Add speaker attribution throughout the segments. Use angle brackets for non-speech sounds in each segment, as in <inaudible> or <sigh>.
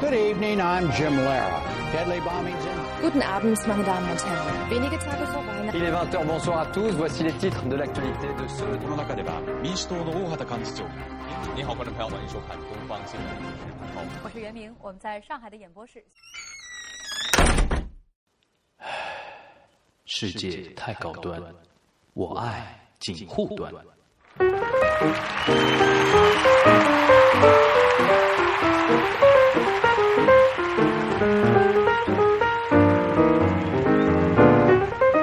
Speaker 1: Good evening, I'm Jim Lara. Deadly bombings in.
Speaker 2: Guten Abend, meine Damen und Herren. Wenige Tage vor Weihnachten.
Speaker 3: Il est 20h, bonsoir à tous. Voici les titres de l'actualité de ce
Speaker 4: この中では民主党の大畑幹事長你好，观众朋友，欢迎收看东方新闻，我是彭涛。
Speaker 5: 我是袁明，我们在上海的演播室。
Speaker 6: 世界太高端，我爱锦护端。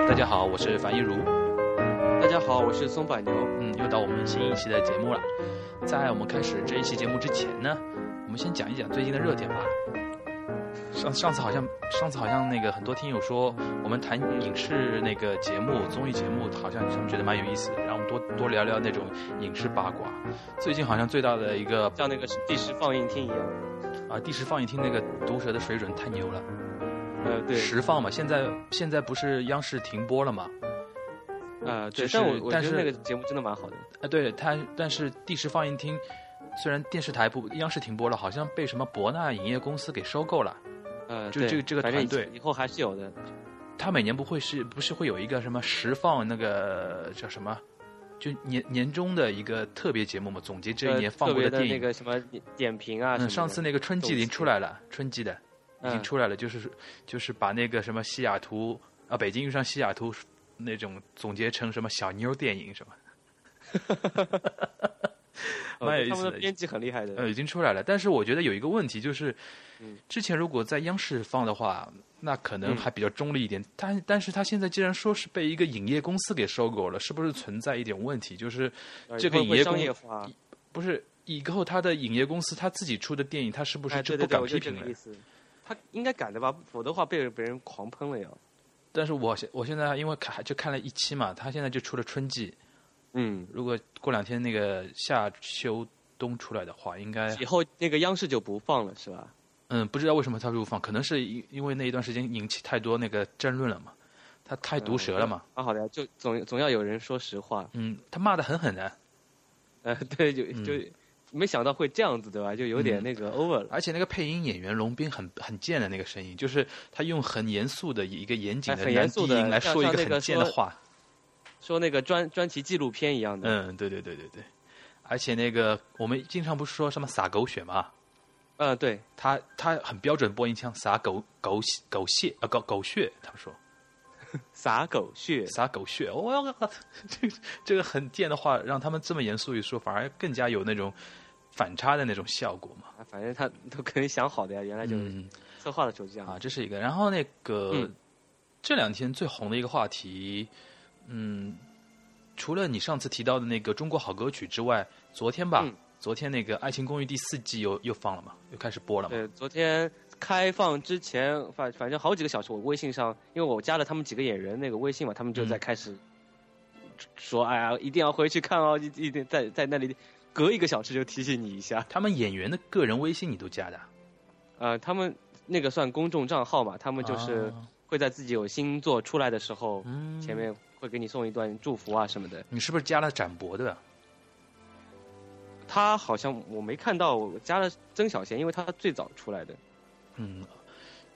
Speaker 7: 大家好，我是樊一茹。
Speaker 8: 大家好，我是松柏牛。
Speaker 7: 嗯，又到我们新一期的节目了。在我们开始这一期节目之前呢，我们先讲一讲最近的热点吧。上上次好像上次好像那个很多听友说，我们谈影视那个节目综艺节目，好像他们觉得蛮有意思的，让我们多多聊聊那种影视八卦。最近好像最大的一个
Speaker 8: 像那个第十放映厅一样。
Speaker 7: 啊，第十放映厅那个毒舌的水准太牛了，
Speaker 8: 呃，对，
Speaker 7: 十放嘛，现在现在不是央视停播了嘛？
Speaker 8: 呃，
Speaker 7: 就
Speaker 8: 对，
Speaker 7: 是
Speaker 8: 但我我
Speaker 7: 但
Speaker 8: 觉
Speaker 7: 是
Speaker 8: 得那个节目真的蛮好的。
Speaker 7: 啊，对它，但是第十放映厅虽然电视台不央视停播了，好像被什么博纳影业公司给收购了。
Speaker 8: 呃，
Speaker 7: 就
Speaker 8: 对
Speaker 7: 这个这个
Speaker 8: 反正以
Speaker 7: 团队
Speaker 8: 以后还是有的。
Speaker 7: 它每年不会是不是会有一个什么十放那个叫什么，就年年终的一个特别节目嘛，总结这一
Speaker 8: 呃
Speaker 7: 年放
Speaker 8: 特
Speaker 7: 过
Speaker 8: 别
Speaker 7: 电
Speaker 8: 那
Speaker 7: 影。
Speaker 8: 个什么点评啊什么
Speaker 7: 嗯，
Speaker 8: 的，
Speaker 7: 上次那个春季已经出来了，春季的已经
Speaker 8: 嗯
Speaker 7: 出来了，就是就是把那个什么西雅图啊，北京遇上西雅图那种总结成什么小妞电
Speaker 8: <laughs>
Speaker 7: 影什么。
Speaker 8: 呃
Speaker 7: 蛮有意
Speaker 8: 他
Speaker 7: 思
Speaker 8: 们
Speaker 7: 的
Speaker 8: 的编辑很厉害的。
Speaker 7: 呃，已经出来了。但是我觉得有一个问题就是，之前如果在央视放的话，那可能
Speaker 8: 嗯
Speaker 7: 还比较中立一点。但但是他现在既然说是被一个影业公司给收购了，是不是存在一点问题？就是
Speaker 8: 呃
Speaker 7: 这个
Speaker 8: 会不会
Speaker 7: 影业公
Speaker 8: 商业化，
Speaker 7: 不是以后他的影业公司他自己出的电影，他是不是
Speaker 8: 哎，
Speaker 7: 就
Speaker 8: 对
Speaker 7: 不
Speaker 8: 对对，
Speaker 7: 敢
Speaker 8: 我就
Speaker 7: 批
Speaker 8: 这
Speaker 7: 评
Speaker 8: 个
Speaker 7: 了
Speaker 8: 意？思。他应该敢的吧，否则的话被别人狂喷了要。
Speaker 7: 但是我现我现在因为看就看了一期嘛，他现在就出了春季，
Speaker 8: 嗯，
Speaker 7: 如果过两天那个夏秋冬出来的话，应该
Speaker 8: 以后那个央视就不放了是吧？
Speaker 7: 嗯，不知道为什么他入放，可能是因因为那一段时间引起太多那个争论了嘛，他太毒舌了嘛，
Speaker 8: 啊，好的，就总总要有人说实话。
Speaker 7: 嗯，他骂的很狠的，
Speaker 8: 呃，对，就就
Speaker 7: 嗯
Speaker 8: 没想到会这样子，对吧？就有点那个 over 了。
Speaker 7: 而且那个配音演员龙斌很很贱的那个声音，就是他用很严肃的一个严谨
Speaker 8: 哎
Speaker 7: 的
Speaker 8: 很
Speaker 7: 男
Speaker 8: 严
Speaker 7: 低
Speaker 8: 肃的
Speaker 7: 音来
Speaker 8: 像
Speaker 7: 说一
Speaker 8: 像
Speaker 7: 个
Speaker 8: 那
Speaker 7: 很
Speaker 8: 个
Speaker 7: 贱的
Speaker 8: 说
Speaker 7: 话，
Speaker 8: 说那个专专题纪录片一样的。
Speaker 7: 嗯，对对对对对，而且那个我们经常不是说什么撒狗血嘛，
Speaker 8: 嗯、对，
Speaker 7: 他他很标准播音腔，撒狗狗血狗血啊狗狗血，他们说
Speaker 8: 撒狗血。
Speaker 7: 撒狗血，哦我 <laughs> 要这个这个很贱的话，让他们这么严肃一说，反而更加有那种反差的那种效果嘛。
Speaker 8: 啊反正他都可能想好的呀，原来就
Speaker 7: 嗯
Speaker 8: 策划的时候这样。
Speaker 7: 啊，这是一个。然后那个、
Speaker 8: 嗯
Speaker 7: 这两天最红的一个话题，嗯，除了你上次提到的那个《中国好歌曲》之外，昨天吧，
Speaker 8: 嗯
Speaker 7: 昨天那个《爱情公寓》第四季又又放了嘛，又开始播了嘛。
Speaker 8: 对，昨天开放之前，反反正好几个小时，我微信上，因为我加了他们几个演员那个微信嘛，他们
Speaker 7: 嗯
Speaker 8: 就在开始说：“哎呀，一定要回去看哦，一一定在在那里隔一个小时就提醒你一下。
Speaker 7: 他们演员的个人微信你都加的啊？”
Speaker 8: 呃，他们那个算公众账号嘛，他们就是
Speaker 7: 啊
Speaker 8: 会在自己有新作出来的时候，
Speaker 7: 嗯，
Speaker 8: 前面会给你送一段祝福啊什么的。
Speaker 7: 你是不是加了展博的？
Speaker 8: 他好像我没看到，我加了曾小贤，因为他最早出来的。
Speaker 7: 嗯，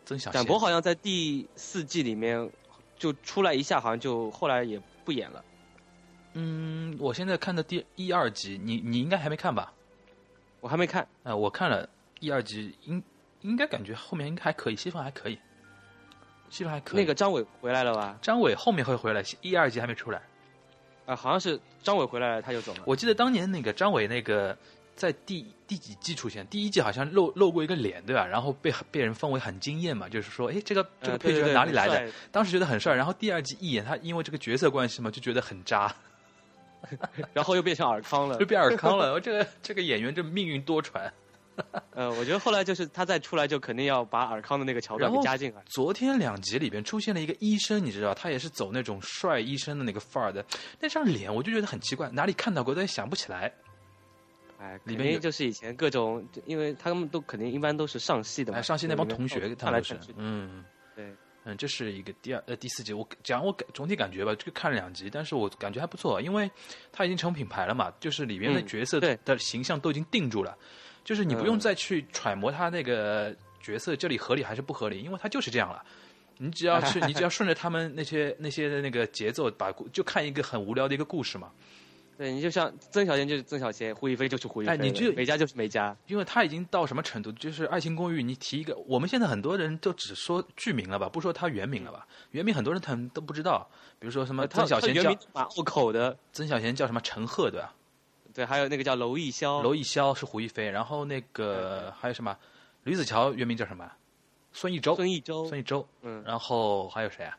Speaker 7: 曾小贤
Speaker 8: 展博好像在第四季里面就出来一下，好像就后来也不演了。
Speaker 7: 嗯，我现在看的第一二集，你你应该还没看吧？
Speaker 8: 我还没看，
Speaker 7: 呃，我看了一二集，应应该感觉后面应该还可以，戏份还可以，戏份还可以。
Speaker 8: 那个张伟回来了吧？
Speaker 7: 张伟后面会回来，一二集还没出来。
Speaker 8: 啊、好像是张伟回来了，他就走了。
Speaker 7: 我记得当年那个张伟那个在第第几季出现？第一季好像露露过一个脸，对吧？然后被被人封为很惊艳嘛，就是说，哎，这个这个
Speaker 8: 呃
Speaker 7: 配
Speaker 8: 对对
Speaker 7: 角
Speaker 8: 对
Speaker 7: 哪里来的？
Speaker 8: 很
Speaker 7: 当时觉得很帅，然后第二季一演他，因为这个角色关系嘛，就觉得很
Speaker 8: <laughs>
Speaker 7: 渣，
Speaker 8: 帅然后又变成尔康
Speaker 7: <laughs>
Speaker 8: 了
Speaker 7: 就。变尔康了。我哦这个这个演员这命运多舛。
Speaker 8: 呃，我觉得后来就是他再出来，就肯定要把尔康的那个桥段
Speaker 7: 然
Speaker 8: 给
Speaker 7: 后
Speaker 8: 加进来。
Speaker 7: 昨天两集里边出现了一个医生，你知道，他也是走那种帅医生的那个范儿的，那张脸我就觉得很奇怪，哪里看到过，但也想不起来。
Speaker 8: 哎，
Speaker 7: 里面
Speaker 8: 肯
Speaker 7: 有
Speaker 8: 定就是以前各种，因为他们都肯定一般都是上戏的嘛。
Speaker 7: 哎，上戏那帮
Speaker 8: 就里
Speaker 7: 同
Speaker 8: 面
Speaker 7: 学，他
Speaker 8: 看
Speaker 7: 们
Speaker 8: 来
Speaker 7: 都是
Speaker 8: 看去，，
Speaker 7: 嗯。
Speaker 8: 对，
Speaker 7: 嗯，这是一个第二呃第四集，我讲我感总体感觉吧，这个看了两集，但是我感觉还不错，因为它已经成品牌了嘛，就是里面的
Speaker 8: 嗯
Speaker 7: 角色
Speaker 8: 对
Speaker 7: 的形象都已经定住了，就是你不用
Speaker 8: 嗯
Speaker 7: 再去揣摩他那个角色这里合理还是不合理，因为它就是这样了。你只
Speaker 8: <laughs>
Speaker 7: 要是你只要顺着他们那些那些的那个节奏，把故就看一个很无聊的一个故事嘛。
Speaker 8: 对你就像曾小贤就是曾小贤，胡一菲就是胡一菲了，
Speaker 7: 哎你就
Speaker 8: 美嘉就是美嘉，
Speaker 7: 因为它已经到什么程度，就是《爱情公寓》，你提一个，我们现在很多人都只说剧名了吧，不说它原名了吧？原名很多人他们都不知道，比如说什么
Speaker 8: 呃他
Speaker 7: 曾小贤
Speaker 8: 他原
Speaker 7: 叫
Speaker 8: 名蛮拗口的，
Speaker 7: 曾小贤叫什么陈赫对吧？
Speaker 8: 对，还有那个叫娄艺潇，
Speaker 7: 娄艺潇是胡一菲，然后那个还有什么吕子乔原名叫什么？孙艺洲，
Speaker 8: 孙艺洲，
Speaker 7: 孙艺洲，
Speaker 8: 嗯，
Speaker 7: 然后还有谁啊？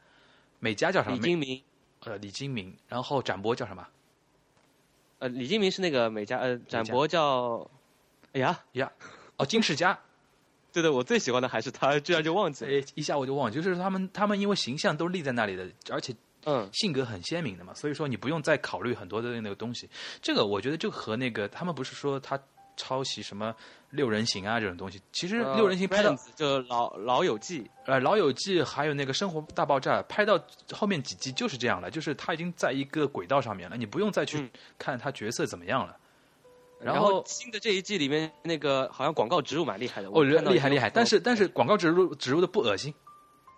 Speaker 7: 美嘉叫什么？
Speaker 8: 李
Speaker 7: 美
Speaker 8: 金铭，
Speaker 7: 呃李金铭，然后展博叫什么？
Speaker 8: 呃，李金铭是那个美嘉，呃，展博叫，哎呀，
Speaker 7: 哦金世佳，
Speaker 8: 对对，我最喜欢的还是他，居然就忘记了，
Speaker 7: 哎一下我就忘记，就是他们他们因为形象都立在那里的，而且
Speaker 8: 嗯，
Speaker 7: 性格很鲜明的嘛，所以说你不用再考虑很多的那个东西。这个我觉得就和那个他们不是说他抄袭什么六人行啊这种东西，其实
Speaker 8: 呃
Speaker 7: 六人行拍到
Speaker 8: Friends 就老老友记，
Speaker 7: 呃《老友记》还有那个《生活大爆炸》，拍到后面几集就是这样了，就是他已经在一个轨道上面了，你不用再去
Speaker 8: 嗯
Speaker 7: 看他角色怎么样了。然
Speaker 8: 然
Speaker 7: 后
Speaker 8: 后新的这一季里面那个好像广告植入蛮厉害的，
Speaker 7: 哦，
Speaker 8: 我看到
Speaker 7: 厉害
Speaker 8: 一个
Speaker 7: 厉害，但是但是广告植入植入的不恶心，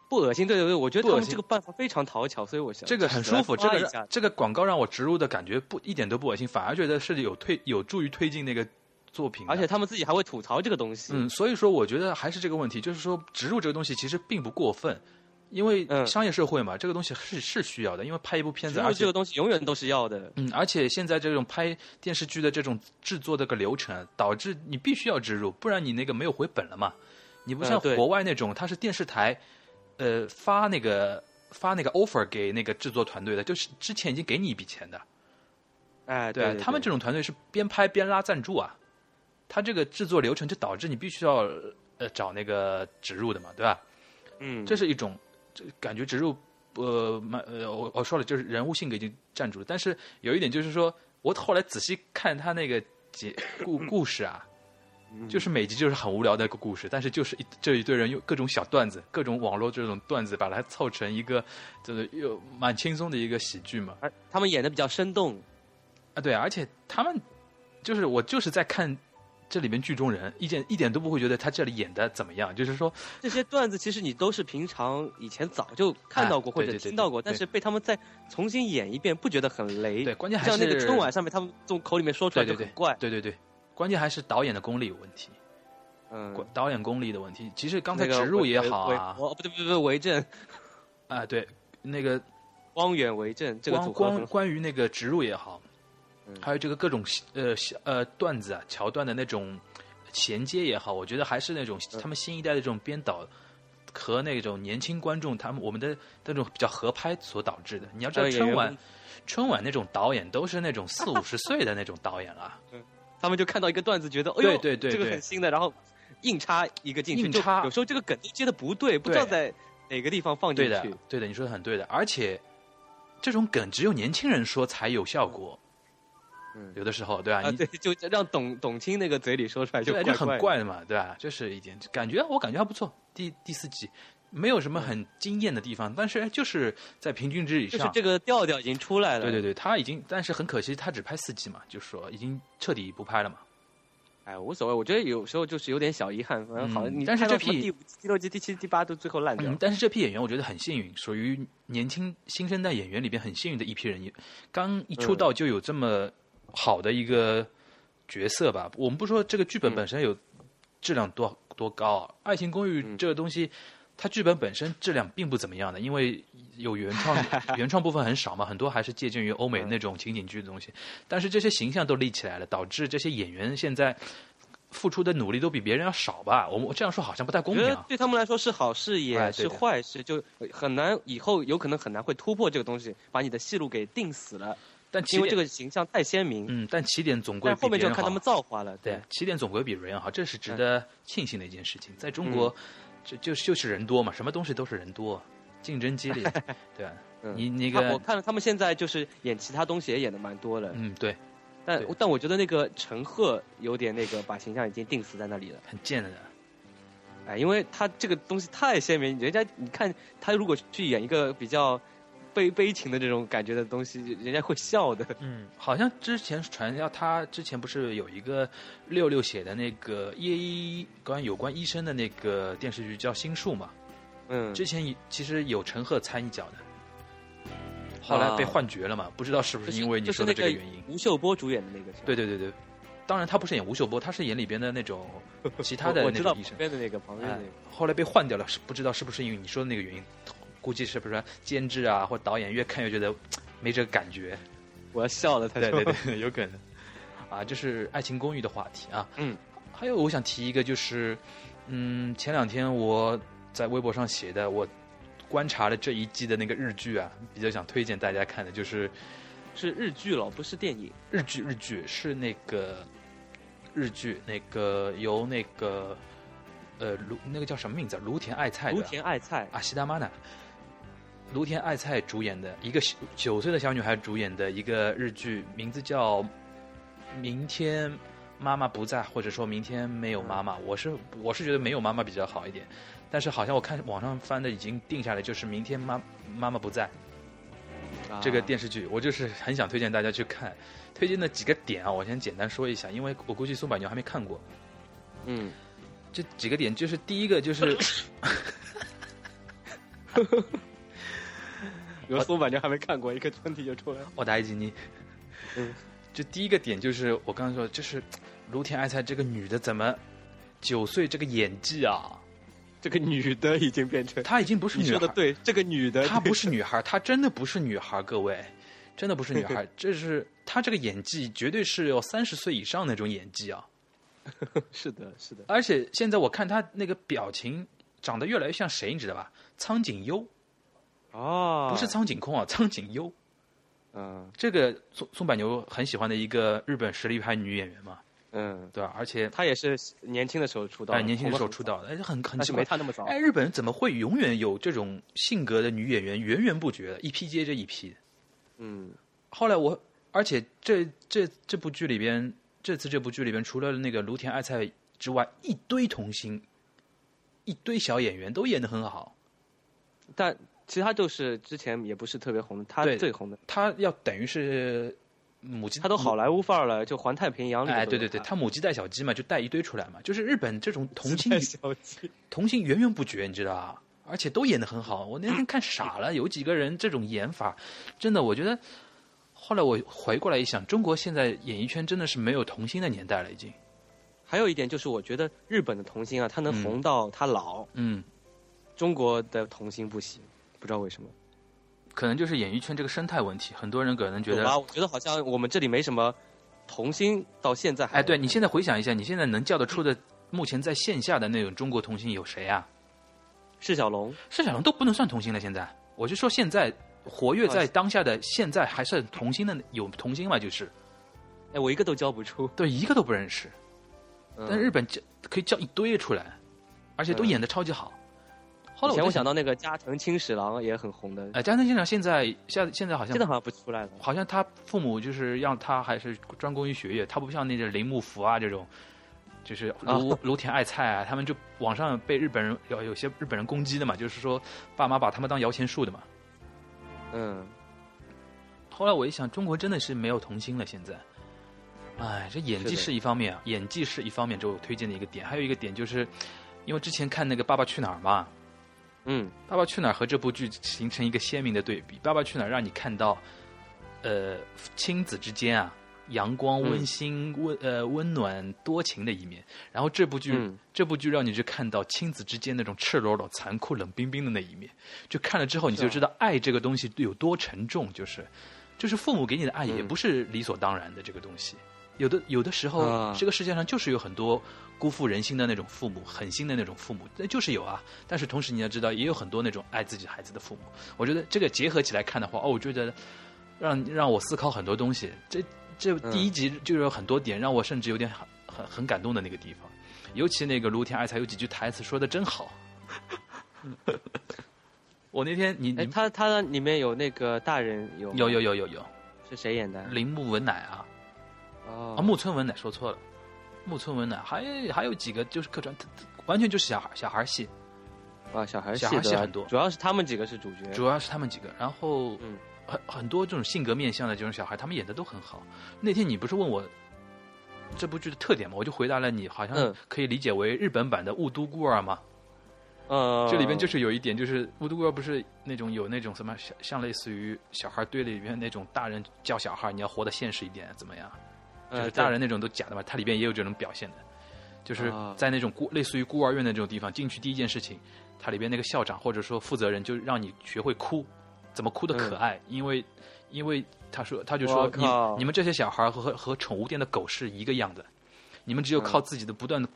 Speaker 8: 不恶心，对对对，我觉
Speaker 7: 不
Speaker 8: 得他
Speaker 7: 恶
Speaker 8: 们
Speaker 7: 心
Speaker 8: 这个办法非常讨巧，所以我想
Speaker 7: 这个很舒服，
Speaker 8: 就
Speaker 7: 这
Speaker 8: 是
Speaker 7: 个
Speaker 8: 夸一下
Speaker 7: 让这个广告让我植入的感觉不一点都不恶心，反而觉得是有推有助于推进那个作品的，
Speaker 8: 而且他们自己还会吐槽这个东西，
Speaker 7: 嗯，所以说我觉得还是这个问题，就是说植入这个东西其实并不过分，因为
Speaker 8: 嗯
Speaker 7: 商业社会嘛，这个东西是是需要的，因为拍一部片
Speaker 8: 植
Speaker 7: 子，
Speaker 8: 入
Speaker 7: 而
Speaker 8: 这
Speaker 7: 且
Speaker 8: 个东西永远都是要的，
Speaker 7: 嗯，而且现在这种拍电视剧的这种制作的个流程，导致你必须要植入，不然你那个没有回本了嘛。你不
Speaker 8: 呃
Speaker 7: 像
Speaker 8: 对
Speaker 7: 国外那种，它是电视台，呃，发那个发那个 offer 给那个制作团队的，就是之前已经给你一笔钱的，
Speaker 8: 哎，
Speaker 7: 对啊
Speaker 8: 对
Speaker 7: 他们这种团队是边拍边拉赞助啊，他这个制作流程就导致你必须要呃找那个植入的嘛，对吧？
Speaker 8: 嗯，
Speaker 7: 这是一种这感觉植入，呃，蛮呃，我我说了，就是人物性格已经站住了。但是有一点就是说，我后来仔细看他那个节故故事啊，
Speaker 8: 嗯
Speaker 7: 就是每集就是很无聊的一个故事，但是就是一这一堆人用各种小段子、各种网络这种段子，把它凑成一个就是又蛮轻松的一个喜剧嘛。
Speaker 8: 而他们演的比较生动，
Speaker 7: 啊，对，而且他们就是我就是在看。这里面剧中人一点一点都不会觉得他这里演的怎么样，就是说
Speaker 8: 这些段子其实你都是平常以前早就看到过
Speaker 7: 哎
Speaker 8: 或
Speaker 7: 对
Speaker 8: 者
Speaker 7: 对对
Speaker 8: 听到过，
Speaker 7: 对
Speaker 8: 但是被他们再重新演一遍，不觉得很雷。
Speaker 7: 对，，关键还是
Speaker 8: 像那个春晚上面他们从口里面说出来
Speaker 7: 对
Speaker 8: 就
Speaker 7: 对对
Speaker 8: 很怪，
Speaker 7: 对对对，关键还是导演的功力有问题，
Speaker 8: 嗯，
Speaker 7: 关导演功力的问题。其实刚才
Speaker 8: 那个
Speaker 7: 植入
Speaker 8: 韦
Speaker 7: 也
Speaker 8: 韦
Speaker 7: 好
Speaker 8: 韦
Speaker 7: 啊，
Speaker 8: 哦不对不对不对，为政，
Speaker 7: 啊对，那个
Speaker 8: 汪远为政这个
Speaker 7: 光
Speaker 8: 组合
Speaker 7: 光
Speaker 8: 很好，
Speaker 7: 关于那个植入也好，
Speaker 8: 嗯
Speaker 7: 还有这个各种呃小呃段子啊桥段的那种衔接也好，我觉得还是那种
Speaker 8: 嗯
Speaker 7: 他们新一代的这种编导。和那种年轻观众，他们我们的那种比较合拍所导致的。你要知道
Speaker 8: 还有演
Speaker 7: 春
Speaker 8: 员
Speaker 7: 晚，春晚那种导演都是那种四五十岁的那种导演
Speaker 8: <laughs>
Speaker 7: 了，
Speaker 8: 他们就看到一个段子，觉得哎呦，
Speaker 7: 对对对
Speaker 8: 这个
Speaker 7: 对
Speaker 8: 很新的，然后硬插一个进去，
Speaker 7: 硬插
Speaker 8: 就有时候这个梗都接的不对，不知道在哪个地方放进
Speaker 7: 对
Speaker 8: 去。
Speaker 7: 的，对的，你说的很对的。而且这种梗只有年轻人说才有效果，
Speaker 8: 嗯
Speaker 7: 有的时候对吧？
Speaker 8: 啊，
Speaker 7: 你
Speaker 8: 对，就让董董卿那个嘴里说出来就
Speaker 7: 对
Speaker 8: 怪怪
Speaker 7: 就很
Speaker 8: 怪。
Speaker 7: 怪的嘛，对吧？这是一点，感觉我感觉还不错。第第四季没有什么很惊艳的地方，但是哎就是在平均值以
Speaker 8: 嗯就是
Speaker 7: 上。
Speaker 8: 这个调调已经出来了。
Speaker 7: 对对对，他已经，但是很可惜，他只拍四季嘛，就说已经彻底不拍了嘛。
Speaker 8: 哎，无所谓，我觉得有时候就是有点小遗憾，反正好像
Speaker 7: 嗯
Speaker 8: 你
Speaker 7: 但是
Speaker 8: 看到
Speaker 7: 这
Speaker 8: 什么
Speaker 7: 批
Speaker 8: 第五季、第六季、第七、季第八都最后烂掉
Speaker 7: 嗯
Speaker 8: 了，。
Speaker 7: 但是这批演员我觉得很幸运，属于年轻新生代演员里边很幸运的一批人，也刚一出
Speaker 8: 嗯
Speaker 7: 道就有这么好的一个角色吧。我们不说这个剧
Speaker 8: 嗯
Speaker 7: 本本身有质量多多高啊，《爱情公
Speaker 8: 嗯
Speaker 7: 寓》这个东西，它剧本本身质量并不怎么样的，因为有原
Speaker 8: <laughs>
Speaker 7: 创原创部分很少嘛，很多还是借鉴于欧美
Speaker 8: 嗯
Speaker 7: 那种情景剧的东西。但是这些形象都立起来了，导致这些演员现在。付出的努力都比别人要少吧？我们我这样说好像不太
Speaker 8: 我
Speaker 7: 公
Speaker 8: 觉
Speaker 7: 平
Speaker 8: 得
Speaker 7: 啊。
Speaker 8: 对他们来说是好事，
Speaker 7: 哎
Speaker 8: 也
Speaker 7: 对
Speaker 8: 是
Speaker 7: 的
Speaker 8: 坏事，就很难以后有可能很难会突破这个东西，把你的戏路给定死了，
Speaker 7: 但其
Speaker 8: 因为
Speaker 7: 实
Speaker 8: 这个形象太鲜明。
Speaker 7: 嗯，但起点总归
Speaker 8: 但
Speaker 7: 比
Speaker 8: 后面
Speaker 7: 别
Speaker 8: 就
Speaker 7: 人
Speaker 8: 看
Speaker 7: 好。
Speaker 8: 他们造嗯化了。
Speaker 7: 对，起点总归比人好，这是值得庆幸的一件事情。在
Speaker 8: 嗯
Speaker 7: 中国，这就就是人多嘛，什么东西都是人多，竞争
Speaker 8: <laughs>
Speaker 7: 激烈，对吧？
Speaker 8: 嗯
Speaker 7: 你那
Speaker 8: 他我
Speaker 7: 个，
Speaker 8: 看了他们现在就是演其他东西也演的蛮多了，
Speaker 7: 嗯，对，
Speaker 8: 但
Speaker 7: 对
Speaker 8: 但我觉得那个陈赫有点那个把形象已经定死在那里了，
Speaker 7: 很贱的。
Speaker 8: 哎，因为他这个东西太鲜明，人家你看他如果去演一个比较悲悲情的这种感觉的东西，人家会笑
Speaker 7: <laughs>
Speaker 8: 的。
Speaker 7: 嗯，好像之前传要他之前不是有一个六六写的那个医关有关医生的那个电视剧叫《心术》嘛，
Speaker 8: 嗯，
Speaker 7: 之前也其实有陈赫参一脚的，后来被换角了嘛，不知道是不
Speaker 8: 啊就是
Speaker 7: 因为你说的这
Speaker 8: 个
Speaker 7: 原因。
Speaker 8: 吴秀波主演的那个是吧，
Speaker 7: 对对对对，当然他不是演吴秀波，他是演里边的
Speaker 8: <laughs>
Speaker 7: 那种其他
Speaker 8: 我
Speaker 7: 的
Speaker 8: 我
Speaker 7: 那
Speaker 8: 知道
Speaker 7: 种医
Speaker 8: 旁
Speaker 7: 生。
Speaker 8: 边的那个旁边的那个，
Speaker 7: 后来被换掉了，是不知道是不是因为你说的那个原因，估计是不是监制啊或导演越看越觉得没这个感觉。
Speaker 8: 我要笑了，他
Speaker 7: 对
Speaker 8: 说
Speaker 7: 对对，有可能。啊，这是《爱情公寓》的话题啊。
Speaker 8: 嗯。
Speaker 7: 还有，我想提一个，就是，嗯，前两天我在微博上写的，我观察了这一季的那个日剧啊，比较想推荐大家看的，就是
Speaker 8: <laughs> 是日剧了，不是电影。
Speaker 7: 日剧，日剧是那个日剧，那个由那个呃卢那个叫什么名字啊？芦田爱菜的
Speaker 8: 芦田爱菜，
Speaker 7: 啊，西达玛娜，芦田爱菜主演的一个小九岁的小女孩主演的一个日剧，名字叫《明天妈妈不在》，或者说明天没有妈妈。我是我是觉得没有妈妈比较好一点，但是好像我看网上翻的已经定下来，就是明天妈妈妈不在。啊
Speaker 8: 啊
Speaker 7: 这个电视剧，我就是很想推荐大家去看。推荐的几个点啊，我先简单说一下，因为我估计松柏牛还没看过。
Speaker 8: 啊，嗯，
Speaker 7: 这几个点就是第一个就是
Speaker 8: <laughs> 有松板就还没看过，一个喷嚏就出来了。
Speaker 7: 我哦打一吉尼
Speaker 8: 嗯。
Speaker 7: 就第一个点就是我刚刚说，就是芦田爱菜这个女的怎么九岁这个演技啊，
Speaker 8: 这个女的已经变成，
Speaker 7: 她已经不是
Speaker 8: 你
Speaker 7: 女
Speaker 8: 说的
Speaker 7: 孩，
Speaker 8: 对，这个女的
Speaker 7: 她不是女孩，她真的不是女孩，各位，真的不是女
Speaker 8: <laughs>
Speaker 7: 孩，这是她这个演技绝对是要三十岁以上那种演技啊！
Speaker 8: 是的，是的，
Speaker 7: 而且现在我看她那个表情长得越来越像谁，你知道吧？苍井优，
Speaker 8: 哦，
Speaker 7: 不是苍井空啊， <laughs> 苍井优，
Speaker 8: 嗯
Speaker 7: 这个松松柏牛很喜欢的一个日本实力派女演员嘛，
Speaker 8: 嗯，
Speaker 7: 对吧？而且
Speaker 8: 她也是年轻的时候出道的，
Speaker 7: 哎，年轻的时候
Speaker 8: 红
Speaker 7: 出道的，哎，很很
Speaker 8: 但
Speaker 7: 奇
Speaker 8: 是
Speaker 7: 怪
Speaker 8: 没。她那么早。
Speaker 7: 哎，日本人怎么会永远有这种性格的女演员源源不绝的，一批接着一批的？
Speaker 8: 嗯，
Speaker 7: 后来我，而且这这这部剧里边，这次这部剧里边，除了那个芦田爱菜之外，一堆童星，一堆小演员都演得很好。
Speaker 8: 但其实她就是之前也不是特别红的，她
Speaker 7: 对
Speaker 8: 最红的，
Speaker 7: 他要等于是母鸡，
Speaker 8: 她都好莱坞范儿了，就《环太平洋》里。
Speaker 7: 哎，对对对，，他母鸡带小鸡嘛，就带一堆出来嘛，就是日本这种童星
Speaker 8: 太小气。
Speaker 7: 童星源源不绝，你知道吧？而且都演得很好，我那天看傻了，有几个人这种演法，真的，我觉得。后来我回过来一想，中国现在演艺圈真的是没有童星的年代了，已经。
Speaker 8: 还有一点就是，我觉得日本的童星啊，她能红到她老，
Speaker 7: 嗯，
Speaker 8: 中国的童星不行，不知道为什么。
Speaker 7: 可能就是演艺圈这个生态问题，很多人可能觉
Speaker 8: 有吧？
Speaker 7: 得，
Speaker 8: 我觉得好像我们这里没什么童星，到现在还
Speaker 7: 哎，对你现在回想一下，你现在能叫得出的，目前在线下的那种中国童星有谁啊？
Speaker 8: 释小龙，
Speaker 7: 释小龙都不能算童星了，现在，我就说现在活跃
Speaker 8: 啊
Speaker 7: 在当下的现在还算童星的有童星嘛，就是
Speaker 8: 哎，我一个都教不出。
Speaker 7: 对一个都不认识。
Speaker 8: 嗯
Speaker 7: 但日本叫可以叫一堆出来，而且都
Speaker 8: 嗯
Speaker 7: 演的超级好。后来
Speaker 8: 以前
Speaker 7: 我
Speaker 8: 我
Speaker 7: 在
Speaker 8: 想，到那个加藤清史郎也很红的，
Speaker 7: 哎，加藤先生现在现现在好像
Speaker 8: 现在好像不出来了。
Speaker 7: 好像他父母就是让他还是专攻于学业，他不像那个铃木福啊这种，就是
Speaker 8: 啊
Speaker 7: 芦芦田爱菜啊，他们就网上被日本人有有些日本人攻击的嘛，就是说爸妈把他们当摇钱树的嘛。
Speaker 8: 嗯，
Speaker 7: 后来我一想，中国真的是没有童星了。现在，哎，这演技
Speaker 8: 是的
Speaker 7: 是一方面啊，演技是一方面，这我推荐的一个点。还有一个点就是，因为之前看那个《爸爸去哪儿》嘛，
Speaker 8: 嗯，
Speaker 7: 《爸爸去哪儿》和这部剧形成一个鲜明的对比，《爸爸去哪儿》让你看到，呃，亲子之间啊，阳光、
Speaker 8: 嗯
Speaker 7: 温馨、温呃温暖、多情的一面。然后这部剧，
Speaker 8: 嗯
Speaker 7: 这部剧让你去看到亲子之间那种赤裸裸、残酷、冷冰冰的那一面。就看了之后，你
Speaker 8: 是
Speaker 7: 就
Speaker 8: 啊
Speaker 7: 知道爱这个东西有多沉重，就是，就是父母给你的爱也
Speaker 8: 嗯
Speaker 7: 不是理所当然的这个东西。有的有的时候，
Speaker 8: 啊
Speaker 7: 这个世界上就是有很多辜负人心的那种父母，狠心的那种父母，那就是有啊。但是同时你要知道，也有很多那种爱自己孩子的父母。我觉得这个结合起来看的话，哦，我觉得让让我思考很多东西。这这
Speaker 8: 嗯
Speaker 7: 第一集就有很多点让我甚至有点很很很感动的那个地方，尤其那个卢田爱才有几句台词说的真好。我那天你
Speaker 8: 哎，
Speaker 7: 你
Speaker 8: 他他里面有那个大人有
Speaker 7: 有有有有有
Speaker 8: 是谁演的？
Speaker 7: 铃木文乃啊，
Speaker 8: 嗯哦
Speaker 7: 啊，木村文乃说错了，木村文乃还还有几个就是客串，完全就是小孩小孩戏。
Speaker 8: 啊，小孩戏
Speaker 7: 小孩戏
Speaker 8: 的
Speaker 7: 很多
Speaker 8: 主要是他们几个是主角，
Speaker 7: 主要是他们几个，然后
Speaker 8: 哎嗯
Speaker 7: 很很多这种性格面向的这种小孩，他们演的都很好。那天你不是问我这部剧的特点吗？我就回答了你，好像
Speaker 8: 嗯
Speaker 7: 可以理解为日本版的《雾都孤儿》嘛。
Speaker 8: 呃，
Speaker 7: 这里边就是有一点，就是《雾都孤儿》不是那种有那种什么像像类似于小孩堆里面那种大人叫小孩，你要活得现实一点，怎么样？就
Speaker 8: 呃
Speaker 7: 是
Speaker 8: 对
Speaker 7: 大人那种都假的嘛，它里边也有这种表现的，就是
Speaker 8: 啊
Speaker 7: 在那种孤类似于孤儿院的这种地方进去第一件事情，它里边那个校长或者说负责人就让你学会哭，怎么哭的可爱，因为因为他说他就
Speaker 8: 嗯我
Speaker 7: 说你
Speaker 8: 靠
Speaker 7: 你们这些小孩和和和宠物店的狗是一个样的，你们只
Speaker 8: 嗯
Speaker 7: 有靠自己的不断的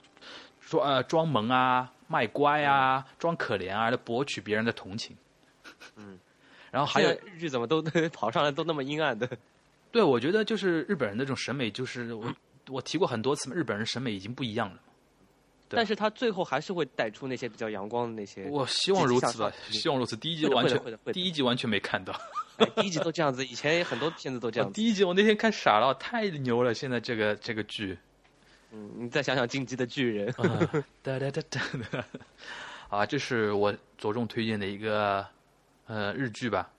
Speaker 7: 说呃装萌啊、卖乖啊、装可怜啊来博取别人的同情，
Speaker 8: 嗯，
Speaker 7: 然后还
Speaker 8: 还有
Speaker 7: 有
Speaker 8: 日剧怎么都 <laughs> 跑上来都那么阴暗的，
Speaker 7: 对，我觉得就是日本人的这种审美，就是我、我提过很多次嘛，日本人审美已经不一样了。对
Speaker 8: 但是他最后还是会带出那些比较阳光的那些。
Speaker 7: 我希望如此吧，
Speaker 8: 积极向上
Speaker 7: 希望如此。第一集
Speaker 8: 会的
Speaker 7: 完
Speaker 8: 会的
Speaker 7: 全
Speaker 8: 会的会，的
Speaker 7: 第一集完全没看到。
Speaker 8: 哎第一集都这样子，以前也很多片子都
Speaker 7: <laughs>
Speaker 8: 这样子。
Speaker 7: 第一集我那天看傻了，太牛了！现在这个这个
Speaker 8: <laughs>
Speaker 7: 剧，
Speaker 8: 嗯，你再想想《进击的巨人》
Speaker 7: 啊哒哒哒哒哒，啊，这是我着重推荐的一个呃日剧吧，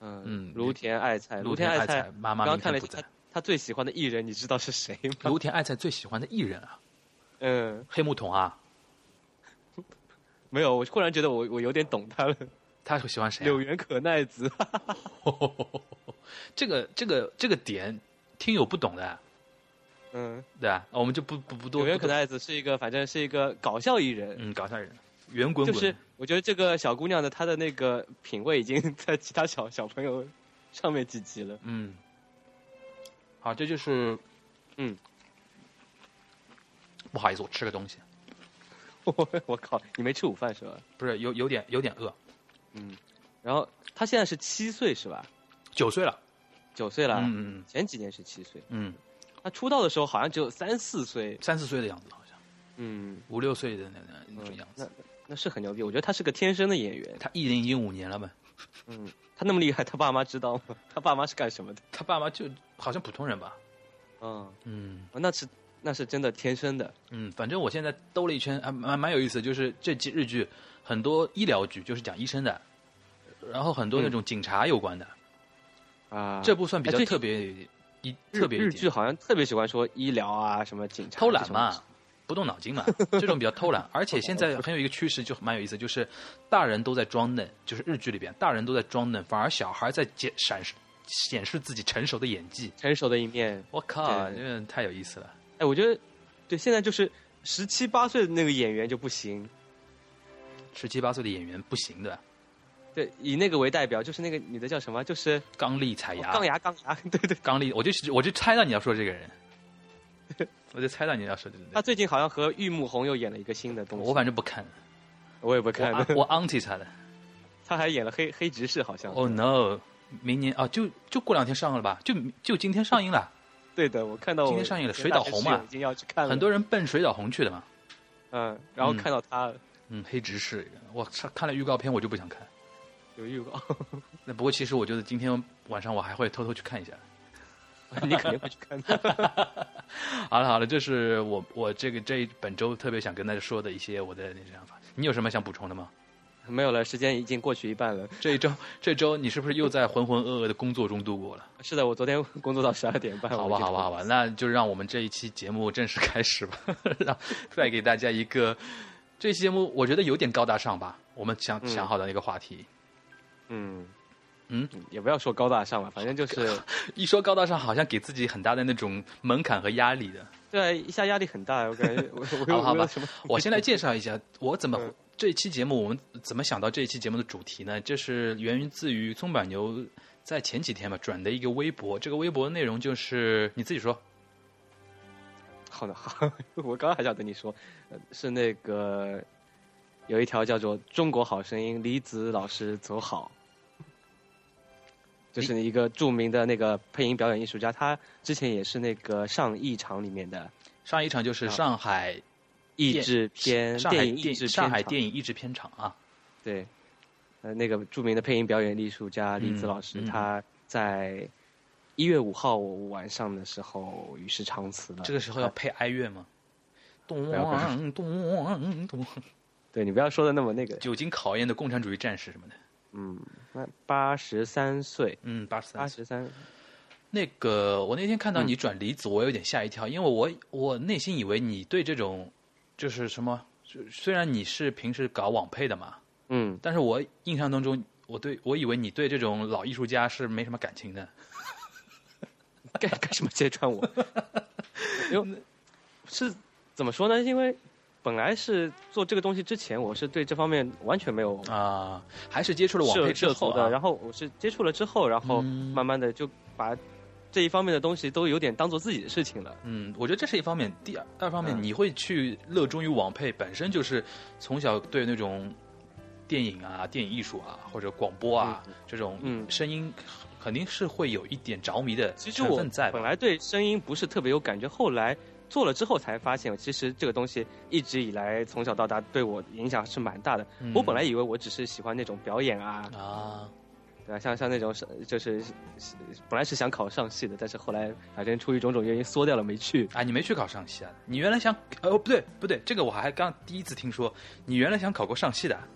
Speaker 7: 嗯
Speaker 8: <laughs> 嗯，芦田爱菜，
Speaker 7: 芦
Speaker 8: 芦
Speaker 7: 田
Speaker 8: 田
Speaker 7: 爱
Speaker 8: 爱
Speaker 7: 菜
Speaker 8: 菜，
Speaker 7: 妈妈
Speaker 8: 刚刚
Speaker 7: 明
Speaker 8: 看
Speaker 7: 天
Speaker 8: 了一
Speaker 7: 不
Speaker 8: 下
Speaker 7: 在
Speaker 8: 他。他最喜欢的艺人，你知道是谁吗？
Speaker 7: 芦田爱菜最喜欢的艺人啊，
Speaker 8: 嗯，
Speaker 7: 黑木瞳啊，
Speaker 8: 没有，我忽然觉得我我有点懂他了。
Speaker 7: 他喜欢谁、啊？
Speaker 8: 柳原可奈子，
Speaker 7: <laughs>
Speaker 8: <laughs>
Speaker 7: 这个这个这个点，听友不懂的，啊
Speaker 8: 嗯，
Speaker 7: 对吧？我们就不不不多
Speaker 8: 柳原可
Speaker 7: 不多
Speaker 8: 奈子是一个，反正是一个搞笑艺人，
Speaker 7: 嗯，搞笑人，圆滚滚，
Speaker 8: 就是我觉得这个小姑娘的她的那个品味已经 <laughs> 在其他小小朋友上面几级了。
Speaker 7: 嗯，好，这就是，
Speaker 8: 嗯，
Speaker 7: 不好意思，我吃个东西，
Speaker 8: 我 <laughs> 我靠，你没吃午饭是吧？
Speaker 7: 不是有有点有点饿，
Speaker 8: 然后她现在是七岁是吧？
Speaker 7: 九岁了，
Speaker 8: 九岁了，
Speaker 7: 嗯嗯
Speaker 8: 前几年是七岁。
Speaker 7: 嗯，
Speaker 8: 她出道的时候好像只有三四岁，
Speaker 7: 三四岁的样子，好像
Speaker 8: 嗯，
Speaker 7: 五六岁的那那那种
Speaker 8: 嗯
Speaker 7: 样子。
Speaker 8: 那那是很牛逼。我觉得她是个天生的演员，
Speaker 7: 他艺人已经五年了吧？
Speaker 8: 嗯，她那么厉害，她爸妈知道吗？ <laughs> 她爸妈是干什么的？
Speaker 7: 他爸妈就好像普通人吧？
Speaker 8: 嗯，
Speaker 7: 嗯
Speaker 8: 那是那是真的天生的。
Speaker 7: 嗯，反正我现在兜了一圈，还蛮蛮有意思的。就是这季日剧很多医疗剧，就是讲医生的，然后很多那种警察有关的。
Speaker 8: 啊，
Speaker 7: 嗯这部算比
Speaker 8: 哎
Speaker 7: 较
Speaker 8: 最
Speaker 7: 特别一一
Speaker 8: 日
Speaker 7: 特别一
Speaker 8: 日
Speaker 7: 点
Speaker 8: 剧好像特别喜欢说医疗啊，什么警察
Speaker 7: 偷懒
Speaker 8: 这种
Speaker 7: 嘛，不动脑
Speaker 8: <laughs>
Speaker 7: 筋嘛，这种比较偷懒。而且现在很有一个趋势，就蛮有意思，就是大人都在装嫩，就是日剧里边大人都在装嫩，反而小孩在显闪示显示自己成熟的演技。
Speaker 8: 成熟的一面。
Speaker 7: 我靠，
Speaker 8: 对
Speaker 7: 这个太有意思了。
Speaker 8: 哎，我觉得对，现在就是十七八岁的那个演员就不行。
Speaker 7: 十七八岁的演员不行的，
Speaker 8: 对，以那个为代表，就是那个女的叫什么？就是
Speaker 7: 刚力彩牙，
Speaker 8: 钢牙钢牙。 <laughs> 对对，
Speaker 7: 刚力，我就我就猜到你要说这个
Speaker 8: <laughs>
Speaker 7: 人，我就猜到你要说这个
Speaker 8: 她
Speaker 7: 人。
Speaker 8: 最近好像和玉木宏又演了一个新的东西。
Speaker 7: 我反正不看，
Speaker 8: 我也不
Speaker 7: 我
Speaker 8: 看 <laughs>
Speaker 7: 啊
Speaker 8: 的，
Speaker 7: 我 auntie 猜的。
Speaker 8: 她还演了黑黑执事，好像。
Speaker 7: Oh no！明年啊，就就过两天上了吧，就就今天上映了。
Speaker 8: 对的，我看到我
Speaker 7: 今天上映了水岛红
Speaker 8: 大学
Speaker 7: 嘛
Speaker 8: 室友已经要去看了。
Speaker 7: 很多人奔水岛红去的嘛。
Speaker 8: 嗯，然后
Speaker 7: 嗯
Speaker 8: 看到她
Speaker 7: 嗯，黑执事，我看看了预告片，我就不想看。
Speaker 8: 有预
Speaker 7: <laughs>
Speaker 8: 告，
Speaker 7: 那不过其实我觉得今天晚上我还会偷偷去看一下。
Speaker 8: 你肯定会 <laughs> 去看的。
Speaker 7: 好了好了，这是我我这个这一本周特别想跟大家说的一些我的那些想法。你有什么想补充的吗？ <laughs>
Speaker 8: 没有了，时间已经过去一半了。
Speaker 7: 这一周这周你是不是又在浑浑噩噩的工作中度过了？
Speaker 8: 是的，我昨天工作到十二点半。
Speaker 7: 好吧好吧好吧，那就让我们这一期节目正式开始吧， <laughs> 让带给大家一个这期节目我觉得有点高大上吧，我们想、
Speaker 8: 嗯
Speaker 7: 想好的一个话题。
Speaker 8: 嗯，
Speaker 7: 嗯
Speaker 8: 嗯，也不要说高大上吧，反正就是
Speaker 7: 一说高大上，好像给自己很大的那种门槛和压力的。
Speaker 8: 对啊一下压力很大，我
Speaker 7: <laughs>
Speaker 8: 感觉我 <laughs> 我有
Speaker 7: 好吧好
Speaker 8: 我有
Speaker 7: 吧
Speaker 8: 什么？
Speaker 7: 我先来介绍一下我怎么、
Speaker 8: 嗯
Speaker 7: 这一期节目我们怎么想到这一期节目的主题呢？这是源于自于松板牛在前几天吧转的一个微博，这个微博内容就是你自己说，
Speaker 8: 好的 <laughs> 好，我刚刚还想跟你说，呃是那个有一条叫做《中国好声音》，李子老师走好。就是一个著名的那个配音表演艺术家，他之前也是那个上艺场里面的
Speaker 7: 上一场就是
Speaker 8: 啊
Speaker 7: 上海
Speaker 8: 译制片
Speaker 7: 上海
Speaker 8: 电影译制片
Speaker 7: 上海
Speaker 8: 场
Speaker 7: 电影译制片厂啊，
Speaker 8: 对，呃，那个著名的配音表演艺术家李子老师，
Speaker 7: 嗯嗯
Speaker 8: 他在一月五号晚上的时候与世长辞了。呃哎
Speaker 7: 这个时候要配哀乐吗？咚
Speaker 8: 不要不要
Speaker 7: 咚咚咚，
Speaker 8: 对你不要说的那么那个。
Speaker 7: 久经考验的共产主义战士什么的。
Speaker 8: 嗯，那八十三岁，
Speaker 7: 嗯，八十
Speaker 8: 八
Speaker 7: 三岁。
Speaker 8: 十三，
Speaker 7: 那个，我那天看到
Speaker 8: 嗯
Speaker 7: 你转离子，我有点吓一跳，因为我我内心以为你对这种就是什么，就虽然你是平时搞网配的嘛，
Speaker 8: 嗯，
Speaker 7: 但是我印象当中，我对我以为你对这种老艺术家是没什么感情的。
Speaker 8: 干干什么揭穿
Speaker 7: <laughs>
Speaker 8: 我？因为是怎么说呢？因为本来是做这个东西之前，我是对这方面完全没有
Speaker 7: 啊，还是接触了网
Speaker 8: 涉
Speaker 7: 配之
Speaker 8: 涉
Speaker 7: 后
Speaker 8: 足
Speaker 7: 啊
Speaker 8: 的。然后我是接触了之后，然后
Speaker 7: 嗯
Speaker 8: 慢慢的就把这一方面的东西都有点当做自己的事情了。
Speaker 7: 嗯，我觉得这是一方面。第二二方面，
Speaker 8: 嗯
Speaker 7: 你会去热衷于网配，本身就是从小对那种电影啊、电影艺术啊，或者广播啊、这种
Speaker 8: 嗯
Speaker 7: 声音，肯定是会有一点着迷的
Speaker 8: 其实
Speaker 7: 成
Speaker 8: 我
Speaker 7: 分在吧
Speaker 8: 本？来对声音不是特别有感觉，后来做了之后才发现，其实这个东西一直以来从小到大对我影响是蛮大的。
Speaker 7: 嗯
Speaker 8: 我本来以为我只是喜欢那种表演啊，
Speaker 7: 啊，
Speaker 8: 对吧？像像那种是就是本来是想考上戏的，但是后来反正出于种种原因缩掉了，没去。
Speaker 7: 啊，你没去考上戏啊？你原来想……哦，不对，不对，这个我还刚第一次听说，你原来想考过上戏的啊，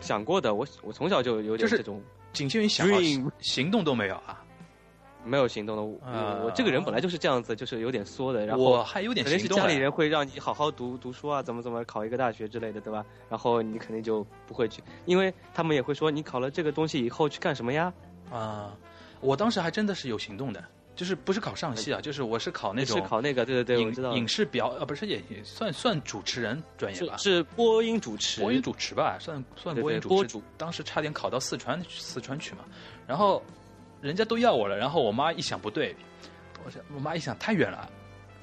Speaker 8: 想过的，我我从小就有
Speaker 7: 就
Speaker 8: 点
Speaker 7: 是
Speaker 8: 这种
Speaker 7: 仅限于想好
Speaker 8: Dream
Speaker 7: 行动都没有啊！
Speaker 8: 没有行动的我。
Speaker 7: 啊
Speaker 8: 我这个人本来就是这样子，就是有点缩的，然后
Speaker 7: 我还有点
Speaker 8: 肯定
Speaker 7: 行
Speaker 8: 是
Speaker 7: 动
Speaker 8: 家
Speaker 7: 了
Speaker 8: 里人会让你好好读读书啊，怎么怎么考一个大学之类的，对吧？然后你肯定就不会去，因为他们也会说你考了这个东西以后去干什么呀？
Speaker 7: 啊！我当时还真的是有行动的，就是不是考上戏啊，就是我是考那
Speaker 8: 你是
Speaker 7: 种
Speaker 8: 考那个，对对对，我知道
Speaker 7: 影，影视表呃不是也也算算主持人专业
Speaker 8: 是
Speaker 7: 吧，
Speaker 8: 是播音主持，
Speaker 7: 播音主持吧，算算
Speaker 8: 对
Speaker 7: 播音
Speaker 8: 对
Speaker 7: 主持。
Speaker 8: 播主
Speaker 7: 当时差点考到四川四川去嘛，然后人家都要我了，然后我妈一想不对，我想我妈一想太远了，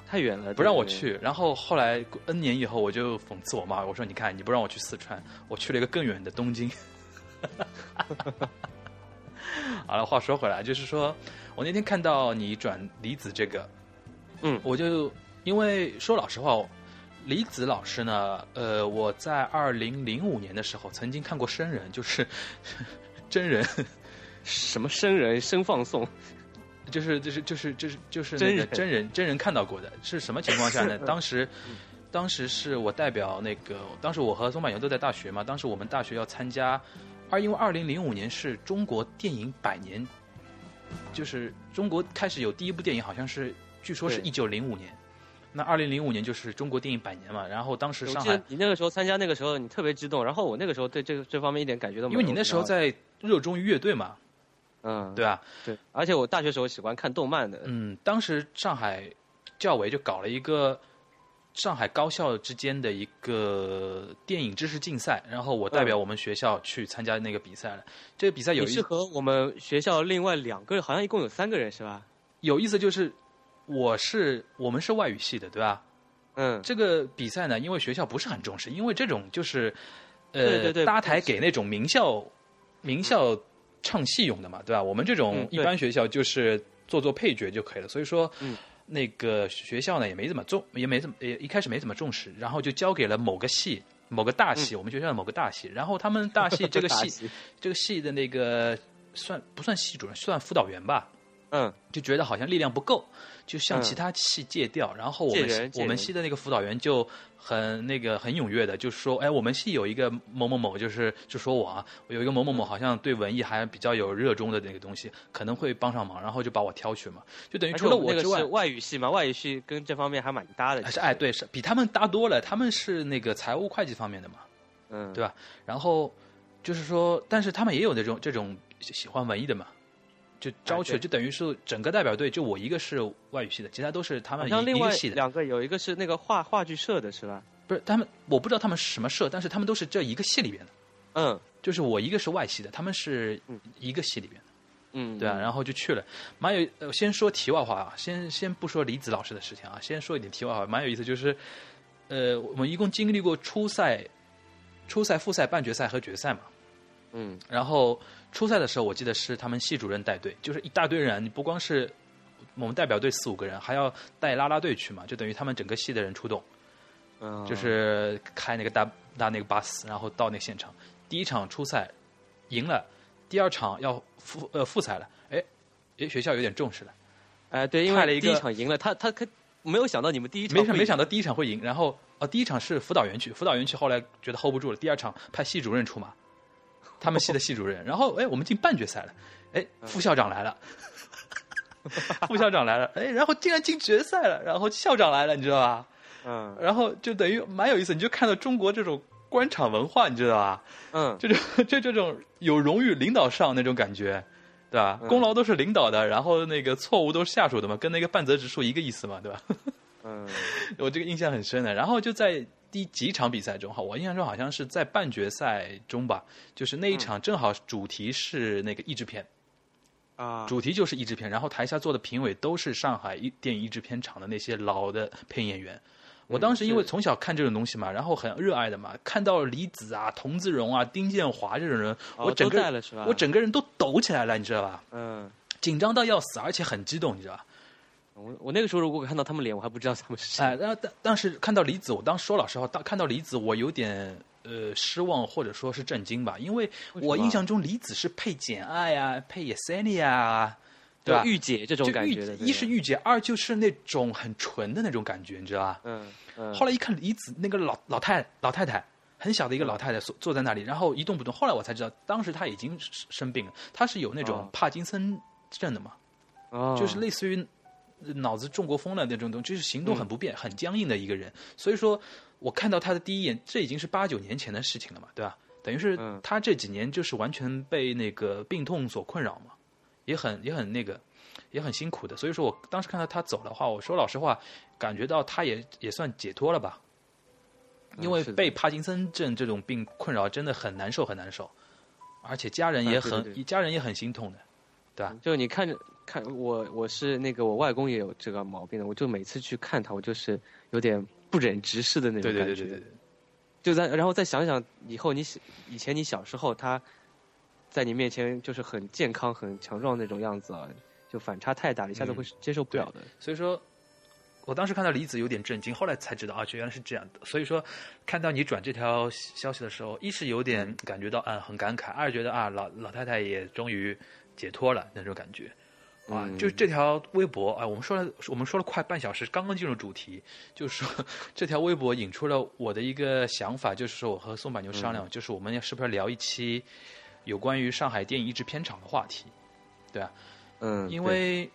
Speaker 8: 太远了，
Speaker 7: 不让我
Speaker 8: 对。
Speaker 7: 去。然后后来 N 年以后，我就讽刺我妈，我说你看你不让我去四川，我去了一个更远的东京。 <laughs> 好了，话说回来，就是说我那天看到你转李子这个，
Speaker 8: 嗯
Speaker 7: 我就因为说老实话，李子老师呢，呃，我在二零零五年的时候曾经看过生人，就是 <laughs> 真人，
Speaker 8: 什么生人生放送，
Speaker 7: 就是就是就是就是就是那个
Speaker 8: 真人
Speaker 7: 真人真人看到过的，是什么情
Speaker 8: <laughs>
Speaker 7: 况下呢？当时，当时是我代表那个，当时我和松柏阳都在大学嘛，当时我们大学要参加，二因为二零零五年是中国电影百年，就是中国开始有第一部电影，好像是据说是
Speaker 8: 对
Speaker 7: 一九零五年，那二零零五年就是中国电影百年嘛，然后当时
Speaker 8: 我
Speaker 7: 上
Speaker 8: 记得
Speaker 7: 海，
Speaker 8: 你那个时候参加那个时候你特别激动，然后我那个时候对这个这方面一点感觉都没
Speaker 7: 因
Speaker 8: 有。
Speaker 7: 为你那时候在热衷于乐队嘛，
Speaker 8: 嗯
Speaker 7: 对吧、
Speaker 8: 对，而且我大学时候喜欢看动漫的，
Speaker 7: 嗯，当时上海教委就搞了一个上海高校之间的一个电影知识竞赛，然后我代表我们学校去参加那个比赛了。这个比赛有
Speaker 8: 嗯你是
Speaker 7: 意
Speaker 8: 和我们学校另外两个，好像一共有三个人是吧？
Speaker 7: 有意思就是，我是我们是外语系的，对吧？
Speaker 8: 嗯，
Speaker 7: 这个比赛呢，因为学校不是很重视，因为这种就是呃
Speaker 8: 对对对
Speaker 7: 搭
Speaker 8: 不
Speaker 7: 台
Speaker 8: 重视
Speaker 7: 给那种名校名校唱戏用的嘛，对吧？我们这种
Speaker 8: 嗯
Speaker 7: 一
Speaker 8: 对
Speaker 7: 般学校就是做做配角就可以了，所以说。
Speaker 8: 嗯
Speaker 7: 那个学校呢也没怎么重，也没怎么，也一开始没怎么重视，然后就交给了某个系、某个大
Speaker 8: 嗯
Speaker 7: 系，我们学校的某个大系。然后他们大系这个
Speaker 8: 打 <laughs>
Speaker 7: 系
Speaker 8: 击，
Speaker 7: 这个系的那个算不算系主任？算辅导员吧。
Speaker 8: 嗯，
Speaker 7: 就觉得好像力量不够，就向
Speaker 8: 嗯
Speaker 7: 其他系借调。然后我们
Speaker 8: 借
Speaker 7: 系
Speaker 8: 人借
Speaker 7: 我们
Speaker 8: 人
Speaker 7: 系的那个辅导员就很那个很踊跃的，就说：“哎，我们系有一个某某某，就是就说我啊，我有一个某某某，好像对文艺还比较有热衷的那个东西，可能会帮上忙。”然后就把我挑去嘛，就等于
Speaker 8: 而且
Speaker 7: 除了
Speaker 8: 我
Speaker 7: 我
Speaker 8: 们那
Speaker 7: 之
Speaker 8: 个
Speaker 7: 外
Speaker 8: 是，外语系嘛，外语系跟这方面还蛮搭的。
Speaker 7: 还
Speaker 8: 其
Speaker 7: 是
Speaker 8: 实
Speaker 7: 哎，，对，是比他们搭多了，他们是那个财务会计方面的嘛。
Speaker 8: 嗯，
Speaker 7: 对吧然后就是说，但是他们也有那种这种喜欢文艺的嘛，就招去，
Speaker 8: 啊对
Speaker 7: 就等于是整个代表队就我一个是外语系的，其他都是他们
Speaker 8: 好
Speaker 7: 啊一
Speaker 8: 像另
Speaker 7: 一
Speaker 8: 外
Speaker 7: 个系的。
Speaker 8: 两个有一个是那个话话剧社的是吧？
Speaker 7: 不是他们，我不知道他们是什么社，但是他们都是这一个系里边的。
Speaker 8: 嗯
Speaker 7: 就是我一个是外系的，他们是
Speaker 8: 嗯
Speaker 7: 一个系里边的，
Speaker 8: 嗯，
Speaker 7: 对啊，
Speaker 8: 后
Speaker 7: 然后就去了。蛮有，呃先说题外话啊，先先不说李子老师的事情啊，先说一点题外话，蛮有意思，就是，呃，我们一共经历过初赛、初赛、复赛、半决赛和决赛嘛。
Speaker 8: 嗯
Speaker 7: 然后初赛的时候，我记得是他们系主任带队，就是一大堆人，你不光是我们代表队四五个人，还要带啦啦队去嘛，就等于他们整个系的人出动，
Speaker 8: 嗯，
Speaker 7: 就是开那个大大那个巴士，然后到那个现场。第一场初赛赢了，第二场要复呃复赛了，哎，哎学校有点重视了，
Speaker 8: 哎对，因
Speaker 7: 派了一
Speaker 8: 为
Speaker 7: 个
Speaker 8: 第一场赢了，他他他没有想到你们第一场
Speaker 7: 没想
Speaker 8: 会
Speaker 7: 没想到第一场会赢，然后哦，第一场是辅导员去，辅导员去后来觉得 hold 不住了，第二场派系主任出马，他们系的系主任，然后哎，我们进半决赛了，哎，
Speaker 8: 嗯
Speaker 7: 副校长来了。副校长来了，哎，然后竟然进决赛了，然后校长来了，你知道吧？
Speaker 8: 嗯
Speaker 7: 然后就等于蛮有意思，你就看到中国这种官场文化，你知道吧？ <laughs>
Speaker 8: 嗯
Speaker 7: 这种这这种有荣誉领导上那种感觉，对吧？
Speaker 8: 嗯
Speaker 7: 功劳都是领导的，然后那个错误都是下属的嘛，跟那个半泽直树一个意思嘛，对吧？
Speaker 8: 嗯
Speaker 7: 我这个印象很深的。然后就在第几场比赛中，哈，我印象中好像是在半决赛中吧，就是
Speaker 8: 嗯
Speaker 7: 那一场正好主题是那个译制片，
Speaker 8: 啊
Speaker 7: 主题就是译制片，然后台下坐的评委都是上海一电影译制片厂的那些老的配音演员。我当时因为
Speaker 8: 嗯是
Speaker 7: 从小看这种东西嘛，然后很热爱的嘛，看到李子啊、童自荣啊、丁建华这种人，
Speaker 8: 哦
Speaker 7: 我整个
Speaker 8: 都在了是吧
Speaker 7: 我整个人都抖起来了，你知道吧？
Speaker 8: 嗯，
Speaker 7: 紧张到要死，而且很激动，你知道吧？
Speaker 8: 我我那个时候如果看到他们脸，我还不知道他们是谁。
Speaker 7: 哎，然后但但是看到李子，我当时说老实话，当看到李子，我有点呃失望或者说是震惊吧，因为我印象中李子是配《简爱》啊，配《Yesenia》啊，对吧？
Speaker 8: 御姐这种
Speaker 7: 就
Speaker 8: 感
Speaker 7: 御
Speaker 8: 觉的，
Speaker 7: 一是
Speaker 8: 御，
Speaker 7: 御姐，二就是那种很纯的那种感觉，你知道吧？
Speaker 8: 嗯嗯，
Speaker 7: 后来一看李子那个老老太老太太，很小
Speaker 8: 嗯
Speaker 7: 的一个老太太坐坐在那里，然后一动不动。后来我才知道，当时她已经生生病了，她是有那种
Speaker 8: 哦
Speaker 7: 帕金森症的嘛，
Speaker 8: 哦
Speaker 7: 就是类似于脑子中国风了那种东西，就是行动
Speaker 8: 嗯
Speaker 7: 很不便、很僵硬的一个人。所以说我看到他的第一眼，这已经是八九年前的事情了嘛，对吧？等于是
Speaker 8: 嗯
Speaker 7: 他这几年就是完全被那个病痛所困扰嘛，也很也很那个，也很辛苦的。所以说我当时看到他走的话，我说老实话，感觉到他也也算解脱了吧，因为
Speaker 8: 嗯是的
Speaker 7: 被帕金森症这种病困扰真的很难受，很难受，而且家人也
Speaker 8: 啊对对
Speaker 7: 很、
Speaker 8: 对
Speaker 7: 家人也很心痛的。
Speaker 8: 就你看着看我，我是那个我外公也有这个毛病的，我就每次去看他，我就是有点不忍直视的那种
Speaker 7: 对
Speaker 8: 感
Speaker 7: 对
Speaker 8: 觉。
Speaker 7: 对对对对。
Speaker 8: 就在然后再想想以后你小以前你小时候他在你面前就是很健康很强壮那种样子啊，就反差太大了，一下子会接受不了的。
Speaker 7: 所以说，我当时看到离子有点震惊，后来才知道啊，原来是这样的。所以说，看到你转这条消息的时候，一是有点感觉到啊、很感慨，二觉得啊老老太太也终于解脱了那种感觉。啊，
Speaker 8: 嗯
Speaker 7: 就这条微博啊，我们说了，我们说了快半小时，刚刚进入主题，就是说这条微博引出了我的一个想法，就是说我和宋柏牛商量，就是我们要是不是要聊一期有关于上海电影译制片厂的话题。
Speaker 8: 嗯，
Speaker 7: 因为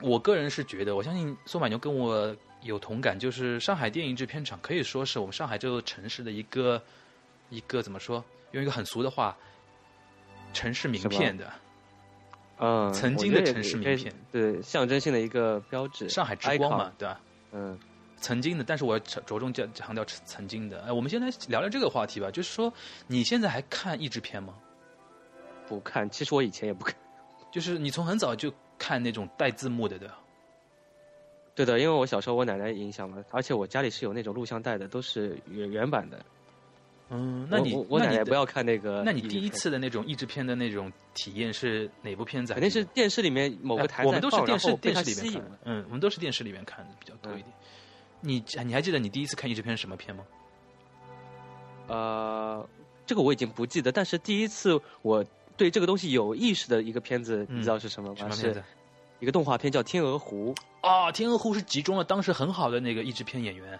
Speaker 7: 我个人是觉得，我相信宋柏牛跟我有同感，就是上海电影制片厂可以说是我们上海这座城市的一个一个怎么说？用一个很俗的话，城市名
Speaker 8: 什么
Speaker 7: 片的
Speaker 8: 对嗯，
Speaker 7: 曾经
Speaker 8: 我
Speaker 7: 的
Speaker 8: 觉得
Speaker 7: 城市
Speaker 8: 也
Speaker 7: 名
Speaker 8: 可以
Speaker 7: 片，
Speaker 8: 对象征性的一个标志。
Speaker 7: 上海之光
Speaker 8: icon，
Speaker 7: 嘛，对吧？
Speaker 8: 嗯
Speaker 7: 曾经的，但是我要着着重讲强调曾经的。哎，我们先来聊聊这个话题吧，就是说你现在还看译制片吗？
Speaker 8: 不看，其实我以前也不看。
Speaker 7: 就是你从很早就看那种带字幕的，对吧？
Speaker 8: 对的，因为我小时候我奶奶影响嘛，而且我家里是有那种录像带的，都是原原版的。
Speaker 7: 嗯，那你
Speaker 8: 我我我
Speaker 7: 那
Speaker 8: 奶
Speaker 7: 你
Speaker 8: 奶
Speaker 7: 的
Speaker 8: 不要看那个，
Speaker 7: 那你第一次的那种译制片的那种体验是哪部片子啊？
Speaker 8: 肯定是电视里面某
Speaker 7: 哎
Speaker 8: 个台
Speaker 7: 我
Speaker 8: 在
Speaker 7: 们都是
Speaker 8: 放
Speaker 7: 电
Speaker 8: 然
Speaker 7: 视
Speaker 8: 后被
Speaker 7: 电
Speaker 8: 它
Speaker 7: 视里
Speaker 8: 吸
Speaker 7: 面
Speaker 8: 引
Speaker 7: 看
Speaker 8: 了嗯
Speaker 7: 的，嗯，我们都是电视里面看的比较多一点。你你还记得你第一次看译制片是什么片吗？
Speaker 8: 呃，这个我已经不记得，但是第一次我对这个东西有意识的一个片子，
Speaker 7: 嗯
Speaker 8: 你知道是什么
Speaker 7: 什
Speaker 8: 吗？
Speaker 7: 么片
Speaker 8: 啊是
Speaker 7: 子？
Speaker 8: 一个动画片叫《天鹅湖》。
Speaker 7: 哦，《天鹅湖》是集中了当时很好的那个译制片演员。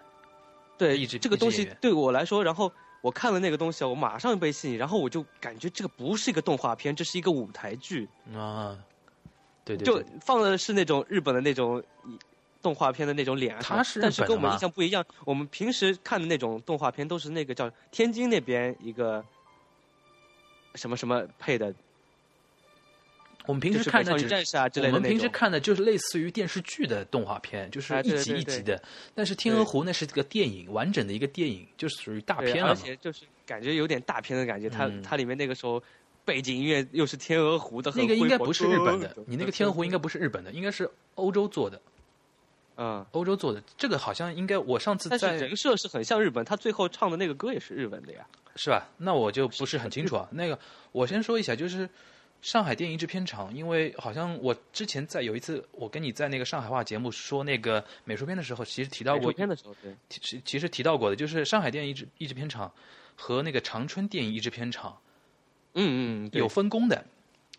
Speaker 8: 对，
Speaker 7: 一直
Speaker 8: 这个
Speaker 7: 一直
Speaker 8: 东
Speaker 7: 演
Speaker 8: 西
Speaker 7: 员
Speaker 8: 对我来说，然后我看了那个东西啊，我马上被吸引，然后我就感觉这个不是一个动画片，这是一个舞台剧，
Speaker 7: 啊，对对
Speaker 8: 就
Speaker 7: 对，
Speaker 8: 放的是那种日本的那种动画片的那种脸啊什么，
Speaker 7: 它是
Speaker 8: 但
Speaker 7: 日
Speaker 8: 是
Speaker 7: 本
Speaker 8: 跟我
Speaker 7: 的
Speaker 8: 们
Speaker 7: 吗
Speaker 8: 印象不一样。我们平时看的那种动画片都是那个叫天津那边一个什么什么配的，
Speaker 7: 我们平
Speaker 8: 就
Speaker 7: 时
Speaker 8: 是
Speaker 7: 看
Speaker 8: 北上
Speaker 7: 的只
Speaker 8: 与战士啊之类
Speaker 7: 我
Speaker 8: 的那种。
Speaker 7: 们平时看的就是类似于电视剧的动画片，就是
Speaker 8: 哎
Speaker 7: 一
Speaker 8: 对
Speaker 7: 集
Speaker 8: 对
Speaker 7: 一集
Speaker 8: 对
Speaker 7: 的。但是《天鹅湖》那是个电影，完整的一个电影，就是属于大
Speaker 8: 对
Speaker 7: 片了
Speaker 8: 而
Speaker 7: 嘛。
Speaker 8: 且就是感觉有点大片的感觉。它
Speaker 7: 嗯
Speaker 8: 它里面那个时候背景音乐又是天鹅湖的，
Speaker 7: 那个应该不是日本的，你那个《天鹅湖》应该不是日本的，应该是欧洲做的。
Speaker 8: 嗯。
Speaker 7: 欧洲做的这个好像应该，我上次
Speaker 8: 但是
Speaker 7: 在
Speaker 8: 人设是很像日本，他最后唱的那个歌也是日文的呀。
Speaker 7: 是吧？那我就不是很清楚啊。那个，我先说一下，就是上海电影制片厂，因为好像我之前在有一次，我跟你在那个上海话节目说那个美术片的时候，其实提到
Speaker 8: 美
Speaker 7: 过
Speaker 8: 术，片的时候，对，
Speaker 7: 其其其实提到过的，就是上海电影译制译制片厂和那个长春电影译制片厂
Speaker 8: 嗯嗯，对
Speaker 7: 有分工的，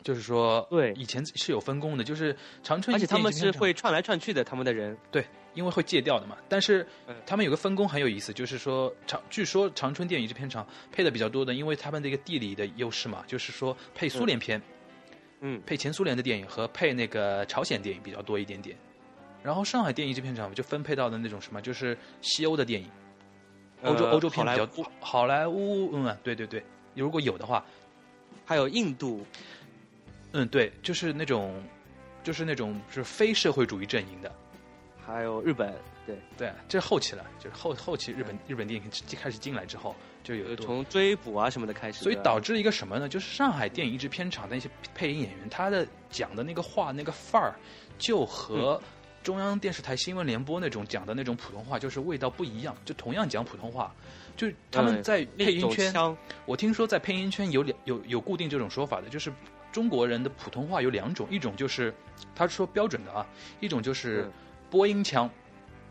Speaker 7: 就是说，
Speaker 8: 对
Speaker 7: 以前是有分工的，就是长春
Speaker 8: 而且他
Speaker 7: 电影
Speaker 8: 们
Speaker 7: 制片
Speaker 8: 是
Speaker 7: 厂
Speaker 8: 会串来串去的，他们的人。
Speaker 7: 对，因为会戒掉的嘛。但是
Speaker 8: 嗯
Speaker 7: 他们有个分工很有意思，就是说长，据说长春电影制片厂配的比较多的，因为他们的一个地理的优势嘛，就是说配苏联片，
Speaker 8: 嗯
Speaker 7: 配前苏联的电影和配那个朝鲜电影比较多一点点。然后上海电影制片厂就分配到的那种什么，就是西欧的电影，欧洲、
Speaker 8: 呃
Speaker 7: 欧洲片比
Speaker 8: 好莱
Speaker 7: 较多，好莱坞，嗯，对对对，如果有的话，
Speaker 8: 还有印度，
Speaker 7: 嗯，对，就是那种，就是那种是非社会主义阵营的，
Speaker 8: 还有日本，对，
Speaker 7: 对，啊这是后期了，就是后后期日本日本电影开始进来之后，就有
Speaker 8: 就
Speaker 7: 多
Speaker 8: 从追捕啊什么的开始的。
Speaker 7: 所以导致一个什么呢？就是上海电影一制片厂的一些配音演员，他的讲的那个话那个范儿，就
Speaker 8: 嗯
Speaker 7: 和中央电视台新闻联播那种讲的那种普通话就是味道不一样，就同样讲普通话，就是他们
Speaker 8: 嗯
Speaker 7: 在配
Speaker 8: 那
Speaker 7: 音
Speaker 8: 种
Speaker 7: 圈，
Speaker 8: 腔，
Speaker 7: 我听说在配音圈有两有有固定这种说法的，就是中国人的普通话有两种，一种就是他说标准的啊，一种就是
Speaker 8: 嗯
Speaker 7: 播音腔，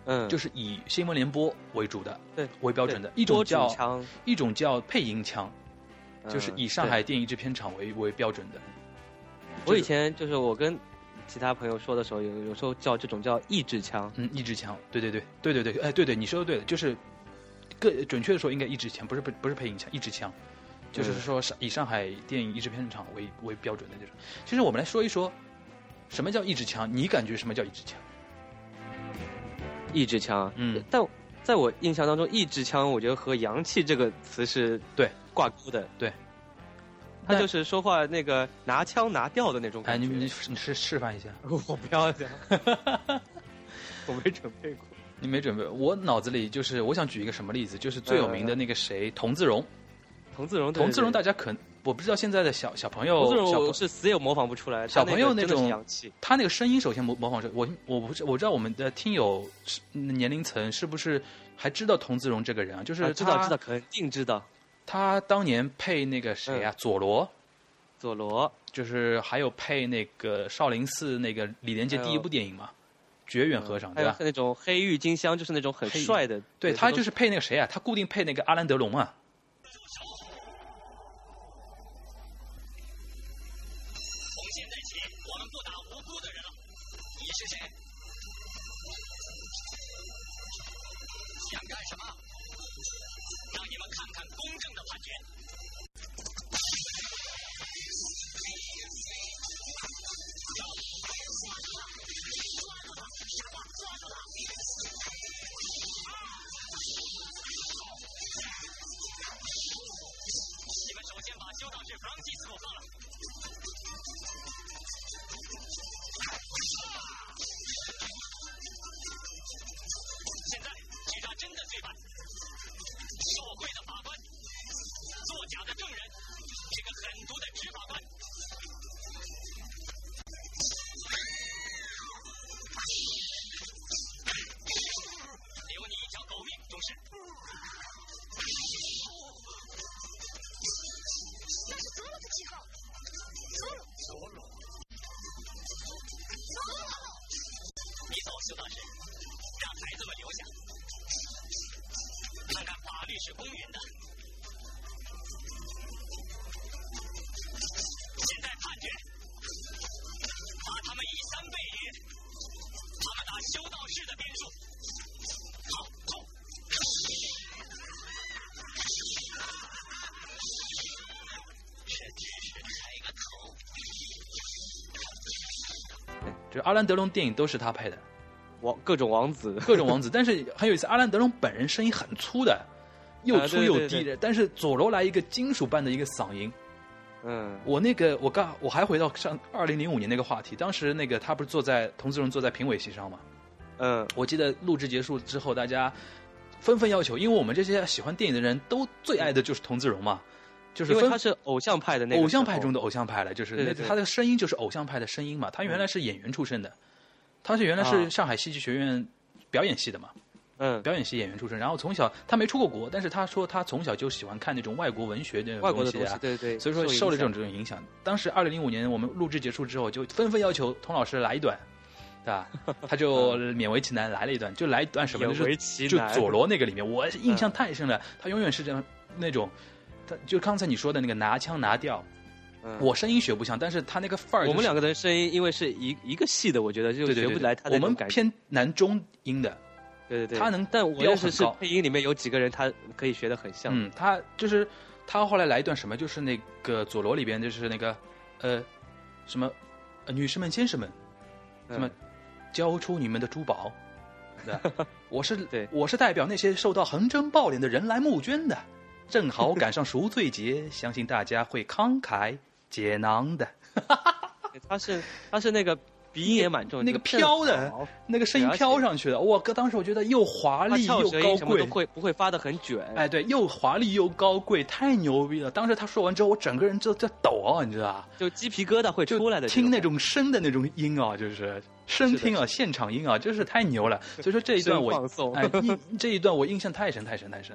Speaker 8: 嗯，
Speaker 7: 就是是以新闻联播为主的，
Speaker 8: 对
Speaker 7: 为标准的；一种叫
Speaker 8: 腔，
Speaker 7: 一种叫配音腔，就是
Speaker 8: 嗯
Speaker 7: 以上
Speaker 8: 对
Speaker 7: 海电影制片厂为为标准的。
Speaker 8: 我以前就是我跟其他朋友说的时候，有有时候叫这种叫意志腔，
Speaker 7: 嗯，意志腔，对对对对对对，哎对对，你说的对的，就是更准确的说应该意志腔，不是不不是配音腔，意志腔，就是
Speaker 8: 嗯
Speaker 7: 说上以上海电影一制片厂为为标准的这种。其实我们来说一说，什么叫意志腔？你感觉什么叫意志腔？
Speaker 8: 意志腔。
Speaker 7: 嗯，
Speaker 8: 啊但在我印象当中，意志腔我觉得和洋气这个词是
Speaker 7: 对
Speaker 8: 挂钩的。
Speaker 7: 对，
Speaker 8: 他
Speaker 7: 那
Speaker 8: 就是说话那个拿腔拿调的那种
Speaker 7: 哎，
Speaker 8: 感
Speaker 7: 你
Speaker 8: 觉。 <laughs>
Speaker 7: 你你示示范一下，
Speaker 8: 我不要讲， <laughs> 我没准备过。
Speaker 7: 你没准备？我脑子里就是我想举一个什么例子，就是最有名的那个谁，童自荣。
Speaker 8: 童自荣，对
Speaker 7: 童自荣，大
Speaker 8: 对
Speaker 7: 家可能我不知道现在的小小朋友，
Speaker 8: 童自荣
Speaker 7: 小朋
Speaker 8: 我是死也模仿不出来。
Speaker 7: 小
Speaker 8: 他
Speaker 7: 朋友
Speaker 8: 个
Speaker 7: 那
Speaker 8: 真的是
Speaker 7: 种
Speaker 8: 洋气，
Speaker 7: 他那个声音，首先模模仿着我，我不是我知道我们的听友是嗯年龄层是不是还知道童自荣这个人啊？就是他、
Speaker 8: 啊知道知道，肯定知道。
Speaker 7: 他当年配那个谁
Speaker 8: 嗯
Speaker 7: 啊，佐罗，
Speaker 8: 佐罗，
Speaker 7: 就是还有配那个少林寺那个李连杰
Speaker 8: 还有
Speaker 7: 第一部电影嘛，《绝远和尚》
Speaker 8: 还
Speaker 7: 对
Speaker 8: 有
Speaker 7: 吧？
Speaker 8: 那种黑郁金香，就是那种很
Speaker 7: 黑郁
Speaker 8: 帅的。
Speaker 7: 对他
Speaker 8: 哎都
Speaker 7: 就是配那个谁啊，他固定配那个阿兰德龙啊。就是阿兰德龙电影都是他配的，
Speaker 8: 王各种王子，
Speaker 7: 各种王子。但是很有意思，阿兰德龙本人声音很粗的，又
Speaker 8: 啊
Speaker 7: 粗
Speaker 8: 对
Speaker 7: 又低
Speaker 8: 对
Speaker 7: 的，
Speaker 8: 对
Speaker 7: 但是佐罗来一个金属般的一个嗓音，
Speaker 8: 嗯，
Speaker 7: 我那个，我刚我还回到上二零零五年那个话题，当时那个他不是坐在童自荣坐在评委席上嘛？
Speaker 8: 嗯，
Speaker 7: 我记得录制结束之后，大家纷纷要求，因为我们这些喜欢电影的人都最爱的就是童自荣嘛，就是
Speaker 8: 因为
Speaker 7: 分
Speaker 8: 他是偶像派的那个
Speaker 7: 偶像派
Speaker 8: 时候
Speaker 7: 中的偶像派了，就是
Speaker 8: 对
Speaker 7: 那
Speaker 8: 对对
Speaker 7: 他的声音就是偶像派的声音嘛。他原来是演员出身的，他是原来是
Speaker 8: 啊
Speaker 7: 上海戏剧学院表演系的嘛，
Speaker 8: 嗯，
Speaker 7: 表演系演员出身。然后从小他没出过国，但是他说他从小就喜欢看那种外国文学的
Speaker 8: 外国的东
Speaker 7: 东西
Speaker 8: 西，
Speaker 7: 啊，
Speaker 8: 对对，
Speaker 7: 所以说
Speaker 8: 影
Speaker 7: 受了这
Speaker 8: 响
Speaker 7: 种这种影响。当时二零零五年我们录制结束之后，就纷纷要求童老师来一段，
Speaker 8: <laughs>
Speaker 7: 对吧？他就勉为其难来了一段，就来一段什么呢？
Speaker 8: 勉
Speaker 7: 就
Speaker 8: 为
Speaker 7: 是
Speaker 8: 其
Speaker 7: 就
Speaker 8: 难嗯
Speaker 7: 佐罗那个里面，我印象太深了。他永远是这样那种，他就刚才你说的那个拿腔拿调，
Speaker 8: 嗯
Speaker 7: 我声音学不像，但是他那个范儿就是，
Speaker 8: 我们两个的声音，因为是一一个系的，我觉得就
Speaker 7: 对对
Speaker 8: 学
Speaker 7: 对
Speaker 8: 不
Speaker 7: 对
Speaker 8: 来他
Speaker 7: 我
Speaker 8: 那种
Speaker 7: 们
Speaker 8: 感觉。
Speaker 7: 偏男中音的，
Speaker 8: 对对对，
Speaker 7: 他能
Speaker 8: 但我
Speaker 7: 调
Speaker 8: 认识
Speaker 7: 很
Speaker 8: 是
Speaker 7: 高
Speaker 8: 配音里面有几个人，他可以学的很像。
Speaker 7: 嗯，他就是他后来来一段什么，就是那个佐罗里边就是那个呃什么呃女士们先生们，什么
Speaker 8: 嗯
Speaker 7: 交出你们的珠宝，对吧我是
Speaker 8: <laughs> 对
Speaker 7: 我是代表那些受到横征暴敛的人来募捐的，正好赶上赎罪节，相信大家会慷慨解囊的。
Speaker 8: 他是他是那个鼻音也蛮重，
Speaker 7: 那个
Speaker 8: 就是正好
Speaker 7: 飘的那个声音
Speaker 8: 对而且
Speaker 7: 飘上去的，我哥当时我觉得又华
Speaker 8: 他
Speaker 7: 丽
Speaker 8: 翘
Speaker 7: 又
Speaker 8: 舌音
Speaker 7: 高
Speaker 8: 什么
Speaker 7: 贵
Speaker 8: 都，会不会发的很卷。
Speaker 7: 哎，对，又华丽又高贵，太牛逼了！当时他说完之后，我整个人就在抖啊，你知道吧？
Speaker 8: 就鸡皮疙瘩会
Speaker 7: 就
Speaker 8: 出来的。
Speaker 7: 听那，种声的那种音啊，就是声
Speaker 8: 是的
Speaker 7: 听啊，现场音啊，真是太牛
Speaker 8: <laughs>
Speaker 7: 了。所以说这一段
Speaker 8: 声
Speaker 7: 我
Speaker 8: 放送
Speaker 7: 哎，印这一段我印象太深太深太深，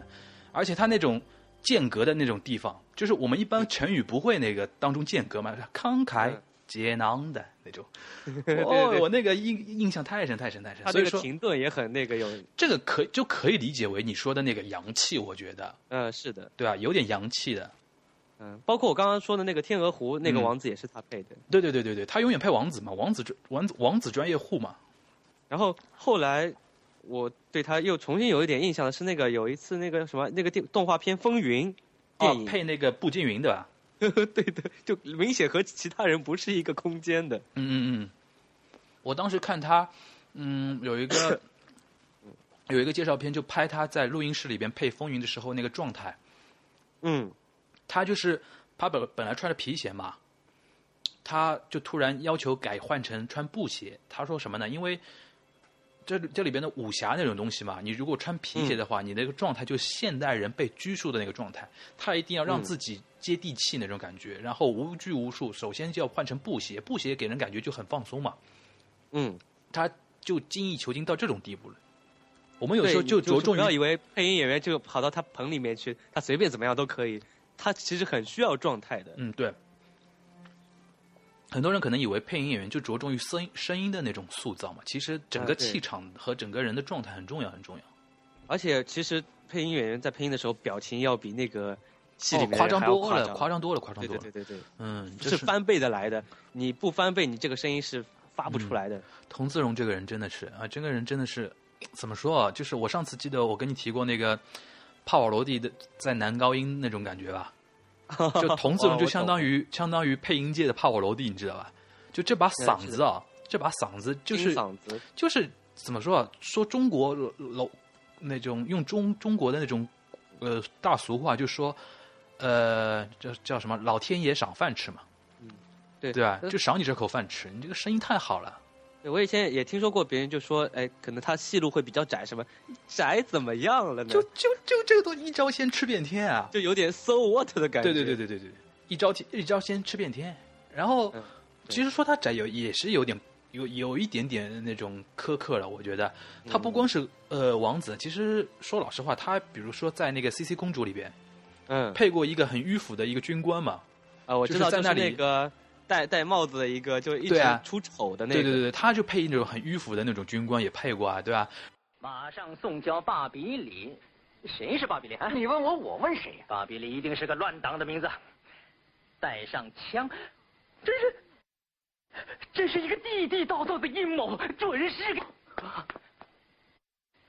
Speaker 7: 而且他那种间隔的那种地方，就是我们一般成语不会那个当中间隔嘛，慷慨
Speaker 8: 嗯
Speaker 7: 解囊的那种。
Speaker 8: <laughs> 对
Speaker 7: 哦
Speaker 8: 对，
Speaker 7: 我那个印印象太深太深太深
Speaker 8: 他，
Speaker 7: 所
Speaker 8: 那个
Speaker 7: 以说
Speaker 8: 停顿也很那个有，
Speaker 7: 这个可就可以理解为你说的那个洋气，我觉得
Speaker 8: 嗯，是的，
Speaker 7: 对吧？啊有点洋气的。
Speaker 8: 嗯，包括我刚刚说的那个天鹅湖，那个
Speaker 7: 嗯
Speaker 8: 王子也是他配的。
Speaker 7: 对对对对对，他永远配王子嘛，王子专王子王子专业户嘛。
Speaker 8: 然后后来我对他又重新有一点印象的是那个有一次那个什么那个电动画片《风云》电
Speaker 7: 哦
Speaker 8: 影，
Speaker 7: 配那个步惊云对吧？
Speaker 8: <laughs> 对的，就明显和其他人不是一个空间的。
Speaker 7: 嗯嗯嗯，我当时看他，嗯，有一个有一个介绍片，就拍他在录音室里边配风云的时候那个状态。
Speaker 8: 嗯，
Speaker 7: 他就是他本本来穿着皮鞋嘛，他就突然要求改换成穿布鞋。他说什么呢？因为这这里边的武侠那种东西嘛，你如果穿皮鞋的话，你那个状态就是现代人被拘束的那个状态。他一定要让
Speaker 8: 嗯
Speaker 7: 自己接地气那种感觉，然后无拘无束。首先就要换成布鞋，布鞋给人感觉就很放松嘛。
Speaker 8: 嗯，
Speaker 7: 他就精益求精到这种地步了。我们有
Speaker 8: 对，
Speaker 7: 时候就
Speaker 8: 你就
Speaker 7: 着
Speaker 8: 是
Speaker 7: 重
Speaker 8: 不要以
Speaker 7: 于
Speaker 8: 为配音演员就跑到他棚里面去，他随便怎么样都可以，他其实很需要状态的。
Speaker 7: 嗯，对。很多人可能以为配音演员就着重于声音声音的那种塑造嘛，其实整个
Speaker 8: 啊对
Speaker 7: 气场和整个人的状态很重要，很重要。
Speaker 8: 而且其实配音演员在配音的时候，表情要比那个戏里
Speaker 7: 哦
Speaker 8: 面、
Speaker 7: 夸张多
Speaker 8: 夸
Speaker 7: 了，
Speaker 8: 张，
Speaker 7: 夸张多了，夸张
Speaker 8: 对
Speaker 7: 多
Speaker 8: 对
Speaker 7: 了。
Speaker 8: 对对对，
Speaker 7: 嗯，这
Speaker 8: 是翻倍的来的。你不翻倍，你这个声音是发不
Speaker 7: 嗯
Speaker 8: 出来的。
Speaker 7: 童自荣这个人真的是啊，这个人真的是怎么说啊？就是我上次记得我跟你提过那个帕瓦罗蒂的在男高音那种感
Speaker 8: <laughs>
Speaker 7: 觉吧，就童
Speaker 8: 哦
Speaker 7: 自荣就相当于相当于配音界的帕瓦罗蒂，你知道吧？就这把嗓子啊，这把嗓子就是
Speaker 8: 金嗓子，
Speaker 7: 就是怎么说啊？说中国老那种用中中国的那种呃大俗话，就说呃叫叫什么老天爷赏饭吃嘛，
Speaker 8: 对
Speaker 7: 对吧？
Speaker 8: 呃
Speaker 7: 就赏你这口饭吃，你这个声音太好了。
Speaker 8: 对我以前也听说过别人就说，哎，可能他戏路会比较窄，什么窄怎么样了呢？
Speaker 7: 就就就这个东西一招鲜吃遍天啊！
Speaker 8: 就有点 so what 的感觉。
Speaker 7: 对对对对对对，一招天一招鲜吃遍天。然后
Speaker 8: 嗯，对
Speaker 7: 其实说他窄有也是有点有有一点点那种苛刻了，我觉得他不光是呃王子，其实说老实话，他比如说在那个《C C 公主》里边
Speaker 8: 嗯
Speaker 7: 配过一个很迂腐的一个军官嘛，
Speaker 8: 啊，我
Speaker 7: 就
Speaker 8: 知
Speaker 7: 是
Speaker 8: 道，
Speaker 7: 在
Speaker 8: 就是
Speaker 7: 那里
Speaker 8: 那个戴戴帽子的一个，就一
Speaker 7: 对
Speaker 8: 直
Speaker 7: 啊
Speaker 8: 出丑的那
Speaker 7: 对
Speaker 8: 个。
Speaker 7: 对对，对他就配那种很迂腐的那种军官也配过啊，对吧？
Speaker 9: 马上送交巴比里。谁是巴比里？啊、 <laughs> 你问我，我问谁呀、巴比里一定是个乱党的名字。带上枪，真是，这是一个地地道道的阴谋，准是个。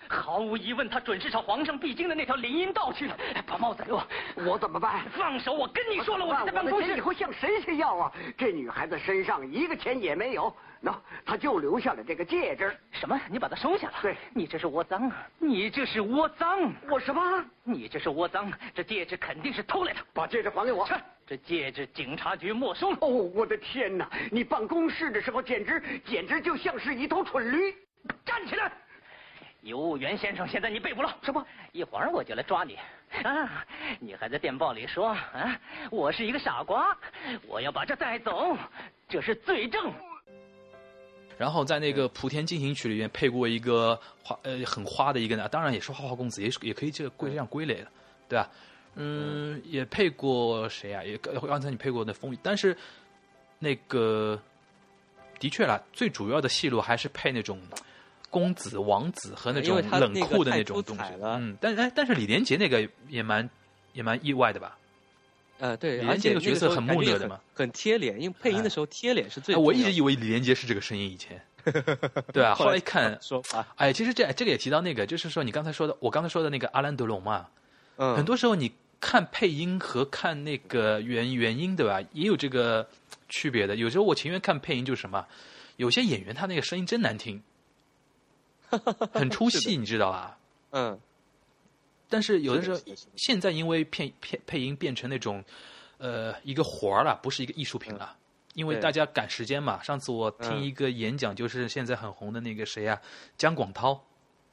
Speaker 9: 毫无疑问，他准是朝皇上必经的那条林荫道去了。哎把帽子给我，我怎么办？放手！我跟你说了，我在办公室。以后向谁去要啊？这女孩子身上一个钱也没有，那、她就留下了这个戒指。什么？你把它收下了？对，你这是窝赃啊！你这是窝赃！我什么？你这是窝赃！这戒指肯定是偷来的。把戒指还给我。这戒指警察局没收了。哦，我的天哪！你办公室的时候简直简直就像是一头蠢驴！站起来！邮务员先生，现在你被捕了。什么？一会儿我就来抓你。啊！你还在电报里说啊，我是一个傻瓜，我要把这带走，这是罪证。
Speaker 7: 然后在那个《莆田进行曲》里面配过一个花呃很花的一个呢，当然也是花花公子，也是也可以这个归这样归类的，对吧？嗯，也配过谁啊？也刚才你配过那风雨，但是那个的确啦，最主要的戏路还是配那种公子、王子和那
Speaker 8: 因
Speaker 7: 种
Speaker 8: 为他
Speaker 7: 冷
Speaker 8: 那个
Speaker 7: 酷的
Speaker 8: 太
Speaker 7: 那种
Speaker 8: 出
Speaker 7: 东西
Speaker 8: 彩。了
Speaker 7: 嗯，但哎，但是李连杰那个也蛮也蛮意外的吧？
Speaker 8: 呃，对，
Speaker 7: 李
Speaker 8: 而
Speaker 7: 连
Speaker 8: 且
Speaker 7: 杰这个角色
Speaker 8: 那时候
Speaker 7: 很木讷的
Speaker 8: 感觉
Speaker 7: 嘛
Speaker 8: 很，很贴脸，因为配音的时候贴脸是最
Speaker 7: 哎
Speaker 8: 重要
Speaker 7: 我
Speaker 8: 的。
Speaker 7: 一直以为李连杰是这个声音，以前
Speaker 8: <laughs>
Speaker 7: 对啊，
Speaker 8: 后
Speaker 7: 后来
Speaker 8: 来
Speaker 7: 一看，
Speaker 8: 说啊，
Speaker 7: 哎，其实这这里也提到那个，就是说你刚才说的，我刚才说的那个阿兰德龙嘛，
Speaker 8: 嗯，
Speaker 7: 很多时候你看配音和看那个原原音，对吧？也有这个区别的。有时候我情愿看配音，就是什么，有些演员他那个声音真难
Speaker 8: <laughs>
Speaker 7: 听，很出戏，你知道吧？
Speaker 8: 嗯，
Speaker 7: 但是有的时候
Speaker 8: 是的是的，
Speaker 7: 现在因为片片配音变成那种，呃，一个活儿了，不是一个艺术品了。因为
Speaker 8: 嗯对
Speaker 7: 大家赶时间嘛。上次我听
Speaker 8: 嗯
Speaker 7: 一个演讲，就是现在很红的那个谁啊，姜广涛。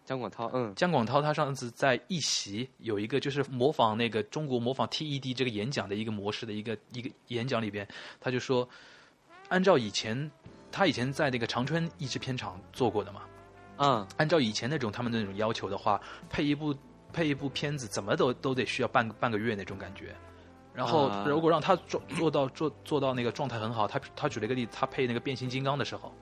Speaker 8: 姜广涛，嗯
Speaker 7: 姜广涛他上次在一席有一个就是模仿那个中国模仿 TED 这个演讲的一个模式的一个一个演讲里边，他就说，按照以前他以前在那个长春译制片厂做过的嘛，
Speaker 8: 啊，
Speaker 7: 按照以前那种他们那种要求的话，配一部配一部片子怎么都都得需要半个半个月那种感觉。然后
Speaker 8: 啊
Speaker 7: 如果让他做做到做做到那个状态很好，他他举了一个例子，他配那个变形金刚的时候，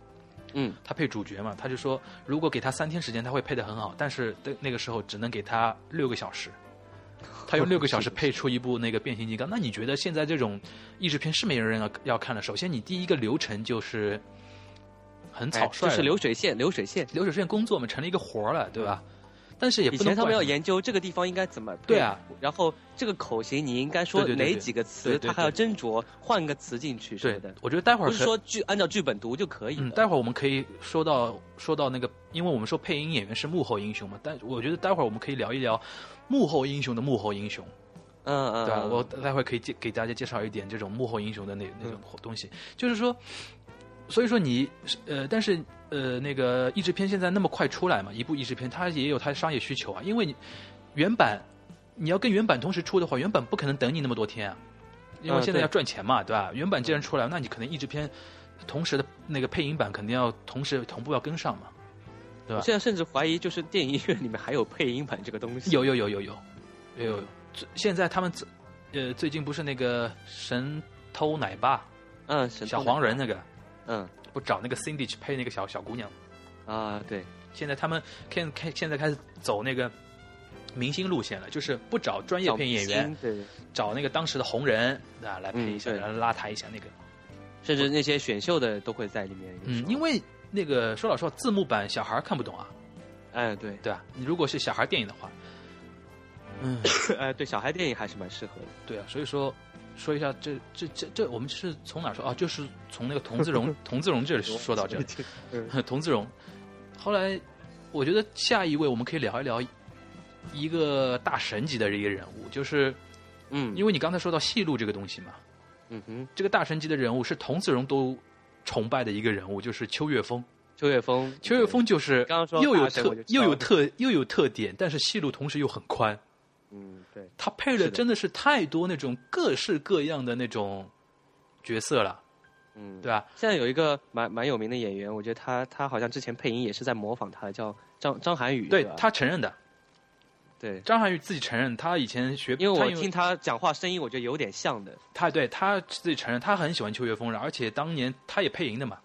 Speaker 8: 嗯，
Speaker 7: 他配主角嘛，他就说如果给他三天时间，他会配的很好，但是那那个时候只能给他六个小 <laughs> 时。他用六个小时配出一部那个变形金刚，那你觉得现在这种译制片是没人要要看了？首先，你第一个流程就是很
Speaker 8: 哎
Speaker 7: 草率
Speaker 8: 就
Speaker 7: 了，
Speaker 8: 是流水线，流水线。
Speaker 7: 流水线工作嘛，成了一个活儿了，对吧？但是也
Speaker 8: 以
Speaker 7: 不能
Speaker 8: 前他们
Speaker 7: 怪
Speaker 8: 要
Speaker 7: 什么
Speaker 8: 研究这个地方应该怎么配
Speaker 7: 对啊，
Speaker 8: 然后这个口型你应该说
Speaker 7: 对对对对
Speaker 8: 哪几个
Speaker 7: 对
Speaker 8: 词，
Speaker 7: 对
Speaker 8: 他还要
Speaker 7: 对
Speaker 8: 斟酌换个词进去什么
Speaker 7: 对
Speaker 8: 的，，
Speaker 7: 我觉得待会儿
Speaker 8: 不是
Speaker 7: 可
Speaker 8: 说剧按照剧本读就可以
Speaker 7: 嗯，
Speaker 8: 了。
Speaker 7: 待会儿我们可以说到说到那个，因为我们说配音演员是幕后英雄嘛，但我觉得待会儿我们可以聊一聊幕后英雄的幕后英雄，
Speaker 8: 嗯嗯，
Speaker 7: 对吧？
Speaker 8: 嗯
Speaker 7: 我待会儿可以介给大家介绍一点这种幕后英雄的那那
Speaker 8: 嗯
Speaker 7: 种东西，就是说，所以说你呃，但是呃，那个译制片现在那么快出来嘛，一部译制片它也有它的商业需求啊，因为你原版你要跟原版同时出的话，原版不可能等你那么多天啊，因为
Speaker 8: 嗯
Speaker 7: 现在
Speaker 8: 对嗯
Speaker 7: 要赚钱嘛，对吧？原版既然出来，那你可能译制片同时的那个配音版肯定要同时同步要跟上嘛。吧
Speaker 8: 我
Speaker 7: 啊
Speaker 8: 现在甚至怀疑，就是电影院里面还有配音版这个东西。
Speaker 7: 有有有有有有有，最现在他们最呃最近不是那个神偷奶爸
Speaker 8: 嗯，神
Speaker 7: 小
Speaker 8: 偷奶
Speaker 7: 黄人那个，
Speaker 8: 嗯
Speaker 7: 不找那个 Cindy 去配那个小小姑娘。
Speaker 8: 啊，对，
Speaker 7: 现在他们开开现在开始走那个明星路线了，就是不找专业
Speaker 8: 小
Speaker 7: 配音演员
Speaker 8: 明，星对，
Speaker 7: 找那个当时的红人啊来配一
Speaker 8: 嗯
Speaker 7: 下，
Speaker 8: 对
Speaker 7: 然后拉抬一下那个。
Speaker 8: 甚至那些选秀的都会在里面。有时
Speaker 7: 嗯，
Speaker 8: 候
Speaker 7: 因为那个说老实话，字幕版小孩儿看不懂啊，
Speaker 8: 哎对
Speaker 7: 对吧、你如果是小孩儿电影的话，嗯，
Speaker 8: 哎对，小孩电影还是蛮适合的。
Speaker 7: 对啊，所以说说一下这这这这，我们是从哪说啊？就是从那个童
Speaker 8: <laughs>
Speaker 7: 自荣童自荣这里说到这里， <laughs> 童自荣。后来我觉得下一位我们可以聊一聊一个大神级的一个人物，就是
Speaker 8: 嗯，
Speaker 7: 因为你刚才说到戏路这个东西嘛，
Speaker 8: 嗯哼，
Speaker 7: 这个大神级的人物是童自荣都崇拜的一个人物，就是秋月峰。
Speaker 8: 秋月峰，
Speaker 7: 秋月峰就是
Speaker 8: 刚刚说
Speaker 7: 又有
Speaker 8: 大神
Speaker 7: 特
Speaker 8: 我就知道
Speaker 7: 又有
Speaker 8: 了
Speaker 7: 特又有特点，但是戏路同时又很宽。
Speaker 8: 嗯对，
Speaker 7: 他配
Speaker 8: 是
Speaker 7: 了
Speaker 8: 的
Speaker 7: 真的是太多那种各式各样的那种角色了，
Speaker 8: 嗯
Speaker 7: 对。吧？
Speaker 8: 现在有一个蛮蛮有名的演员，我觉得他他好像之前配音也是在模仿他，叫张张涵予。
Speaker 7: 对
Speaker 8: 吧
Speaker 7: 他承认的，
Speaker 8: 对，
Speaker 7: 张涵予自己承认，他以前学，
Speaker 8: 因为
Speaker 7: 他
Speaker 8: 我听他讲话声音，我觉得有点像的。
Speaker 7: 他对他自己承认，他很喜欢秋月风然而且当年他也配音的嘛，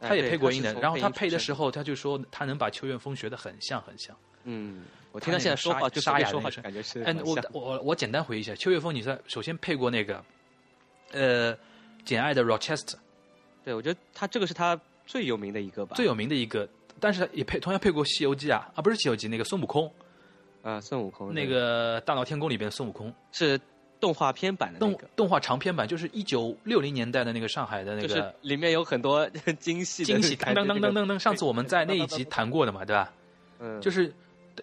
Speaker 8: 哎
Speaker 7: 他也
Speaker 8: 对
Speaker 7: 配过音的。
Speaker 8: 是从
Speaker 7: 然后他配
Speaker 8: 音出
Speaker 7: 的
Speaker 8: 身
Speaker 7: 时候，他就说他能把秋月风学得很像很像。
Speaker 8: 嗯，我
Speaker 7: 他
Speaker 8: 听他
Speaker 7: 那
Speaker 8: 现
Speaker 7: 个
Speaker 8: 在说
Speaker 7: 沙
Speaker 8: 话，就
Speaker 7: 沙
Speaker 8: 是
Speaker 7: 哑
Speaker 8: 说
Speaker 7: 的
Speaker 8: 话
Speaker 7: 那
Speaker 8: 就感觉是
Speaker 7: 哎
Speaker 8: 蛮，
Speaker 7: 我
Speaker 8: 像
Speaker 7: 我我简单回忆一下，秋月风，你在首先配过那个，呃，《简爱》的 Rochester
Speaker 8: 对，我觉得他这个是他最有名的一个吧。
Speaker 7: 最有名的一个，但是也配同样配过《西游记》啊啊，不是《西游记》，那个孙悟空，
Speaker 8: 啊，孙悟空
Speaker 7: 那个《大闹天宫》里边的孙悟空，
Speaker 8: 是动画片版的那
Speaker 7: 动
Speaker 8: 个，
Speaker 7: 动画长篇版，就是一九六零年代的那个上海的那
Speaker 8: 就
Speaker 7: 个。
Speaker 8: 是里面有很多 <laughs> 惊喜的
Speaker 7: 惊喜，
Speaker 8: 感
Speaker 7: 当
Speaker 8: 觉
Speaker 7: 当当当，当当！上次我们在那一集谈过的嘛，对吧？
Speaker 8: 那个嗯，
Speaker 7: 就是是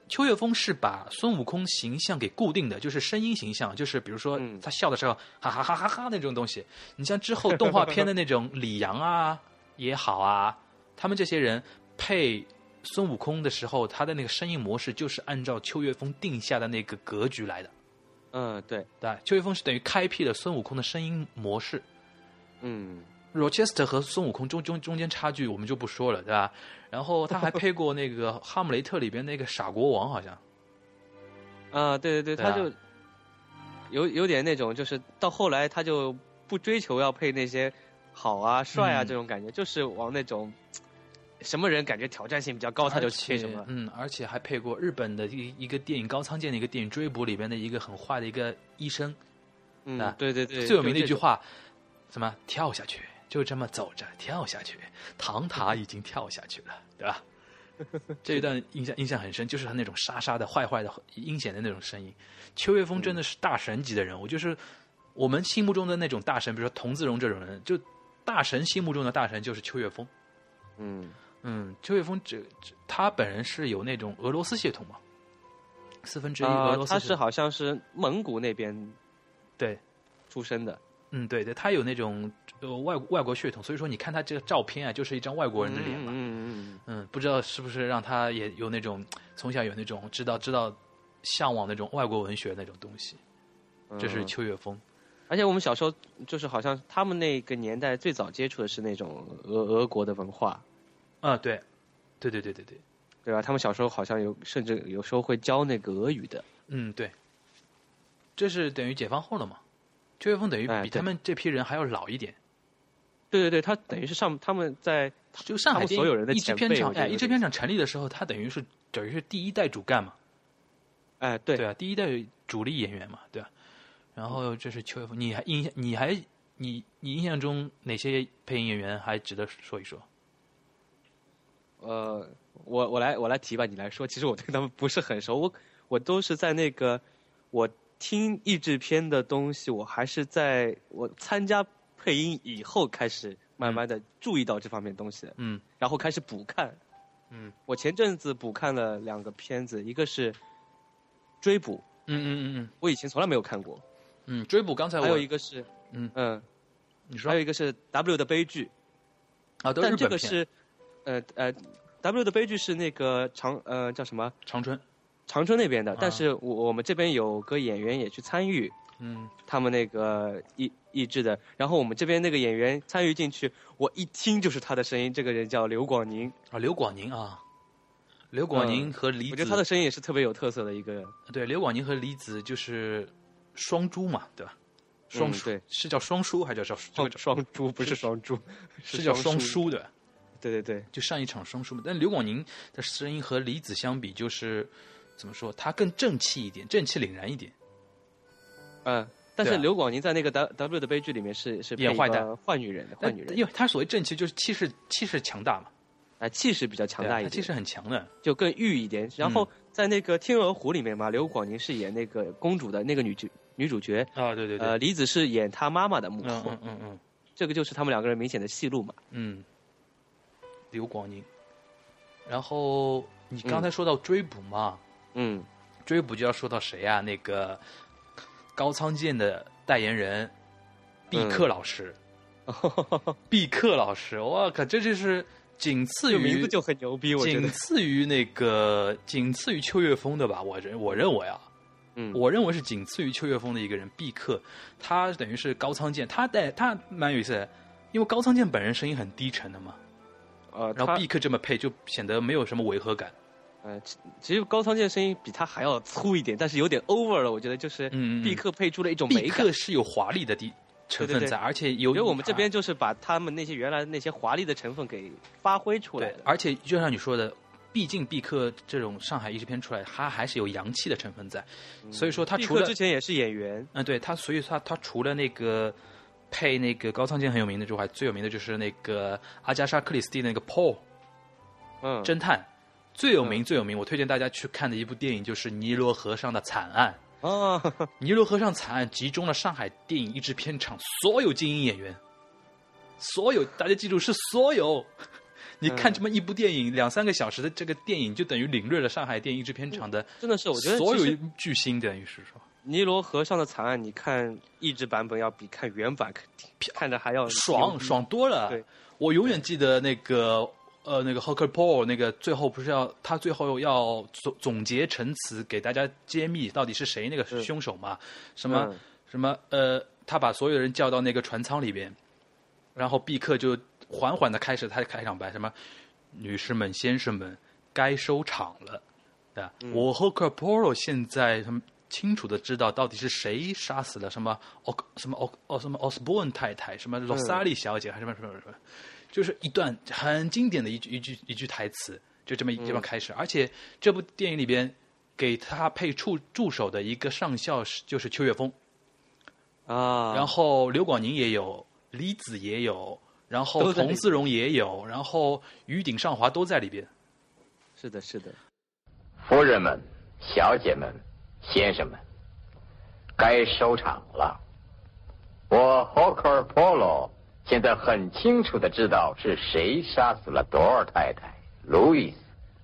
Speaker 7: 秋月峰是把孙悟空形象给固定的，就是声音形象，就是比如说
Speaker 8: 嗯
Speaker 7: 他笑的时候，哈哈哈哈哈那种东西。你像之后动画片的那种李阳啊也好啊，他们这些人配孙悟空的时候，他的那个声音模式就是按照秋月峰定下的那个格局来的。
Speaker 8: 嗯，对，
Speaker 7: 对吧，秋月峰是等于开辟了孙悟空的声音模式。
Speaker 8: 嗯
Speaker 7: <laughs> Rochester 和孙悟空中中中间差距我们就不说了，对吧？然后他还配过那个《哈姆雷特》里边那个傻国王，好像
Speaker 8: 啊，对对对，
Speaker 7: 对啊
Speaker 8: 他就有有点那种，就是到后来他就不追求要配那些好啊、帅啊
Speaker 7: 嗯
Speaker 8: 这种感觉，就是往那种什么人感觉挑战性比较高，他就
Speaker 7: 哦去
Speaker 8: 配什么。
Speaker 7: 嗯，而且还配过日本的一一个电影高仓健的一个电影《追捕》里边的一个很坏的一个医生，
Speaker 8: 嗯
Speaker 7: 啊，
Speaker 8: 对对对，
Speaker 7: 最有名的一
Speaker 8: 就
Speaker 7: 句
Speaker 8: 这种
Speaker 7: 话，什么跳下去就这么走着跳下去，
Speaker 8: <laughs>
Speaker 7: 唐塔已经跳下去了，对吧？这一段印象印象很深，就是他那种沙沙的、坏坏的、阴险的那种声音。邱岳峰
Speaker 8: 嗯
Speaker 7: 真的是大神级的人物，就是我们心目中的那种大神，比如说童自荣这种人，就大神心目中的大神就是邱岳峰。
Speaker 8: 嗯，
Speaker 7: 嗯，邱岳峰这这他本人是有那种俄罗斯血统嘛，四分之一俄
Speaker 8: 啊
Speaker 7: 罗，斯
Speaker 8: 他
Speaker 7: 血
Speaker 8: 是
Speaker 7: 统
Speaker 8: 好像是蒙古那边
Speaker 7: 对，
Speaker 8: 出生的，
Speaker 7: 嗯对对，他有那种呃外外国血统，所以说你看他这个照片啊，就是一张外国人的脸嘛。
Speaker 8: 嗯嗯
Speaker 7: 嗯，不知道是不是让他也有那种从小有那种知道知道向往那种外国文学那种东西，
Speaker 8: 嗯，
Speaker 7: 这是
Speaker 8: 嗯
Speaker 7: 邱岳峰。
Speaker 8: 而且我们小时候就是好像他们那个年代最早接触的是那种俄俄国的文化，
Speaker 7: 啊，对，对对对对对，
Speaker 8: 对吧？他们小时候好像有甚至有时候会教那个俄语的，
Speaker 7: 嗯对，这是等于解放后了嘛？邱岳峰等于
Speaker 8: 哎
Speaker 7: 比
Speaker 8: 对
Speaker 7: 他们这批人还要老一点，
Speaker 8: 对对对，他等于是上他们在
Speaker 7: 就上
Speaker 8: 他
Speaker 7: 海
Speaker 8: 们
Speaker 7: 电
Speaker 8: 所有人的
Speaker 7: 一支
Speaker 8: 前
Speaker 7: 片
Speaker 8: 辈
Speaker 7: 厂，
Speaker 8: 我觉得
Speaker 7: 哎，一
Speaker 8: 有
Speaker 7: 支
Speaker 8: 点
Speaker 7: 片厂成立的时候，他等于是等于是第一代主干嘛，
Speaker 8: 哎对
Speaker 7: 啊，第一代主力演员嘛，对吧、然后这是邱岳峰，你还印象你还你你印象中哪些配音演员还值得说一说？
Speaker 8: 呃，我我来我来提吧，你来说。其实我对他们不是很熟，我我都是在那个我听译制片的东西，我还是在我参加配音以后开始慢慢的注意到这方面的东西的，
Speaker 7: 嗯
Speaker 8: 然后开始补看。
Speaker 7: 嗯，
Speaker 8: 我前阵子补看了两个片子，一个是《追捕》，
Speaker 7: 嗯嗯嗯嗯
Speaker 8: 我以前从来没有看过，
Speaker 7: 嗯，追捕刚才我
Speaker 8: 还有一个是
Speaker 7: 嗯
Speaker 8: 嗯，
Speaker 7: 你说
Speaker 8: 还有一个是《W 的悲剧》。
Speaker 7: 啊，都是
Speaker 8: 但
Speaker 7: 日
Speaker 8: 这
Speaker 7: 本
Speaker 8: 个
Speaker 7: 片
Speaker 8: 是，呃呃，W 的悲剧是那个长呃叫什么
Speaker 7: 长春，
Speaker 8: 长春那边的
Speaker 7: 啊，
Speaker 8: 但是我我们这边有个演员也去参与
Speaker 7: 嗯
Speaker 8: 他们那个译译制的，然后我们这边那个演员参与进去，我一听就是他的声音，这个人叫刘广宁，
Speaker 7: 啊，刘广宁啊，刘广宁和李
Speaker 8: 我
Speaker 7: 子，
Speaker 8: 觉得他的声音也是特别有特色的一个人，
Speaker 7: 对刘广宁和李子就是双猪嘛，对吧？双
Speaker 8: 嗯
Speaker 7: 叔、
Speaker 8: 对
Speaker 7: 是叫双叔还是叫
Speaker 8: 双
Speaker 7: 双？
Speaker 8: 双猪不是双 <laughs> 猪，
Speaker 7: 哦是叫双
Speaker 8: 叔，
Speaker 7: 叔对吧？
Speaker 8: 对对对，
Speaker 7: 就上一场双输嘛。但刘广宁的声音和李子相比，就是怎么说，他更正气一点，正气凛然一点。
Speaker 8: 嗯。但
Speaker 7: 对
Speaker 8: 是
Speaker 7: 啊
Speaker 8: 刘广宁在那个 W W 的悲剧里面是是
Speaker 7: 演
Speaker 8: 配一
Speaker 7: 坏
Speaker 8: 个
Speaker 7: 蛋
Speaker 8: 坏女人的坏女人，
Speaker 7: 但呃因为他所谓正气，就是气势气势强大嘛，
Speaker 8: 啊气势比较强
Speaker 7: 对啊
Speaker 8: 大一
Speaker 7: 他
Speaker 8: 点，
Speaker 7: 气势很强的。
Speaker 8: 就更御一点。然
Speaker 7: 嗯
Speaker 8: 后在那个《天鹅湖》里面嘛，刘广宁是演那个公主的那个女主女主角，
Speaker 7: 啊，对对
Speaker 8: 呃，李子是演她妈妈的幕
Speaker 7: 嗯
Speaker 8: 后，
Speaker 7: 嗯嗯嗯
Speaker 8: 这个就是他们两个人明显的戏路嘛。
Speaker 7: 嗯，刘广宁。然后你刚才说到追捕嘛，
Speaker 8: 嗯，
Speaker 7: 追捕就要说到谁啊？那个高仓健的代言人毕
Speaker 8: 嗯
Speaker 7: 克
Speaker 8: <laughs>
Speaker 7: 老师，毕克老师，我靠，这就是仅次
Speaker 8: 这个
Speaker 7: 于
Speaker 8: 名字就很牛逼，我觉
Speaker 7: 仅
Speaker 8: 得。
Speaker 7: 次于那个，仅次于邱岳峰的吧？我认我认为啊，
Speaker 8: 嗯，
Speaker 7: 我认为是仅次于邱岳峰的一个人，毕克，他等于是高仓健，他带他蛮有意思的，因为高仓健本人声音很低沉的嘛，
Speaker 8: 呃，
Speaker 7: 然后
Speaker 8: 他
Speaker 7: 毕克这么配就显得没有什么违和感。
Speaker 8: 呃，其其实高仓健声音比他还要粗一点，但是有点 over 了，我觉得就是
Speaker 7: 嗯嗯嗯
Speaker 8: 毕克配出了一种
Speaker 7: 毕
Speaker 8: 美感
Speaker 7: 克。是有华丽的低成分
Speaker 8: 对
Speaker 7: 在，
Speaker 8: 对对
Speaker 7: 而且啊
Speaker 8: 我
Speaker 7: 由于
Speaker 8: 觉得我们这边就是把他们那些原来那些华丽的成分给发挥出来
Speaker 7: 对
Speaker 8: 了，。
Speaker 7: 而且就像你说的。毕竟毕克这种上海译制片出来，他还是有洋气的成分在，所以说
Speaker 8: 嗯
Speaker 7: 他
Speaker 8: 毕
Speaker 7: 除
Speaker 8: 克
Speaker 7: 了
Speaker 8: 之前也是演员，
Speaker 7: 嗯，对他，所以他他除了那个配那个高仓健很有名的之外，最有名的就是那个阿加莎·克里斯蒂的那个 Paul
Speaker 8: 嗯，
Speaker 7: 侦探，最有名最有名，我推荐大家去看的一部电影就是《尼罗河上的惨案》。
Speaker 8: 啊，
Speaker 7: 《尼罗河上惨案》集中了上海电影译制片厂所有精英演员，所有大家记住是所有。你
Speaker 8: 嗯
Speaker 7: 看这么一部电影、两三个小时的这个电影，就等于领略了上海电影译制片厂的
Speaker 8: 嗯真的是，我觉得
Speaker 7: 所
Speaker 8: 其实
Speaker 7: 有巨星，等于是说。
Speaker 8: 尼罗河上的惨案，你看译制版本要比看原版肯定看着还要
Speaker 7: 爽
Speaker 8: 牛逼。
Speaker 7: 爽多
Speaker 8: 嗯
Speaker 7: 了
Speaker 8: 对。
Speaker 7: 我永远记得那个呃，那个 Hawker Paul 那个最后不是要他最后要总总结陈词，给大家揭秘到底是谁那个
Speaker 8: 嗯
Speaker 7: 凶手嘛？什么、
Speaker 8: 嗯
Speaker 7: 什么呃，他把所有人叫到那个船舱里边，然后毕克就缓缓的开始他的开场白，什么女士们、先生们，该收场了。对吧？我和 c a p o r o 现在他们清楚的知道到底是谁杀死了什么奥什么奥奥什么 Osborne 太太，什么罗莎莉小姐，还是什么什么什么，就是一段很经典的一句一句一句台词，就这么一
Speaker 8: 嗯
Speaker 7: 地方开始。而且这部电影里边给他配助助手的一个上校是就是邱岳峰，
Speaker 8: 啊，
Speaker 7: 然后刘广宁也有，李子也有，然后
Speaker 8: 都在里
Speaker 7: 童
Speaker 8: 面
Speaker 7: 自荣也有，然后于鼎上华都在里边。
Speaker 8: 是的，是的，
Speaker 10: 夫人们、小姐们、先生们，该收场了。我 Hawker Polo 现在很清楚的知道是谁杀死了多尔太太、路易斯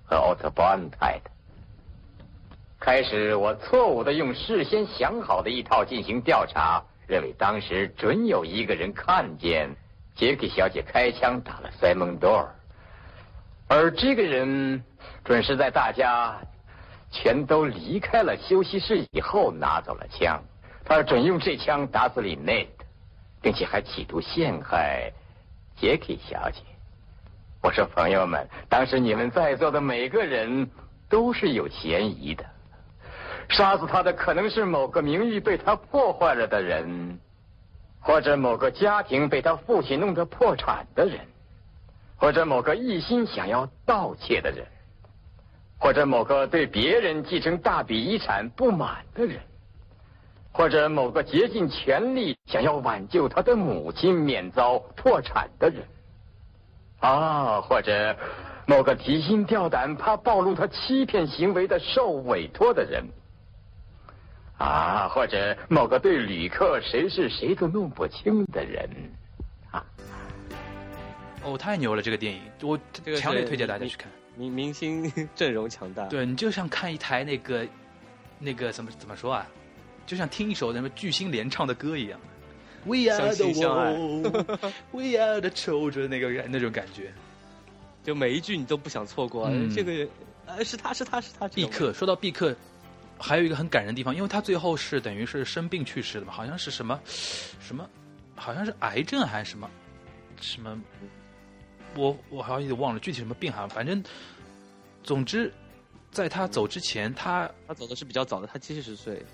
Speaker 10: 和奥特邦太太。开始，我错误的用事先想好的一套进行调查，认为当时准有一个人看见杰克小姐开枪打了塞蒙多尔。而这个人准是在大家全都离开了休息室以后拿走了枪，他准用这枪打死李内特，并且还企图陷害杰克小姐。我说朋友们，当时你们在座的每个人都是有嫌疑的，杀死他的可能是某个名誉被他破坏了的人，或者某个家庭被他父亲弄得破产的人。或者某个一心想要盗窃的人，或者某个对别人继承大笔遗产不满的人，或者某个竭尽全力想要挽救他的母亲免遭破产的人，啊，或者某个提心吊胆怕暴露他欺骗行为的受委托的人。啊，或者某个对旅客谁是谁都弄不清的人，啊，
Speaker 7: 哦，太牛了！这个电影，我
Speaker 8: 这个
Speaker 7: 强烈
Speaker 8: 是
Speaker 7: 推荐
Speaker 8: 你
Speaker 7: 大家
Speaker 8: 你
Speaker 7: 去看。
Speaker 8: 明明星阵容强大。，
Speaker 7: 对你就像看一台那个那个怎么怎么说啊，就像听一首什么巨星联唱的歌一样。We are
Speaker 8: 相
Speaker 7: the
Speaker 8: 亲相爱
Speaker 7: world，We are the children，那个感那种感觉。
Speaker 8: 就每一句你都不想错过。
Speaker 7: 嗯
Speaker 8: 这个，呃，是他是他是他。这
Speaker 7: <laughs> 毕
Speaker 8: 种
Speaker 7: 克，说到毕克，还有一个很感人的地方，因为他最后是等于是生病去世的嘛，好像是什么什么，好像是癌症还是什么什么，我我好像有点忘了具体什么病哈，反正总之，在他走之前，他
Speaker 8: 他走的是比较早的，他七十岁。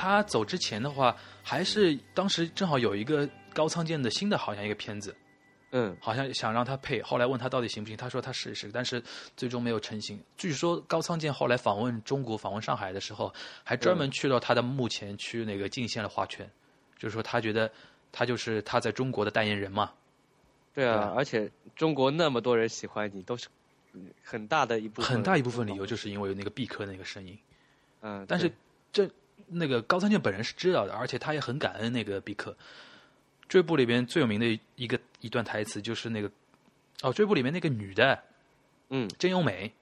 Speaker 7: 他走之前的话，还是当时正好有一个高仓健的新的好像一个片子，
Speaker 8: 嗯，
Speaker 7: 好像想让他配，后来问他到底行不行，他说他试一试，但是最终没有成型。据说高仓健后来访问中国、访问上海的时候，还专门去到他的墓前去那个敬献了花圈，就是说他觉得他就是他在中国的代言人嘛，
Speaker 8: 对
Speaker 7: 对
Speaker 8: 啊
Speaker 7: 吧，
Speaker 8: 而且中国那么多人喜欢你，都是嗯很大的一部分
Speaker 7: 很大一部分理由就是因为有那个毕科那个声音。
Speaker 8: 嗯，
Speaker 7: 但是
Speaker 8: 对
Speaker 7: 这那个高仓健本人是知道的，而且他也很感恩那个毕克。追捕里边最有名的一个一段台词就是那个，哦，追捕里面那个女的
Speaker 8: 嗯
Speaker 7: 郑优美，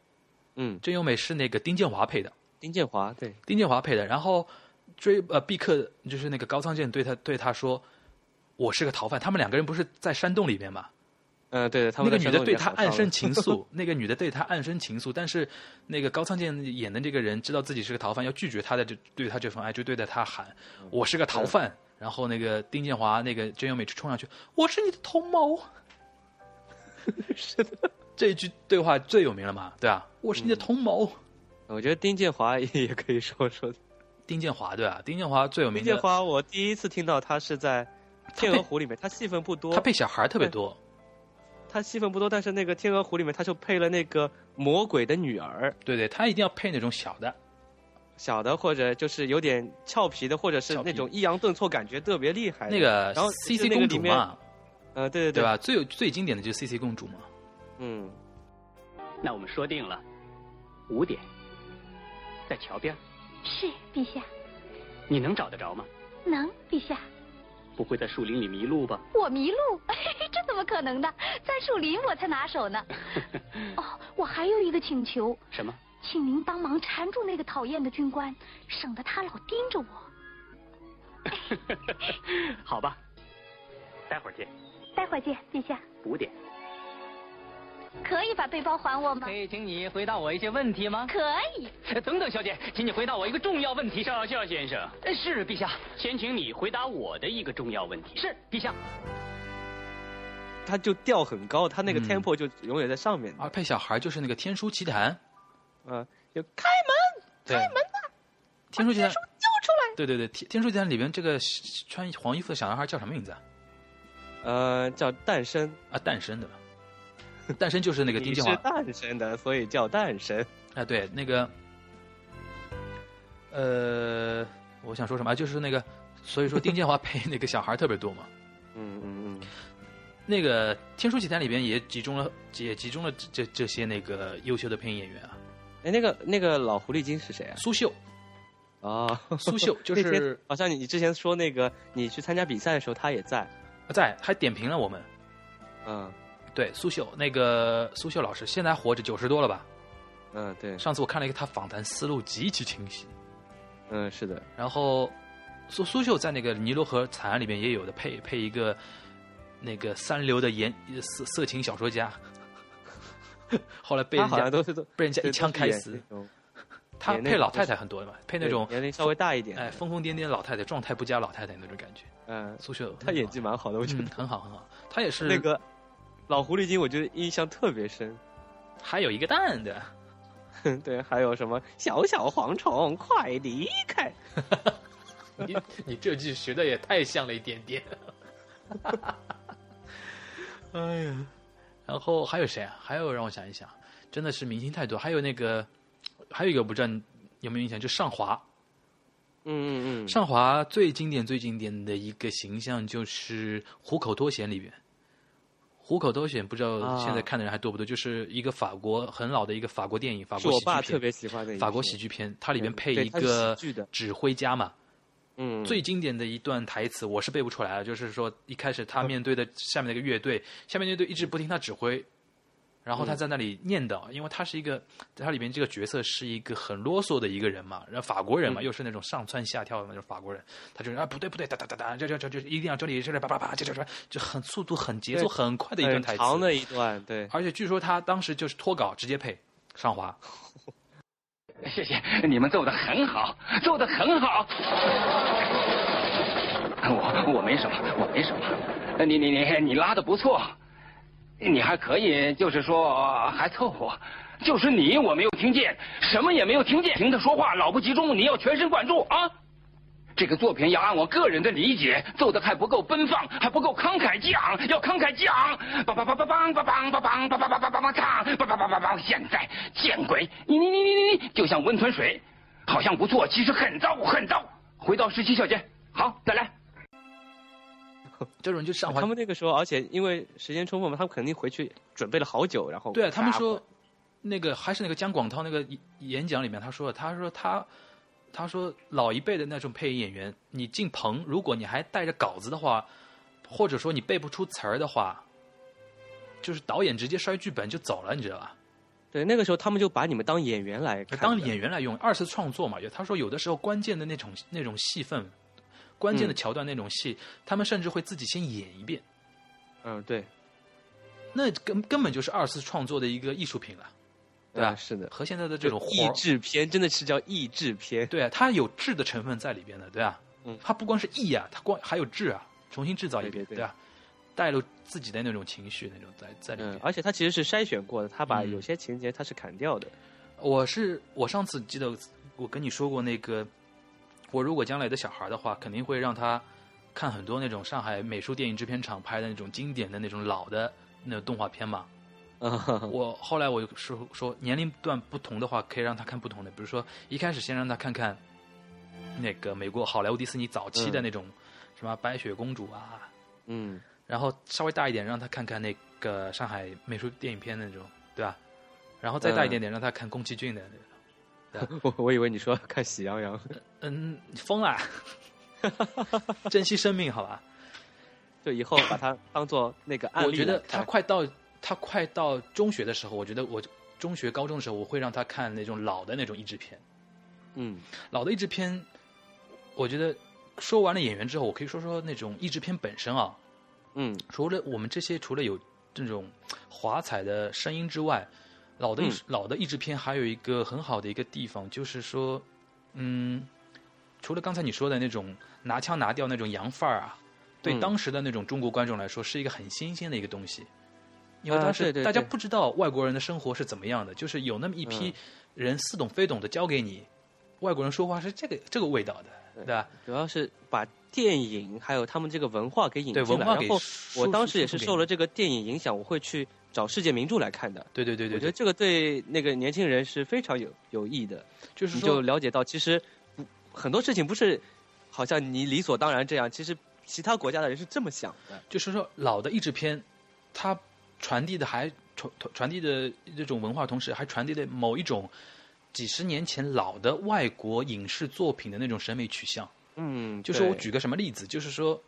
Speaker 8: 嗯，
Speaker 7: 郑优美是那个丁建华配的，
Speaker 8: 丁建华对，
Speaker 7: 丁建华配的。然后追呃毕克就是那个高仓健对他对他说，我是个逃犯。他们两个人不是在山洞里面嘛，
Speaker 8: 嗯对的，他
Speaker 7: 那
Speaker 8: 们
Speaker 7: 个
Speaker 8: 在
Speaker 7: 女
Speaker 8: 山
Speaker 7: 的
Speaker 8: 洞里
Speaker 7: 对
Speaker 8: 面
Speaker 7: 他
Speaker 8: 好
Speaker 7: 暗
Speaker 8: 上
Speaker 7: 生
Speaker 8: 了
Speaker 7: 情愫，
Speaker 8: <laughs>
Speaker 7: 那个女的对他暗生情愫，但是那个高仓健演的这个人知道自己是个逃犯，要拒绝他的这对他这份爱，就对着他喊：“
Speaker 8: 嗯
Speaker 7: 我是个逃犯。”然后那个丁建华那个真由美就冲上去：“我是你的同谋。”
Speaker 8: <laughs> 是的，嗯
Speaker 7: 这一句对话最有名了嘛，对吧？我是你的同谋。
Speaker 8: 我觉得丁建华也 <laughs> 也可以说说
Speaker 7: 丁建华对吧？丁建华最有名
Speaker 8: 丁
Speaker 7: 的，
Speaker 8: 建华，我第一次听到他是在《天鹅湖》里面，他戏份不多，
Speaker 7: 他配小孩特别多。
Speaker 8: 他戏份不多，但是那个《天鹅湖》里面他就配了那个魔鬼的女儿，
Speaker 7: 对对，他一定要配那种小的，
Speaker 8: 小的或者就是有点俏皮的，或者是
Speaker 7: 俏皮
Speaker 8: 那种抑扬顿挫感觉特别厉害的
Speaker 7: 那个
Speaker 8: 哎然后
Speaker 7: C C
Speaker 8: 就那
Speaker 7: 公
Speaker 8: 个
Speaker 7: 主
Speaker 8: 里面
Speaker 7: 嘛，
Speaker 8: 呃，对对
Speaker 7: 对？吧？最有最经典的就是 C C 公主嘛。
Speaker 8: 嗯，
Speaker 9: 那我们说定了，五点，在桥边儿，
Speaker 2: 是，陛下，
Speaker 9: 你能找得着吗？
Speaker 2: 能，陛下，
Speaker 9: 不会在树林里迷路吧？
Speaker 2: 我迷路， <laughs> 这怎么可能呢？在树林我才拿手呢。哦，我还有一个请求，
Speaker 9: <laughs> 什么？
Speaker 2: 请您帮忙缠住那个讨厌的军官，省得他老盯着我。
Speaker 9: 好吧，待会儿见，
Speaker 2: 待会儿见，陛下，
Speaker 9: 五点。
Speaker 2: 可以把背包还我吗
Speaker 9: 可？以请你回答我一些问题吗？
Speaker 2: 可以，
Speaker 9: <laughs> 等等，小姐，请你回答我一个重要问题。少校先生，是陛下。先请你回答我的一个重要问题。是陛下。
Speaker 8: 他就调很高，他那个
Speaker 7: 嗯
Speaker 8: tempo 就永远在上面，
Speaker 7: 而配小孩就是那个《天书奇谭》，
Speaker 8: 嗯、就开
Speaker 7: 对，开门吧！天书奇谭，救出来！对对对，天天书奇谭里边这个是穿黄衣服的小男孩叫什么名字啊？
Speaker 8: 门呃叫诞生，
Speaker 7: 啊，诞生对吧？诞生就是那个丁
Speaker 8: 你
Speaker 7: 建
Speaker 8: 是
Speaker 7: 华
Speaker 8: 诞生的，所以叫诞生。
Speaker 7: 啊，对，那个，呃，我想 <laughs> 说什么啊？就是那个，所以说丁建华配那个小孩特别多嘛。
Speaker 8: 嗯嗯嗯，
Speaker 7: 那个《天书奇谭》里边也集中了，也集中了这这这些那个优秀的配音演员啊，
Speaker 8: 哎，那个那个老狐狸精是谁啊？
Speaker 7: 苏秀，
Speaker 8: 啊，
Speaker 7: 苏秀 <laughs> 就
Speaker 8: 那天
Speaker 7: 是
Speaker 8: 好像你你之前说那个你去参加比赛的时候他也在，
Speaker 7: 在还点评了我们，
Speaker 8: 嗯
Speaker 7: 对苏秀那个苏秀老师现在活着九十多了吧？
Speaker 8: 嗯对，
Speaker 7: 上次我看了一个他访谈，思路极其清晰。
Speaker 8: 嗯是的，
Speaker 7: 然后苏苏秀在那个《尼罗河惨案》里面也有的配配一个那个三流的言色色情小说家， <laughs> 后来被
Speaker 8: 他
Speaker 7: 人
Speaker 8: 好像
Speaker 7: 家
Speaker 8: 都是都
Speaker 7: 被人家
Speaker 8: 对
Speaker 7: 一枪
Speaker 8: 都是
Speaker 7: 开
Speaker 8: 演
Speaker 7: 死
Speaker 8: 那。种
Speaker 7: 他
Speaker 8: 演那
Speaker 7: 配
Speaker 8: 种
Speaker 7: 老
Speaker 8: 就
Speaker 7: 太
Speaker 8: 是
Speaker 7: 太很多嘛，配那种
Speaker 8: 年龄稍微大一点，
Speaker 7: 哎疯疯癫癫老太太，状态不佳老太太那种感觉。
Speaker 8: 嗯，
Speaker 7: 苏秀
Speaker 8: 他演技蛮好的，我觉得
Speaker 7: 嗯很好很好，他也是
Speaker 8: 那个老狐狸精，我觉得印象特别深。 <laughs>
Speaker 7: 还有一个蛋的，
Speaker 8: 对，还有什么小小蝗虫，快离开！
Speaker 7: 你 <laughs> 你这句学的也太像了一点点。 <laughs> 哎呀，然后还有谁啊？还有让我想一想，真的是明星太多。还有那个，还有一个我不知道你有没有印象，就上华。
Speaker 8: 嗯嗯嗯，
Speaker 7: 上华最经典、最经典的一个形象就是《虎口脱险》里边，《虎口脱险》不知道
Speaker 8: 啊
Speaker 7: 现在看的人还多不多？就是一个法国很老的一个法国电影，法
Speaker 8: 是
Speaker 7: 国
Speaker 8: 我
Speaker 7: 喜
Speaker 8: 爸
Speaker 7: 剧
Speaker 8: 特
Speaker 7: 片，
Speaker 8: 别喜欢的一
Speaker 7: 法国
Speaker 8: 部
Speaker 7: 喜，剧片，它里边
Speaker 8: 对
Speaker 7: 配
Speaker 8: 对
Speaker 7: 一
Speaker 8: 它是喜
Speaker 7: 个
Speaker 8: 剧的
Speaker 7: 指挥家嘛，
Speaker 8: 嗯，
Speaker 7: 最经典的一段台词，我是背不出来了。就是说，一开始
Speaker 8: 嗯
Speaker 7: 他面对的下面那个乐队，下面乐队一直不听他指挥，然后
Speaker 8: 嗯
Speaker 7: 他在那里念叨，因为他是一个，他里面这个角色是一个很啰嗦的一个人嘛，然后法国
Speaker 8: 嗯
Speaker 7: 人嘛，又是那种上蹿下跳的那种法国人，他就是啊不对不对，哒哒哒哒，这这这这一定要这里这里叭叭叭，这这这，就很速度很节奏
Speaker 8: 对
Speaker 7: 很快的一段
Speaker 8: 很
Speaker 7: 台词，
Speaker 8: 长的一段，对，
Speaker 7: 而且据说他当时就是脱稿直接配上华，
Speaker 1: 谢谢，你们做的很好，做的很好。我我没什么，我没什么。你你你你拉的不错，你还可以，就是说还凑合。就是你我没有听见，什么也没有听见，听他说话老不集中，你要全神贯注啊。这个作品要按我个人的理解做的还不够奔放，还不够慷慨激昂，要慷慨激昂！梆梆梆梆梆梆梆梆梆梆梆梆梆梆梆唱！梆梆梆梆梆！现在见鬼！你你你你你你，就像温存水，好像不错，其实很糟很糟。回到十七小节，好，再来。
Speaker 7: 这种就上华
Speaker 8: 他们那个时候，而且因为时间充分嘛，他们肯定回去准备了好久，然后
Speaker 7: 对啊，他们
Speaker 8: 发
Speaker 7: 说
Speaker 8: 布，
Speaker 7: 那个还是那个姜广涛那个演演讲里面，他说了，他说他他说老一辈的那种配音演员，你进棚，如果你还带着稿子的话，或者说你背不出词儿的话，就是导演直接摔剧本就走了，你知道吧？
Speaker 8: 对那个时候他们就把你们当演员来看的，
Speaker 7: 当演员来用，二次创作嘛。有他说有的时候关键的那种那种戏份，关键的
Speaker 8: 嗯
Speaker 7: 桥段那种戏，他们甚至会自己先演一遍，
Speaker 8: 嗯对，
Speaker 7: 那根根本就是二次创作的一个艺术品了，对吧？
Speaker 8: 嗯是的，
Speaker 7: 和现在的这种活
Speaker 8: 译
Speaker 7: 儿
Speaker 8: 制片真的是叫译制片，
Speaker 7: 对啊，它有质的成分在里边的，对啊，
Speaker 8: 嗯
Speaker 7: 它不光是意啊，它光还有质啊，重新制造一遍，
Speaker 8: 对对对
Speaker 7: 啊，带入自己的那种情绪，那种在在里
Speaker 8: 嗯
Speaker 7: 面。，
Speaker 8: 而且他其实是筛选过的，他把
Speaker 7: 嗯
Speaker 8: 有些情节他是砍掉的，
Speaker 7: 我是我上次记得我跟你说过那个，我如果将来的小孩的话，肯定会让他看很多那种上海美术电影制片厂拍的那种经典的那种老的那种动画片嘛。
Speaker 8: 嗯，
Speaker 7: 我后来我就是说年龄段不同的话，可以让他看不同的，比如说一开始先让他看看那个美国好莱坞迪士尼早期的那种什么白雪公主啊，
Speaker 8: 嗯，
Speaker 7: 然后稍微大一点让他看看那个上海美术电影片那种，对吧？然后再大一点点让他看宫崎骏的那种，
Speaker 8: 我我以为你说要看《喜羊羊》，
Speaker 7: 嗯，你疯啊！ <laughs> 珍惜生命，好吧？
Speaker 8: 就以后把它当做那 <laughs> 个案例啊
Speaker 7: 我觉得
Speaker 8: 来看
Speaker 7: 他快到他快到中学的时候，我觉得我中学高中的时候，我会让他看那种老的那种译制片。
Speaker 8: 嗯
Speaker 7: 老的译制片，我觉得说完了演员之后，我可以说说那种译制片本身啊。
Speaker 8: 嗯
Speaker 7: 除了我们这些除了有这种华彩的声音之外，老的、
Speaker 8: 嗯
Speaker 7: 老的译制片还有一个很好的一个地方，就是说，嗯，除了刚才你说的那种拿腔拿调那种洋范儿啊，对
Speaker 8: 嗯
Speaker 7: 当时的那种中国观众来说是一个很新鲜的一个东西，因为
Speaker 8: 啊
Speaker 7: 当时
Speaker 8: 对对
Speaker 7: 大家
Speaker 8: 对嗯
Speaker 7: 不知道外国人的生活是怎么样的，就是有那么一批人似懂非懂的教给你，外国人说话是这个这个味道的，对吧？
Speaker 8: 主要是把电影还有他们这个文化给引进
Speaker 7: 对
Speaker 8: 来，
Speaker 7: 文化给
Speaker 8: 然后
Speaker 7: 输
Speaker 8: 我当时也
Speaker 7: 输
Speaker 8: 是
Speaker 7: 出给
Speaker 8: 受
Speaker 7: 你
Speaker 8: 了这个电影影响，我会去找世界名著来看的。
Speaker 7: 对对对对
Speaker 8: 我觉
Speaker 7: 对
Speaker 8: 得，这个对那个年轻人是非常有有益的，
Speaker 7: 就是
Speaker 8: 你
Speaker 7: 说
Speaker 8: 就了解到其实不很多事情不是好像你理所当然这样，其实其他国家的人是这么想的。
Speaker 7: 就是说老的译制片它传递的还传传递的这种文化，同时还传递了某一种几十年前老的外国影视作品的那种审美取向。
Speaker 8: 嗯，
Speaker 7: 就是我
Speaker 8: 对
Speaker 7: 举个什么例子，就是说，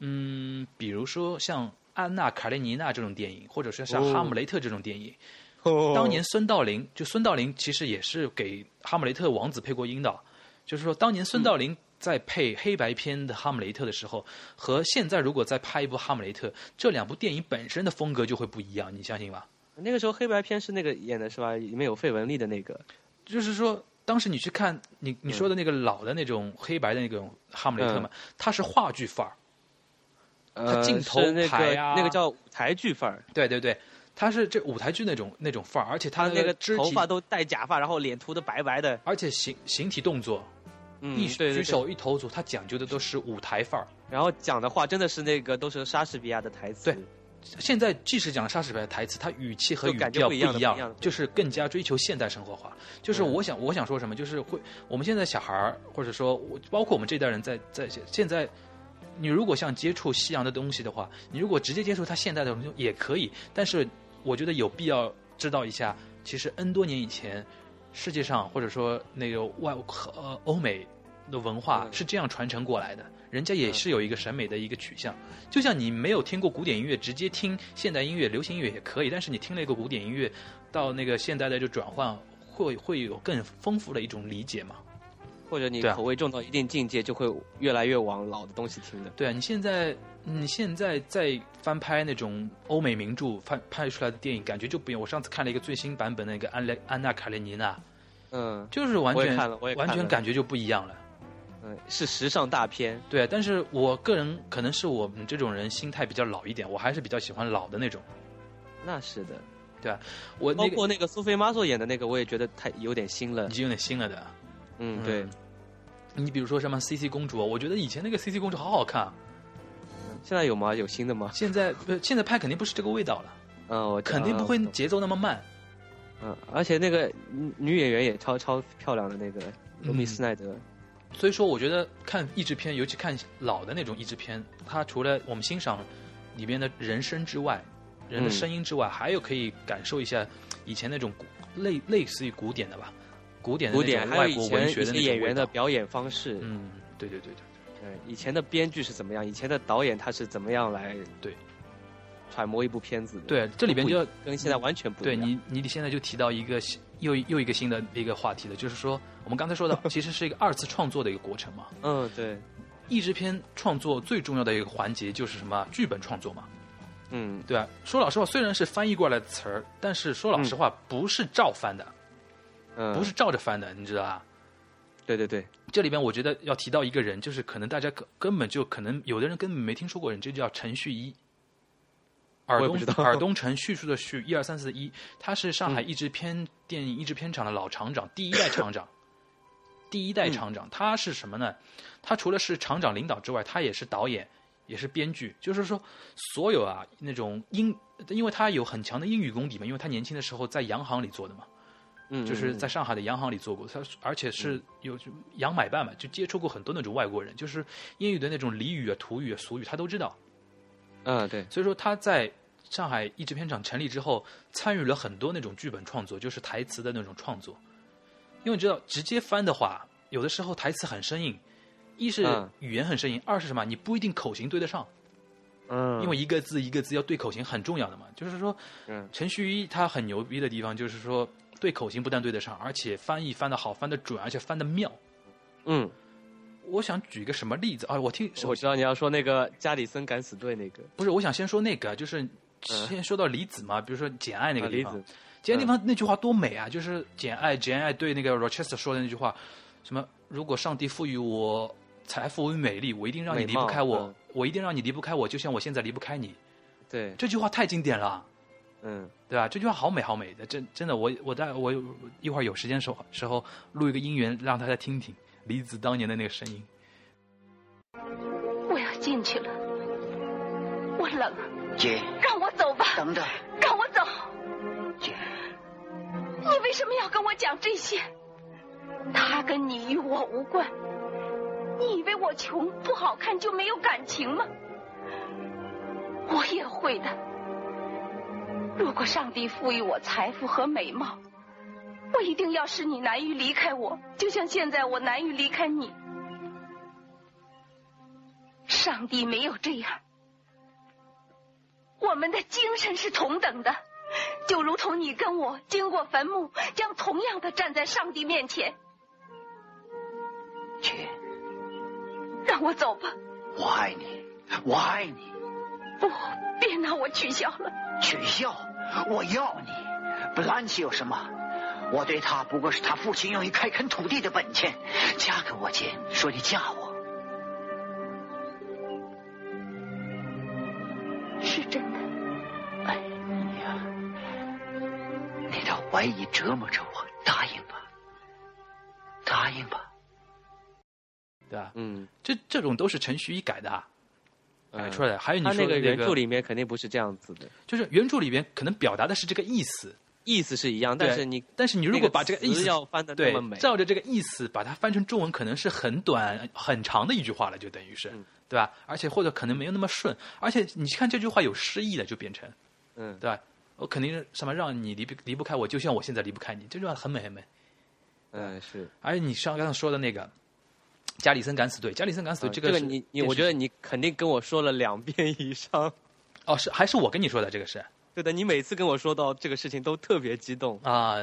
Speaker 7: 嗯，比如说像《安娜·卡列尼娜》这种电影，或者说像
Speaker 8: 哦
Speaker 7: 《哈姆雷特》这种电影，当年孙道临就孙道临其实也是给《哈姆雷特》王子配过音的，就是说当年孙道临在配黑白片的《哈姆雷特》的时候，和现在如果再拍一部《哈姆雷特》，这两部电影本身的风格就会不一样，你相信吧？
Speaker 8: 那个时候黑白片是那个演的是吧？里面有费雯丽的那个，
Speaker 7: 就是说。当时你去看你你说的那个老的那种黑白的那种哈姆雷特嘛，它是话剧范儿，
Speaker 8: 呃，
Speaker 7: 镜头
Speaker 8: 是那
Speaker 7: 牌
Speaker 8: 个
Speaker 7: 啊
Speaker 8: 那个叫舞台剧范儿，
Speaker 7: 对对对，它是这舞台剧那种那种范儿，而且它
Speaker 8: 他那个
Speaker 7: 肢
Speaker 8: 头
Speaker 7: 体，
Speaker 8: 发都戴假发，然后脸涂的白白的，
Speaker 7: 而且形形体动作，
Speaker 8: 嗯，
Speaker 7: 一
Speaker 8: 对
Speaker 7: 举
Speaker 8: 对
Speaker 7: 手一投足，它讲究的都是舞台范儿。
Speaker 8: 然后讲的话真的是那个都是莎士比亚的台词，
Speaker 7: 对现在即使讲莎士比亚的台词，它语气和
Speaker 8: 就
Speaker 7: 语
Speaker 8: 感觉
Speaker 7: 调
Speaker 8: 不一样的
Speaker 7: 一
Speaker 8: 不一样的
Speaker 7: 就是更加追求现代生活化。就是我想，我想说什么，就是会我们现在小孩儿，或者说我包括我们这代人在，在现在，你如果想接触西洋的东西的话，你如果直接接触它现代的东西也可以，但是我觉得有必要知道一下，其实 N 多年以前，世界上或者说那个外呃欧美的文化
Speaker 8: 嗯
Speaker 7: 是这样传承过来的，人家也是有一个审美的一个取向。就像你没有听过古典音乐，直接听现代音乐、流行音乐也可以，但是你听了一个古典音乐，到那个现代的就转换，会会有更丰富的一种理解嘛？
Speaker 8: 或者你
Speaker 7: 对啊
Speaker 8: 口味重到一定境界，就会越来越往老的东西听的。
Speaker 7: 对啊，你现在你现在在翻拍那种欧美名著翻拍出来的电影，感觉就不一样。我上次看了一个最新版本的那个安莱安娜卡列尼娜，
Speaker 8: 嗯
Speaker 7: 就是完
Speaker 8: 我也
Speaker 7: 全
Speaker 8: 看了我也看
Speaker 7: 完
Speaker 8: 了
Speaker 7: 全感觉就不一样了。
Speaker 8: 嗯，是时尚大片，
Speaker 7: 对啊，但是我个人可能是我们这种人心态比较老一点，我还是比较喜欢老的那种。
Speaker 8: 那是的。
Speaker 7: 我
Speaker 8: 包
Speaker 7: 那个
Speaker 8: 括那个苏菲玛索演的那个，我也觉得太有点新了
Speaker 7: 已。经有点新了的。
Speaker 8: 嗯，对，
Speaker 7: 你比如说什么 CC 公主，我觉得以前那个 CC 公主好好看啊，
Speaker 8: 现在有吗？有新的吗？
Speaker 7: 现在不是现在拍肯定不是这个味道了，
Speaker 8: 嗯，我
Speaker 7: 肯定不会
Speaker 8: 嗯
Speaker 7: 节奏那么慢。
Speaker 8: 嗯，而且那个女女演员也超超漂亮的那个罗密
Speaker 7: 嗯
Speaker 8: 斯奈德，
Speaker 7: 所以说，我觉得看译制片，尤其看老的那种译制片，它除了我们欣赏里面的人声之外，人的
Speaker 8: 嗯
Speaker 7: 声音之外，还有可以感受一下以前那种古类类似于古典的吧，古典的
Speaker 8: 古
Speaker 7: 那
Speaker 8: 典
Speaker 7: 种
Speaker 8: 还有
Speaker 7: 外
Speaker 8: 以
Speaker 7: 国
Speaker 8: 前
Speaker 7: 文
Speaker 8: 一
Speaker 7: 学的
Speaker 8: 些
Speaker 7: 那
Speaker 8: 演
Speaker 7: 种
Speaker 8: 员
Speaker 7: 味
Speaker 8: 的
Speaker 7: 道。
Speaker 8: 表演方式，
Speaker 7: 嗯，对对对对。
Speaker 8: 对，以前的编剧是怎么样，以前的导演他是怎么样来
Speaker 7: 对
Speaker 8: 揣摩一部片子的，，
Speaker 7: 对，这里边就要
Speaker 8: 跟现在完全不一
Speaker 7: 对
Speaker 8: 样。
Speaker 7: 你，你现在就提到一个新又又一个新的一个话题了，就是说我们刚才说 <laughs> 到，其实是一个二次创作的一个过程嘛。
Speaker 8: 嗯，对，
Speaker 7: 译制片创作最重要的一个环节就是什么？剧本创作嘛，
Speaker 8: 嗯，
Speaker 7: 对吧？说老实话，虽然是翻译过来的词儿，但是说老实话，不是照翻的，
Speaker 8: 嗯
Speaker 7: 不是，照着翻的，你知道吧？
Speaker 8: 对对对，
Speaker 7: 这里边我觉得要提到一个人，就是可能大家根根本就可能有的人根本没听说过人，这叫陈旭一。耳
Speaker 8: 我也不
Speaker 7: 东
Speaker 8: 知道嗯
Speaker 7: 耳东陈叙述的叙一二三四的一，他是上海译制片电影译制片厂的老厂长，第一代
Speaker 8: <laughs>
Speaker 7: 厂长，第一代厂
Speaker 8: 嗯
Speaker 7: 长，他是什么呢？他除了是厂长领导之外，他也是导演，也是编剧，就是说所有啊那种英，因为他有很强的英语功底嘛，因为他年轻的时候在洋行里做的嘛，
Speaker 8: 嗯，
Speaker 7: 就是
Speaker 8: 嗯
Speaker 7: 在上海的洋行里做过，他而且是有就洋买办嘛，就接触过很多那种外国人，就是英语的那种俚语啊、土语啊、俗语，他都知道。
Speaker 8: 嗯，对，
Speaker 7: 所以说他在上海译制片厂成立之后，参与了很多那种剧本创作，就是台词的那种创作。因为你知道，直接翻的话，有的时候台词很生硬，一是
Speaker 8: 嗯
Speaker 7: 语言很生硬，二是什么？你不一定口型对得上，
Speaker 8: 嗯，
Speaker 7: 因为一个字一个字要对口型很重要的嘛。就是说，
Speaker 8: 嗯
Speaker 7: 陈旭一他很牛逼的地方就是说，对口型不但对得上，而且翻译翻得好，翻得准，而且翻得妙。
Speaker 8: 嗯，
Speaker 7: 我想举个什么例子啊？我听
Speaker 8: 我知道你要说那个加里森敢死队那个
Speaker 7: 不是，我想先说那个，就是先说到李子嘛，比如说《简爱》那
Speaker 8: 那
Speaker 7: 个地
Speaker 8: 例
Speaker 7: 方，
Speaker 8: 嗯啊子，
Speaker 7: 简爱地方那句话多美啊！就是《简爱》，《简爱》对那个 Rochester 说的那句话，什么“如果上帝赋予我财富与美丽，我一定让你离不开
Speaker 8: 美
Speaker 7: 我，
Speaker 8: 貌嗯
Speaker 7: 我一定让你离不开我，就像我现在离不开你。”
Speaker 8: 对，
Speaker 7: 这句话太经典了，啊
Speaker 8: 嗯，
Speaker 7: 对吧？这句话好美好美的，真真的，我我待我一会儿有时间时候时候录一个音源让大家听听李子当年的那个声音。
Speaker 2: 我要进去了，我冷，
Speaker 9: 姐，
Speaker 2: 让我走吧，
Speaker 9: 等等，
Speaker 2: 让我走。
Speaker 9: 姐，
Speaker 2: 你为什么要跟我讲这些？他跟你与我无关。你以为我穷不好看就没有感情吗？我也会的。如果上帝赋予我财富和美貌，我一定要使你难于离开我，就像现在我难于离开你。上帝没有这样，我们的精神是同等的，就如同你跟我经过坟墓，将同样的站在上帝面前。
Speaker 9: 去，
Speaker 2: 让我走吧，
Speaker 9: 我爱你，我爱你。
Speaker 2: 不，别拿我取笑了。
Speaker 9: 取笑，我要你。布兰奇有什么？我对他不过是他父亲用于开垦土地的本钱。嫁给我姐，说你嫁我，
Speaker 2: 是真的，
Speaker 9: 哎呀，你的怀疑折磨着我。答应吧，答应吧。
Speaker 7: 对吧？
Speaker 8: 嗯，
Speaker 7: 这这种都是程序一改的啊，改出来的。还有你
Speaker 8: 他
Speaker 7: 说
Speaker 8: 那
Speaker 7: 的
Speaker 8: 个
Speaker 7: 这
Speaker 8: 原著里面肯定不是这样子的，
Speaker 7: 就是原著里边可能表达的是这个意思，
Speaker 8: 意思是一样，
Speaker 7: 对
Speaker 8: 但是你
Speaker 7: 但是你如果把这个
Speaker 8: 个
Speaker 7: 意思
Speaker 8: 词要翻的那
Speaker 7: 对
Speaker 8: 么美，
Speaker 7: 照着这个意思把它翻成中文，可能是很短很长的一句话了，就等于是，
Speaker 8: 嗯
Speaker 7: 对吧？而且或者可能没有那么顺，而且你看这句话有诗意了，就变成
Speaker 8: 嗯，
Speaker 7: 对吧？我肯定是什么让你离不离不开我，就像我现在离不开你，这句话很美很美。
Speaker 8: 嗯是。
Speaker 7: 而且你上刚刚说的那个加里森敢死队，加里森敢死队
Speaker 8: 嗯
Speaker 7: 个
Speaker 8: 这个
Speaker 7: 是、
Speaker 8: 你你，我觉得你肯定跟我说了两遍以上。 <laughs>
Speaker 7: 哦是还是我跟你说的这个是
Speaker 8: 对的，你每次跟我说到这个事情都特别激动。
Speaker 7: 啊、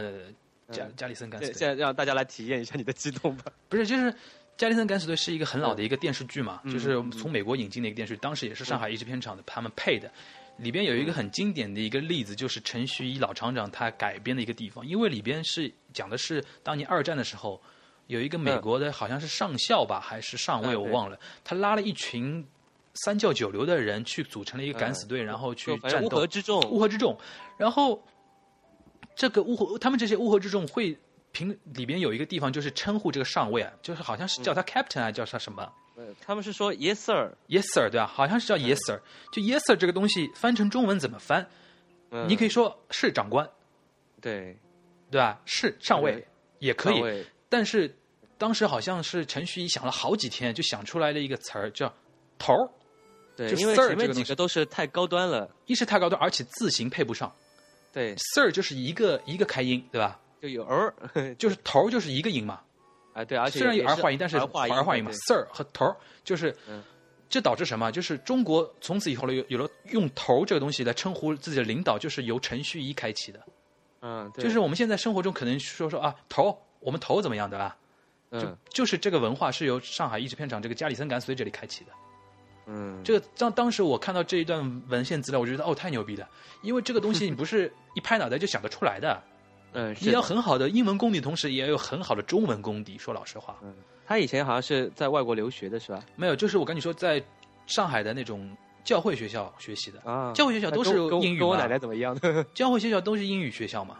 Speaker 7: 加
Speaker 8: 嗯
Speaker 7: 加里森敢
Speaker 8: 现
Speaker 7: 死
Speaker 8: 现
Speaker 7: 队
Speaker 8: 在让大家来体验一下你的激动吧。
Speaker 7: 不是就是。加里森敢死队是一个很老的一个电视剧嘛，
Speaker 8: 嗯
Speaker 7: 就是从美国引进的一个电视剧，当时也是上海译制片厂的他们配的。里边有
Speaker 8: 嗯
Speaker 7: 一个很经典的一个例子，就是陈徐一老厂长他改编的一个地方，因为里边是讲的是当年二战的时候，有一个美国的好像是上校吧，还是上尉，
Speaker 8: 嗯
Speaker 7: 我
Speaker 8: 对
Speaker 7: 忘了，他拉了一群三教九流的人去组成了一个敢死队，
Speaker 8: 嗯
Speaker 7: 然后去
Speaker 8: 就反
Speaker 7: 战
Speaker 8: 正乌
Speaker 7: 斗。
Speaker 8: 合之众，
Speaker 7: 乌合之众，然后这个乌合他们这些乌合之众会评里边有一个地方就是称呼这个上尉啊，就是好像是叫他 captain 啊，叫他什么
Speaker 8: 呃他们是说 yes sir，
Speaker 7: yes sir 对吧？好像是叫 yes sir，就 yes sir 这个东西翻成中文怎么翻？
Speaker 8: 嗯
Speaker 7: 你可以说是长官
Speaker 8: 对
Speaker 7: 对吧？是上尉
Speaker 8: 对
Speaker 7: 也可
Speaker 8: 上
Speaker 7: 以，
Speaker 8: 位
Speaker 7: 但是当时好像是陈旭一想了好几天，就想出来了一个词儿叫头儿，
Speaker 8: 对
Speaker 7: 就，
Speaker 8: 因为
Speaker 7: sir
Speaker 8: 前
Speaker 7: 这
Speaker 8: 面
Speaker 7: 个
Speaker 8: 几
Speaker 7: 东西
Speaker 8: 个都是太高端了，
Speaker 7: 一是太高端，而且字形配不上
Speaker 8: 对，
Speaker 7: sir 就是一个一个开音对吧？
Speaker 8: 就有儿 <laughs>
Speaker 7: 就是头儿就是一个音嘛。
Speaker 8: 啊，对，而且
Speaker 7: 虽然有
Speaker 8: 也
Speaker 7: 儿化音，但是
Speaker 8: 儿化音
Speaker 7: 儿化音嘛
Speaker 8: 对
Speaker 7: ，sir 和头儿就是
Speaker 8: 嗯，
Speaker 7: 这导致什么？就是中国从此以后了，有有了用头儿这个东西来称呼自己的领导，就是由程序一开启的。
Speaker 8: 嗯，对
Speaker 7: 就是我们现在生活中可能说说啊，头，我们头怎么样，对吧？就
Speaker 8: 嗯
Speaker 7: 就是这个文化是由上海译制片厂这个加里森敢死队这里开启的。
Speaker 8: 嗯，
Speaker 7: 这个当当时我看到这一段文献资料，我就觉得哦，太牛逼了，因为这个东西你不是一拍脑袋就想得出来的，
Speaker 8: 嗯 <laughs>
Speaker 7: 你
Speaker 8: 是
Speaker 7: 要
Speaker 8: 的。
Speaker 7: 很好的英文功底，同时也要有很好的中文功底。说老实话，
Speaker 8: 他以前好像是在外国留学的是吧？
Speaker 7: 没有，就是我跟你说，在上海的那种教会学校学习的，
Speaker 8: 啊，
Speaker 7: 教会学校都是
Speaker 8: 跟我跟我
Speaker 7: 英语
Speaker 8: 跟我
Speaker 7: 嘛
Speaker 8: 奶奶怎么一样的？
Speaker 7: 教会学校都是英语学校嘛，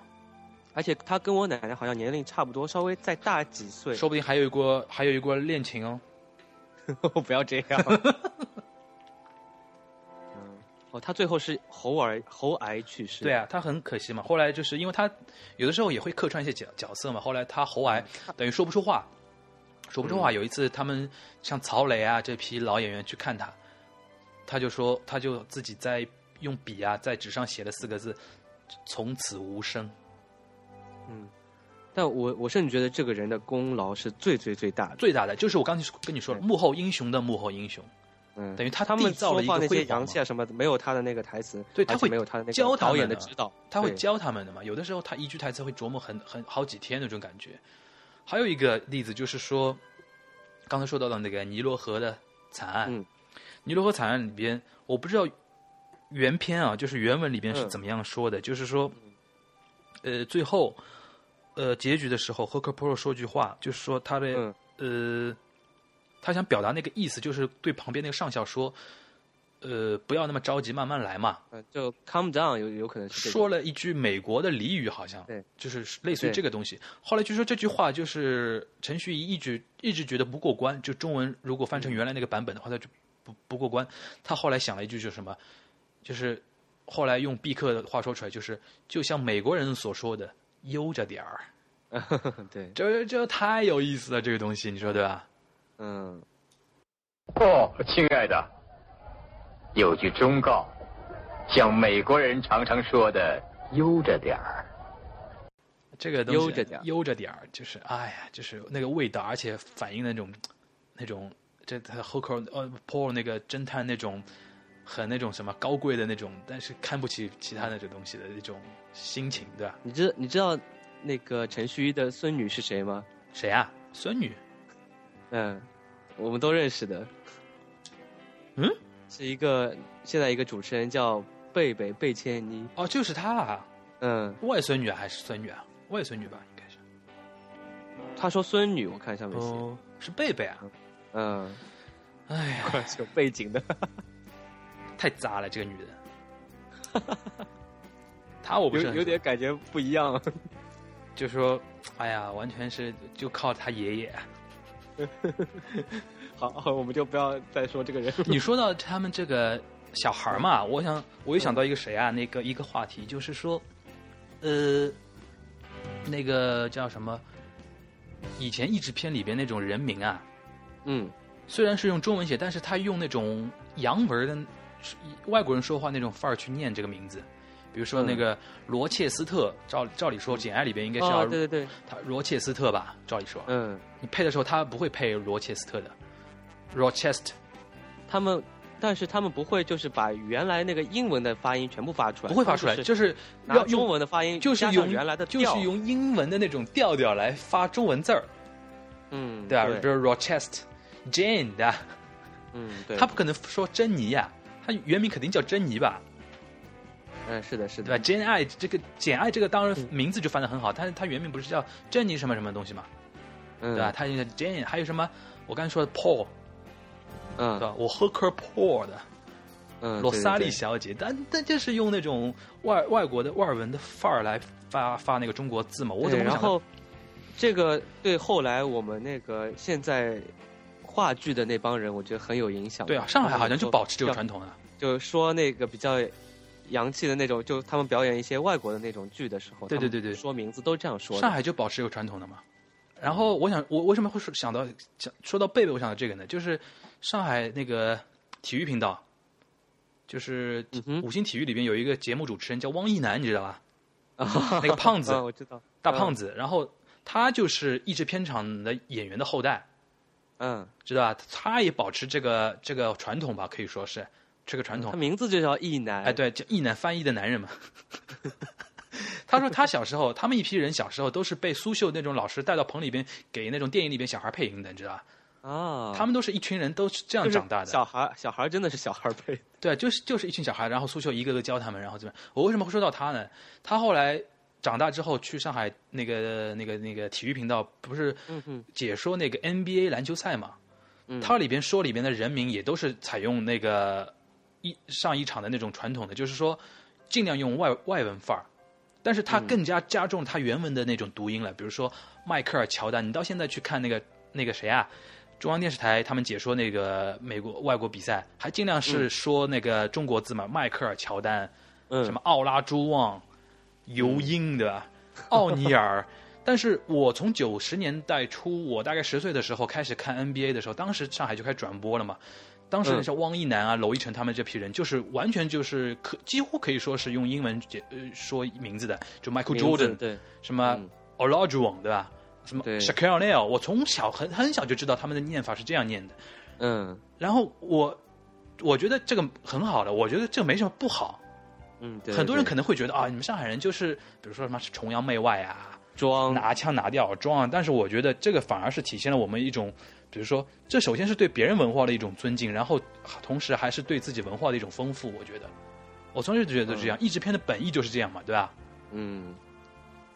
Speaker 8: 而且他跟我奶奶好像年龄差不多，稍微再大几岁。 <laughs>
Speaker 7: 说不定还有一锅还有一锅恋情哦。
Speaker 8: 不要这样。嗯哦，他最后是喉癌喉癌去世。
Speaker 7: 对，啊，他很可惜嘛。后来就是因为他有的时候也会客串一些角角色嘛。后来他喉癌，
Speaker 8: 嗯
Speaker 7: 等于说不出话，说不出话。有一次他们像曹磊啊这批老演员去看他，他就说他就自己在用笔啊在纸上写了四个字：从此无声。
Speaker 8: 但我我甚至觉得这个人的功劳是最最最大的。
Speaker 7: 最大的就是我刚才跟你说了，
Speaker 8: 嗯
Speaker 7: 幕后英雄的幕后英雄。
Speaker 8: 嗯，
Speaker 7: 等于他
Speaker 8: 他们
Speaker 7: 缔造了一
Speaker 8: 说
Speaker 7: 个
Speaker 8: 话那些
Speaker 7: 辉煌
Speaker 8: 洋气啊什么的，没有他的那个台词，
Speaker 7: 对他
Speaker 8: 而且
Speaker 7: 会
Speaker 8: 没有他的那
Speaker 7: 教
Speaker 8: 个
Speaker 7: 他
Speaker 8: 导演
Speaker 7: 们
Speaker 8: 的
Speaker 7: 的
Speaker 8: 指导，
Speaker 7: 他会
Speaker 8: 对。
Speaker 7: 教他们的嘛。有的时候他一句台词会琢磨很很好几天那种感觉。还有一个例子就是说，刚才说到的那个尼罗河的惨案，
Speaker 8: 嗯
Speaker 7: 尼罗河惨案里边，我不知道原片啊，就是原文里边是
Speaker 8: 嗯
Speaker 7: 怎么样说的，就是说，呃，最后，呃，结局的时候，赫克波罗说句话，就是说他
Speaker 8: 嗯
Speaker 7: 的、呃，他想表达那个意思，就是对旁边那个上校说，呃，不要那么着急，慢慢来嘛。
Speaker 8: 嗯，就 calm down 有有可能是这个
Speaker 7: 说了一句美国的俚语，好像
Speaker 8: 对，
Speaker 7: 就是类似于
Speaker 8: 对
Speaker 7: 这个东西。后来据说这句话就是程序一一直一直觉得不过关，就中文如果翻成原来那个版本的话，他就不不过关。他后来想了一句，就是什么，就是后来用毕克的话说出来，就是就像美国人所说的“悠着点儿
Speaker 8: <laughs> 对”，，
Speaker 7: 这这太有意思了，这个东西，你说对吧？
Speaker 8: 嗯，
Speaker 10: 哦，亲爱的，有句忠告，像美国人常常说的悠着点儿。
Speaker 7: 这个东西
Speaker 8: 悠着点儿
Speaker 7: 悠着点儿，就是哎呀，就是那个味道，而且反映那种那种这他的 Hooker 呃 Paul 那个侦探那种很那种什么高贵的那种，但是看不起其他那种东西的那种心情，对吧？
Speaker 8: 你知你知道那个陈旭一的孙女是谁吗？
Speaker 7: 谁啊？孙女？
Speaker 8: 嗯，我们都认识的。
Speaker 7: 嗯，
Speaker 8: 是一个现在一个主持人叫贝贝贝倩妮。
Speaker 7: 哦，就是她啊，
Speaker 8: 嗯，
Speaker 7: 外孙女啊还是孙女啊？外孙女吧，应该是。
Speaker 8: 他说孙女，我看上面写，
Speaker 7: 哦，是贝贝啊！
Speaker 8: 嗯， <laughs>
Speaker 7: 哎呀，
Speaker 8: 果然是有背景的。
Speaker 7: 太渣了，这个女人。
Speaker 8: <laughs>
Speaker 7: 她我不
Speaker 8: 有
Speaker 7: 是很
Speaker 8: 有点感觉不一样。
Speaker 7: 就说，哎呀，完全是就靠他爷爷。
Speaker 8: 好，好我们就不要再说这个人。
Speaker 7: <laughs> 你说到他们这个小孩儿嘛，我想我又想到一个谁啊？那个一个话题就是说，呃，那个叫什么？以前译制片里边那种人名啊，
Speaker 8: 嗯，
Speaker 7: 虽然是用中文写，但是他用那种洋文的外国人说话那种范儿去念这个名字。比如说那个罗切斯特，照照理说《简爱》里边应该是要、
Speaker 8: 嗯哦，对对对，
Speaker 7: 他罗切斯特吧？照理说，
Speaker 8: 嗯，
Speaker 7: 你配的时候他不会配罗切斯特的，Rochester
Speaker 8: 他们，但是他们不会就是把原来那个英文的发音全部发出来，
Speaker 7: 不会发出来，
Speaker 8: 他们
Speaker 7: 就
Speaker 8: 就是拿
Speaker 7: 要
Speaker 8: 中
Speaker 7: 用
Speaker 8: 文的发音，
Speaker 7: 就是
Speaker 8: 加上
Speaker 7: 用
Speaker 8: 原来的
Speaker 7: 就是
Speaker 8: 调，
Speaker 7: 用英文的那种调调来发中文字儿，
Speaker 8: 嗯，
Speaker 7: 对吧？啊比如 Rochester、Jane 对吧？
Speaker 8: 嗯，对，
Speaker 7: 他不可能说珍妮呀、他原名肯定叫珍妮吧，
Speaker 8: 嗯，是的，是
Speaker 7: 对
Speaker 8: 的，
Speaker 7: 吧？Jane 爱这个简爱这个当然
Speaker 8: 嗯
Speaker 7: 名字就翻得很好，但是他原名不是叫珍妮什么什么东西嘛，
Speaker 8: 嗯，
Speaker 7: 对吧？？他叫 Jane，还有什么？我刚才说的 Paul 对
Speaker 8: 嗯
Speaker 7: 吧？我喝颗 Paul 的，
Speaker 8: 嗯，
Speaker 7: 罗莎莉
Speaker 8: 对，
Speaker 7: 小姐，但但就是用那种外外国的外文的范儿来发发那个中国字嘛，我
Speaker 8: 对
Speaker 7: 怎
Speaker 8: 对
Speaker 7: 么
Speaker 8: 然
Speaker 7: 想到？
Speaker 8: 后这个对后来我们那个现在话剧的那帮人，我觉得很有影响。
Speaker 7: 对啊，上海好像就保持这个
Speaker 8: 要
Speaker 7: 传统啊。
Speaker 8: 就说那个比较洋气的那种，就他们表演一些外国的那种剧的时候，
Speaker 7: 对对
Speaker 8: 他们
Speaker 7: 对对
Speaker 8: 说名字都这样说的。
Speaker 7: 上海就保持这个传统的嘛。然后我想，我为什么会说想到想说到贝贝，我想到这个呢？就是上海那个体育频道，就是
Speaker 8: 嗯哼
Speaker 7: 五星体育里边有一个节目主持人叫汪一楠，你知道吧？
Speaker 8: 那
Speaker 7: <laughs> 那个胖子
Speaker 8: 哦啊我知道，
Speaker 7: 大胖子。然后他就是译制片厂的演员的后代，
Speaker 8: 嗯，
Speaker 7: 知道吧？他也保持这个这个传统吧，可以说是这个传统
Speaker 8: 他。名字就叫易南。
Speaker 7: 哦哎，，对，叫一男翻译的男人嘛。 <laughs> 他说他小时候，他们一批人小时候都是被苏绣那种老师带到棚里边给那种电影里边小孩配音的，你知道吧？
Speaker 8: 啊，
Speaker 7: 他们都是一群人，都是这样长大
Speaker 8: 就是
Speaker 7: 的。
Speaker 8: 小孩，小孩真的是小孩配的。
Speaker 7: 对，就是就是一群小孩，然后苏绣一个个教他们，然后怎么样？我为什么会说到他呢？他后来长大之后去上海那个那个那个体育频道，不是
Speaker 8: 嗯哼，
Speaker 7: 解说那个 NBA 篮球赛嘛？
Speaker 8: 嗯
Speaker 7: 它里边说里边的人名也都是采用那个一上一场的那种传统的，就是说尽量用外外文范儿，但是
Speaker 8: 嗯
Speaker 7: 它更加加重它原文的那种读音了。比如说迈克尔乔丹，你到现在去看那个那个谁啊，中央电视台他们解说那个美国外国比赛，还尽量是说那个中国字嘛，迈克尔乔丹，
Speaker 8: 嗯，
Speaker 7: 什么？奥拉朱旺、尤因对
Speaker 8: <laughs>
Speaker 7: 吧？奥尼尔。但是我从九十年代初，我大概十岁的时候开始看 NBA 的时候，当时上海就开始转播了嘛。当时
Speaker 8: 嗯
Speaker 7: 像汪一楠啊、娄艺晨他们这批人，就是完全就是可几乎可以说是用英文解呃说名字的，就 Michael
Speaker 8: 名字
Speaker 7: Jordan，
Speaker 8: 对，
Speaker 7: 什么
Speaker 8: 嗯
Speaker 7: Olajuwon 对吧？什么
Speaker 8: 对
Speaker 7: Shaquille O'Neal，我从小很很小就知道他们的念法是这样念的。
Speaker 8: 嗯
Speaker 7: 然后我我觉得这个很好的，我觉得这没什么不好。
Speaker 8: 嗯，对，
Speaker 7: 很多人
Speaker 8: 对
Speaker 7: 可能会觉得啊，你们上海人就是，比如说什么是崇洋媚外啊，
Speaker 8: 装，
Speaker 7: 拿腔拿调装啊。但是我觉得这个反而是体现了我们一种，比如说，这首先是对别人文化的一种尊敬，然后同时还是对自己文化的一种丰富。我觉得，我从小就觉得这样，译制片的本意就是这样嘛，对吧？
Speaker 8: 嗯，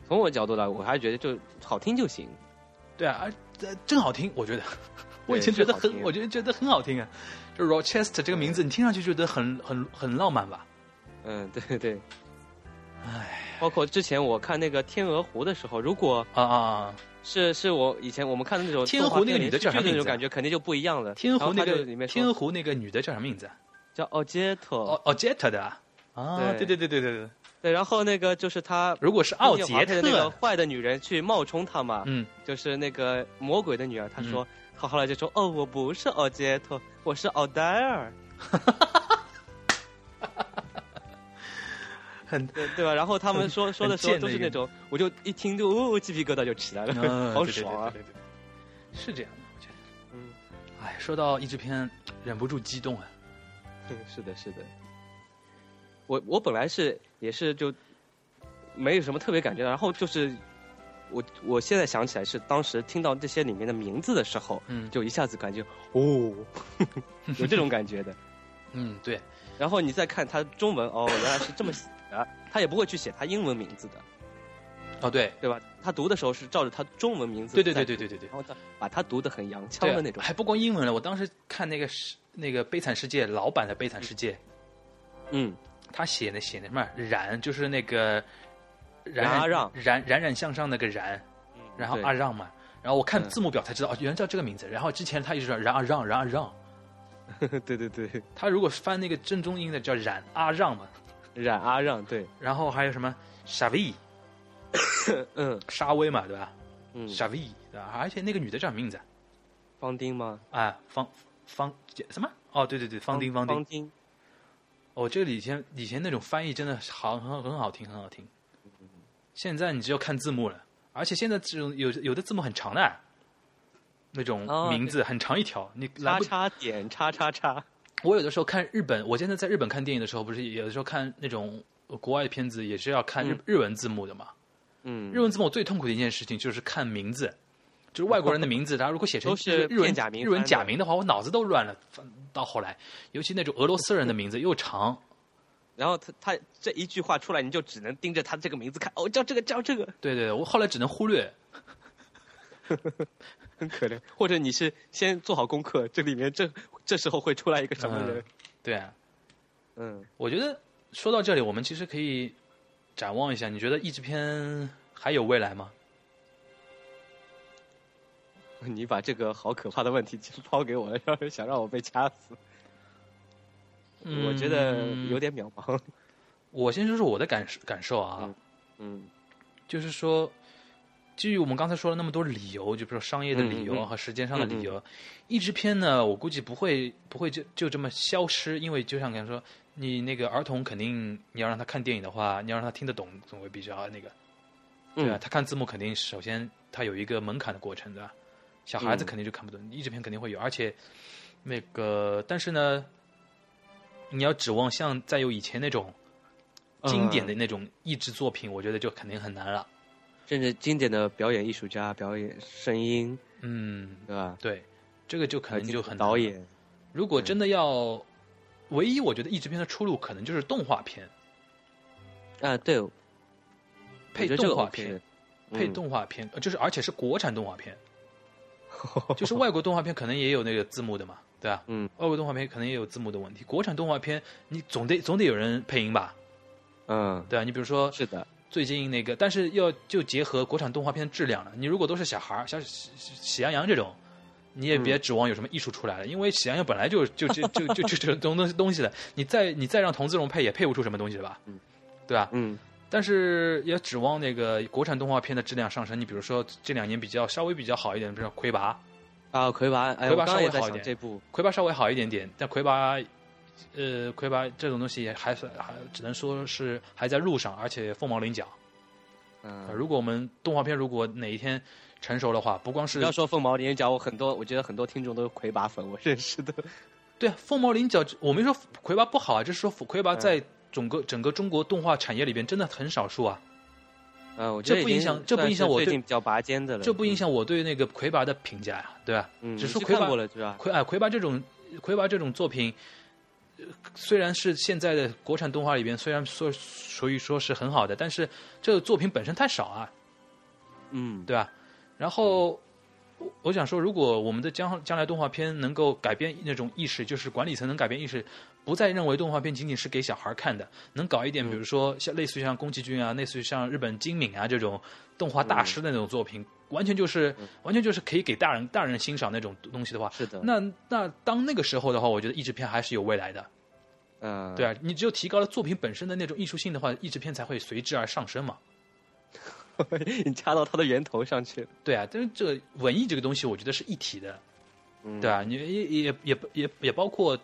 Speaker 8: 从我角度来，我还觉得就好听就行。
Speaker 7: 对啊，而呃真好听，我觉得。 <laughs> 我以前觉得
Speaker 8: 是好
Speaker 7: 很，
Speaker 8: 听
Speaker 7: 我觉得觉得很好听啊，就 Rochester 这个名字，你听上去觉得很很很浪漫吧？
Speaker 8: 嗯，对对。唉，包括之前我看那个《天鹅湖》的时候，如果
Speaker 7: 啊啊啊！
Speaker 8: 是是我以前我们看的那种
Speaker 7: 天鹅
Speaker 8: 动
Speaker 7: 湖
Speaker 8: 画片
Speaker 7: 那个女的叫啥
Speaker 8: 连续剧
Speaker 7: 名
Speaker 8: 那
Speaker 7: 字
Speaker 8: 种
Speaker 7: 啊
Speaker 8: 感觉肯定就不一样了。
Speaker 7: 天鹅湖
Speaker 8: 然后
Speaker 7: 那
Speaker 8: 它就
Speaker 7: 个
Speaker 8: 里面说
Speaker 7: 天鹅湖那个女的叫什么名字啊？
Speaker 8: 叫奥杰特，
Speaker 7: 哦哦杰特的啊，啊对
Speaker 8: 对
Speaker 7: 对对对对对。
Speaker 8: 对，然后那个就是他
Speaker 7: 如果是奥
Speaker 8: 温
Speaker 7: 杰
Speaker 8: 妮华配的那个
Speaker 7: 特，
Speaker 8: 坏的女人去冒充他嘛，
Speaker 7: 嗯，
Speaker 8: 就是那个魔鬼的女儿，她说，她后来就说，哦，我不是奥杰特，我是奥黛尔，
Speaker 7: <laughs> 很
Speaker 8: 对对吧？然后他们说说的时候都是那种，我就一听就哦鸡皮疙瘩就起来了，
Speaker 7: 嗯
Speaker 8: <laughs> 好
Speaker 7: 对对对
Speaker 8: 爽啊！
Speaker 7: 对对对对是这样的，我觉得。
Speaker 8: 嗯，
Speaker 7: 哎，说到译制片，忍不住激动啊！
Speaker 8: 是的，是的。我我本来是也是就没有什么特别感觉的，然后就是我我现在想起来是当时听到这些里面的名字的时候，
Speaker 7: 嗯
Speaker 8: 就一下子感觉哦， <laughs> 有这种感觉的。
Speaker 7: 嗯，对，
Speaker 8: 然后你再看它中文，哦，原来是这么写的，他也不会去写他英文名字的，
Speaker 7: 哦对，
Speaker 8: 对吧？他读的时候是照着他中文名字，
Speaker 7: 对对对对，对对对
Speaker 8: 然，后他把它读的很洋腔
Speaker 7: 对啊
Speaker 8: 的那种，
Speaker 7: 还不光英文了。我当时看那个是那个《悲惨世界》老版的《悲惨世界》，
Speaker 8: 嗯， <laughs>
Speaker 7: 他写的写的什么冉，就是那个冉
Speaker 8: 冉阿让嗯
Speaker 7: 冉冉冉向上那个冉，然后
Speaker 8: 对
Speaker 7: 阿让嘛。然后我看
Speaker 8: 嗯
Speaker 7: 字幕表才知道，哦，原来叫这个名字。然后之前他一直说冉阿让，冉阿让。
Speaker 8: 对对对，
Speaker 7: 他如果翻那个正宗音的叫冉阿让嘛。
Speaker 8: 冉阿让，对，
Speaker 7: 然后还有什么傻威
Speaker 8: 嗯
Speaker 7: 沙威嘛，对吧？
Speaker 8: 嗯，
Speaker 7: 傻威，对吧？而且那个女的叫什么名字啊
Speaker 8: 方丁吗？
Speaker 7: 啊？方方什么？哦，对对对，方丁方丁
Speaker 8: 方。丁，
Speaker 7: 哦，这个以前以前那种翻译真的好很很好听，很好听。现在你只有看字幕了，而且现在这种有有的字幕很长的，啊那种
Speaker 8: 哦
Speaker 7: 名字很长一条，你
Speaker 8: 叉
Speaker 7: 来不。
Speaker 8: 叉点叉叉叉，
Speaker 7: 我有的时候看日本，我现在在日本看电影的时候，不是有的时候看那种呃国外的片子也是要看日、
Speaker 8: 嗯
Speaker 7: 日文字幕的嘛。
Speaker 8: 嗯，
Speaker 7: 日文字幕我最痛苦的一件事情就是看名字，就是外国人的
Speaker 8: <laughs>
Speaker 7: 名字，他如果写成
Speaker 8: 都是
Speaker 7: 日文
Speaker 8: 片假名
Speaker 7: 日文
Speaker 8: 翻的
Speaker 7: 假名的话，我脑子都乱了。到后来，尤其那种俄罗斯人的名字又长，
Speaker 8: 然后他他这一句话出来，你就只能盯着他这个名字看，哦，叫这个叫这个，
Speaker 7: 对对，我后来只能忽略。
Speaker 8: 很可怜。或者你是先做好功课，这里面这这时候会出来一个什么人？
Speaker 7: 对啊，
Speaker 8: 嗯，
Speaker 7: 我觉得说到这里，我们其实可以展望一下，你觉得译制片还有未来吗？
Speaker 8: <laughs> 你把这个好可怕的问题抛给我了，让想让我被掐死，我觉得有。点渺茫。
Speaker 7: 我先说说我的感受感受啊，
Speaker 8: 嗯 <laughs> <laughs> 嗯
Speaker 7: 就是说，基于我们刚才说了那么多理由，就比如说商业的理由
Speaker 8: 嗯嗯
Speaker 7: 啊
Speaker 8: 嗯
Speaker 7: 和时间上的理由，译制片呢，我估计不会不会就就这么消失，因为就像刚才说，你那个儿童肯定你要让他看电影的话，你要让他听得懂，总会比较啊那个，对吧？
Speaker 8: 嗯
Speaker 7: 他看字幕肯定首先他有一个门槛的过程，对吧？小孩子
Speaker 8: 嗯
Speaker 7: 肯定就看不懂，译制片肯定会有，而且那个，但是呢，你要指望像再有以前那种
Speaker 8: 嗯
Speaker 7: 经典的那种译制作品，我觉得就肯定很难了。
Speaker 8: 甚至经典的表演艺术家、表演声音，
Speaker 7: 嗯，
Speaker 8: 对吧？
Speaker 7: 对，这个就可能就很难了
Speaker 8: 导。演，
Speaker 7: 如果真的要，唯一我觉得译制片的出路可能就是动画片，
Speaker 8: 啊，对，我
Speaker 7: 配
Speaker 8: 觉得这
Speaker 7: 动
Speaker 8: 个
Speaker 7: 画
Speaker 8: OK
Speaker 7: 片
Speaker 8: 的，
Speaker 7: 配
Speaker 8: 嗯
Speaker 7: 动画片，呃就是而且是国产动画
Speaker 8: <laughs>
Speaker 7: 片，就是外国动画片可能也有那个字幕的嘛，对吧？
Speaker 8: 嗯，
Speaker 7: 外国动画片可能也有字幕的问题，国产动画片你总得总得有人配音吧，
Speaker 8: 嗯，
Speaker 7: 对吧？你比如说
Speaker 8: 是的，
Speaker 7: 最近那个，但是要就结合国产动画片的质量了。你如果都是小孩儿，像喜喜喜羊羊这种，你也
Speaker 8: 嗯
Speaker 7: 别指望有什么艺术出来了，因为喜羊羊本来就就就就就就这种东西东西了。你再你再让童自荣配，也配不出什么东西了吧？
Speaker 8: 嗯，
Speaker 7: 对吧？
Speaker 8: 嗯
Speaker 7: 但是也指望那个国产动画片的质量上升。你比如说这两年比较稍微比较好一点，比如说《魁拔》，
Speaker 8: 啊，魁拔，哎，
Speaker 7: 魁
Speaker 8: 我
Speaker 7: 拔
Speaker 8: 刚
Speaker 7: 稍
Speaker 8: 刚
Speaker 7: 微
Speaker 8: 也在
Speaker 7: 好一
Speaker 8: 想
Speaker 7: 点
Speaker 8: 这部，
Speaker 7: 魁拔稍微好一点点，但魁拔，呃，魁拔这种东西还是还只能说是还在路上，而且凤毛麟角。
Speaker 8: 嗯
Speaker 7: 呃，如果我们动画片如果哪一天成熟的话，不光是
Speaker 8: 不要说凤毛麟角，我很多，我觉得很多听众都是魁拔粉，我认识的。
Speaker 7: 对啊，凤毛麟角，我没说魁拔不好啊，就是说魁
Speaker 8: 嗯
Speaker 7: 拔在整个、整个中国动画产业里边真的很少数啊，
Speaker 8: 嗯，我
Speaker 7: 这
Speaker 8: 觉得
Speaker 7: 不
Speaker 8: 已经
Speaker 7: 影响这不
Speaker 8: 算
Speaker 7: 影响
Speaker 8: 是
Speaker 7: 我
Speaker 8: 最
Speaker 7: 对
Speaker 8: 近比较拔尖的了。
Speaker 7: 这不影响我对那个魁拔的评价呀、对吧、
Speaker 8: 嗯嗯，嗯，
Speaker 7: 只
Speaker 8: 你
Speaker 7: 是
Speaker 8: 去
Speaker 7: 魁
Speaker 8: 看
Speaker 7: 拔
Speaker 8: 过了是吧？
Speaker 7: 魁啊魁拔这种魁拔这种作品。呃虽然是现在的国产动画里边，虽然说属于说是很好的，但是这个作品本身太少啊，
Speaker 8: 嗯，
Speaker 7: 对吧？然后我我想说，如果我们的将将来动画片能够改变那种意识，就是管理层能改变意识，不再认为动画片仅仅是给小孩看的，能搞一点，比如说像类似于像宫崎骏啊，类似于像日本精敏啊这种动画大师的那种作品，完全就是完全就是可以给大人大人欣赏那种东西的话，
Speaker 8: 是的。
Speaker 7: 那那当那个时候的话，我觉得译制片还是有未来的。
Speaker 8: 嗯，
Speaker 7: 对啊，你只有提高了作品本身的那种艺术性的话，译制片才会随之而上升嘛。
Speaker 8: <laughs> 你掐到它的源头上去了。
Speaker 7: 对啊，但是这个文艺这个东西，我觉得是一体的。
Speaker 8: 嗯
Speaker 7: 对，啊，你也也也也也也包括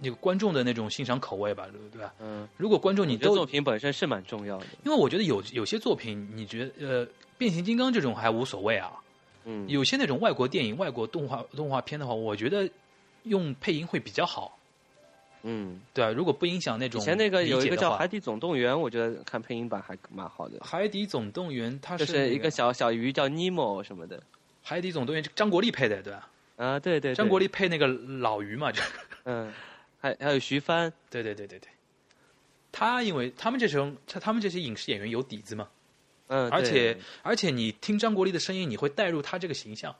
Speaker 7: 那个观众的那种欣赏口味吧，对对吧？
Speaker 8: 嗯，
Speaker 7: 如果观众你
Speaker 8: 你的作
Speaker 7: 都，
Speaker 8: 品本身是蛮重要的。
Speaker 7: 因为我觉得有有些作品，你觉得呃，变形金刚这种还无所谓啊，
Speaker 8: 嗯，
Speaker 7: 有些那种外国电影、外国动画动画片的话，我觉得用配音会比较好，
Speaker 8: 嗯，
Speaker 7: 对啊吧？如果不影响那
Speaker 8: 以
Speaker 7: 种
Speaker 8: 前那个有一
Speaker 7: 理
Speaker 8: 个
Speaker 7: 解的
Speaker 8: 叫《
Speaker 7: 话
Speaker 8: 海底总动员》，我觉得看配音版还蛮好的，
Speaker 7: 《海底总动员》，它
Speaker 8: 就是
Speaker 7: 那
Speaker 8: 是一个小小鱼叫尼莫什么的。
Speaker 7: 《海底总动员》，张国立配的，对吧？
Speaker 8: 啊，对对，对
Speaker 7: 张国，立配那个老鱼嘛，就
Speaker 8: 嗯，还还有徐帆，
Speaker 7: 对对对对对。他因为他们这种他他们这些影视演员有底子嘛，
Speaker 8: 嗯，
Speaker 7: 而
Speaker 8: 对
Speaker 7: 且而且你听张国立的声音，你会带入他这个形象。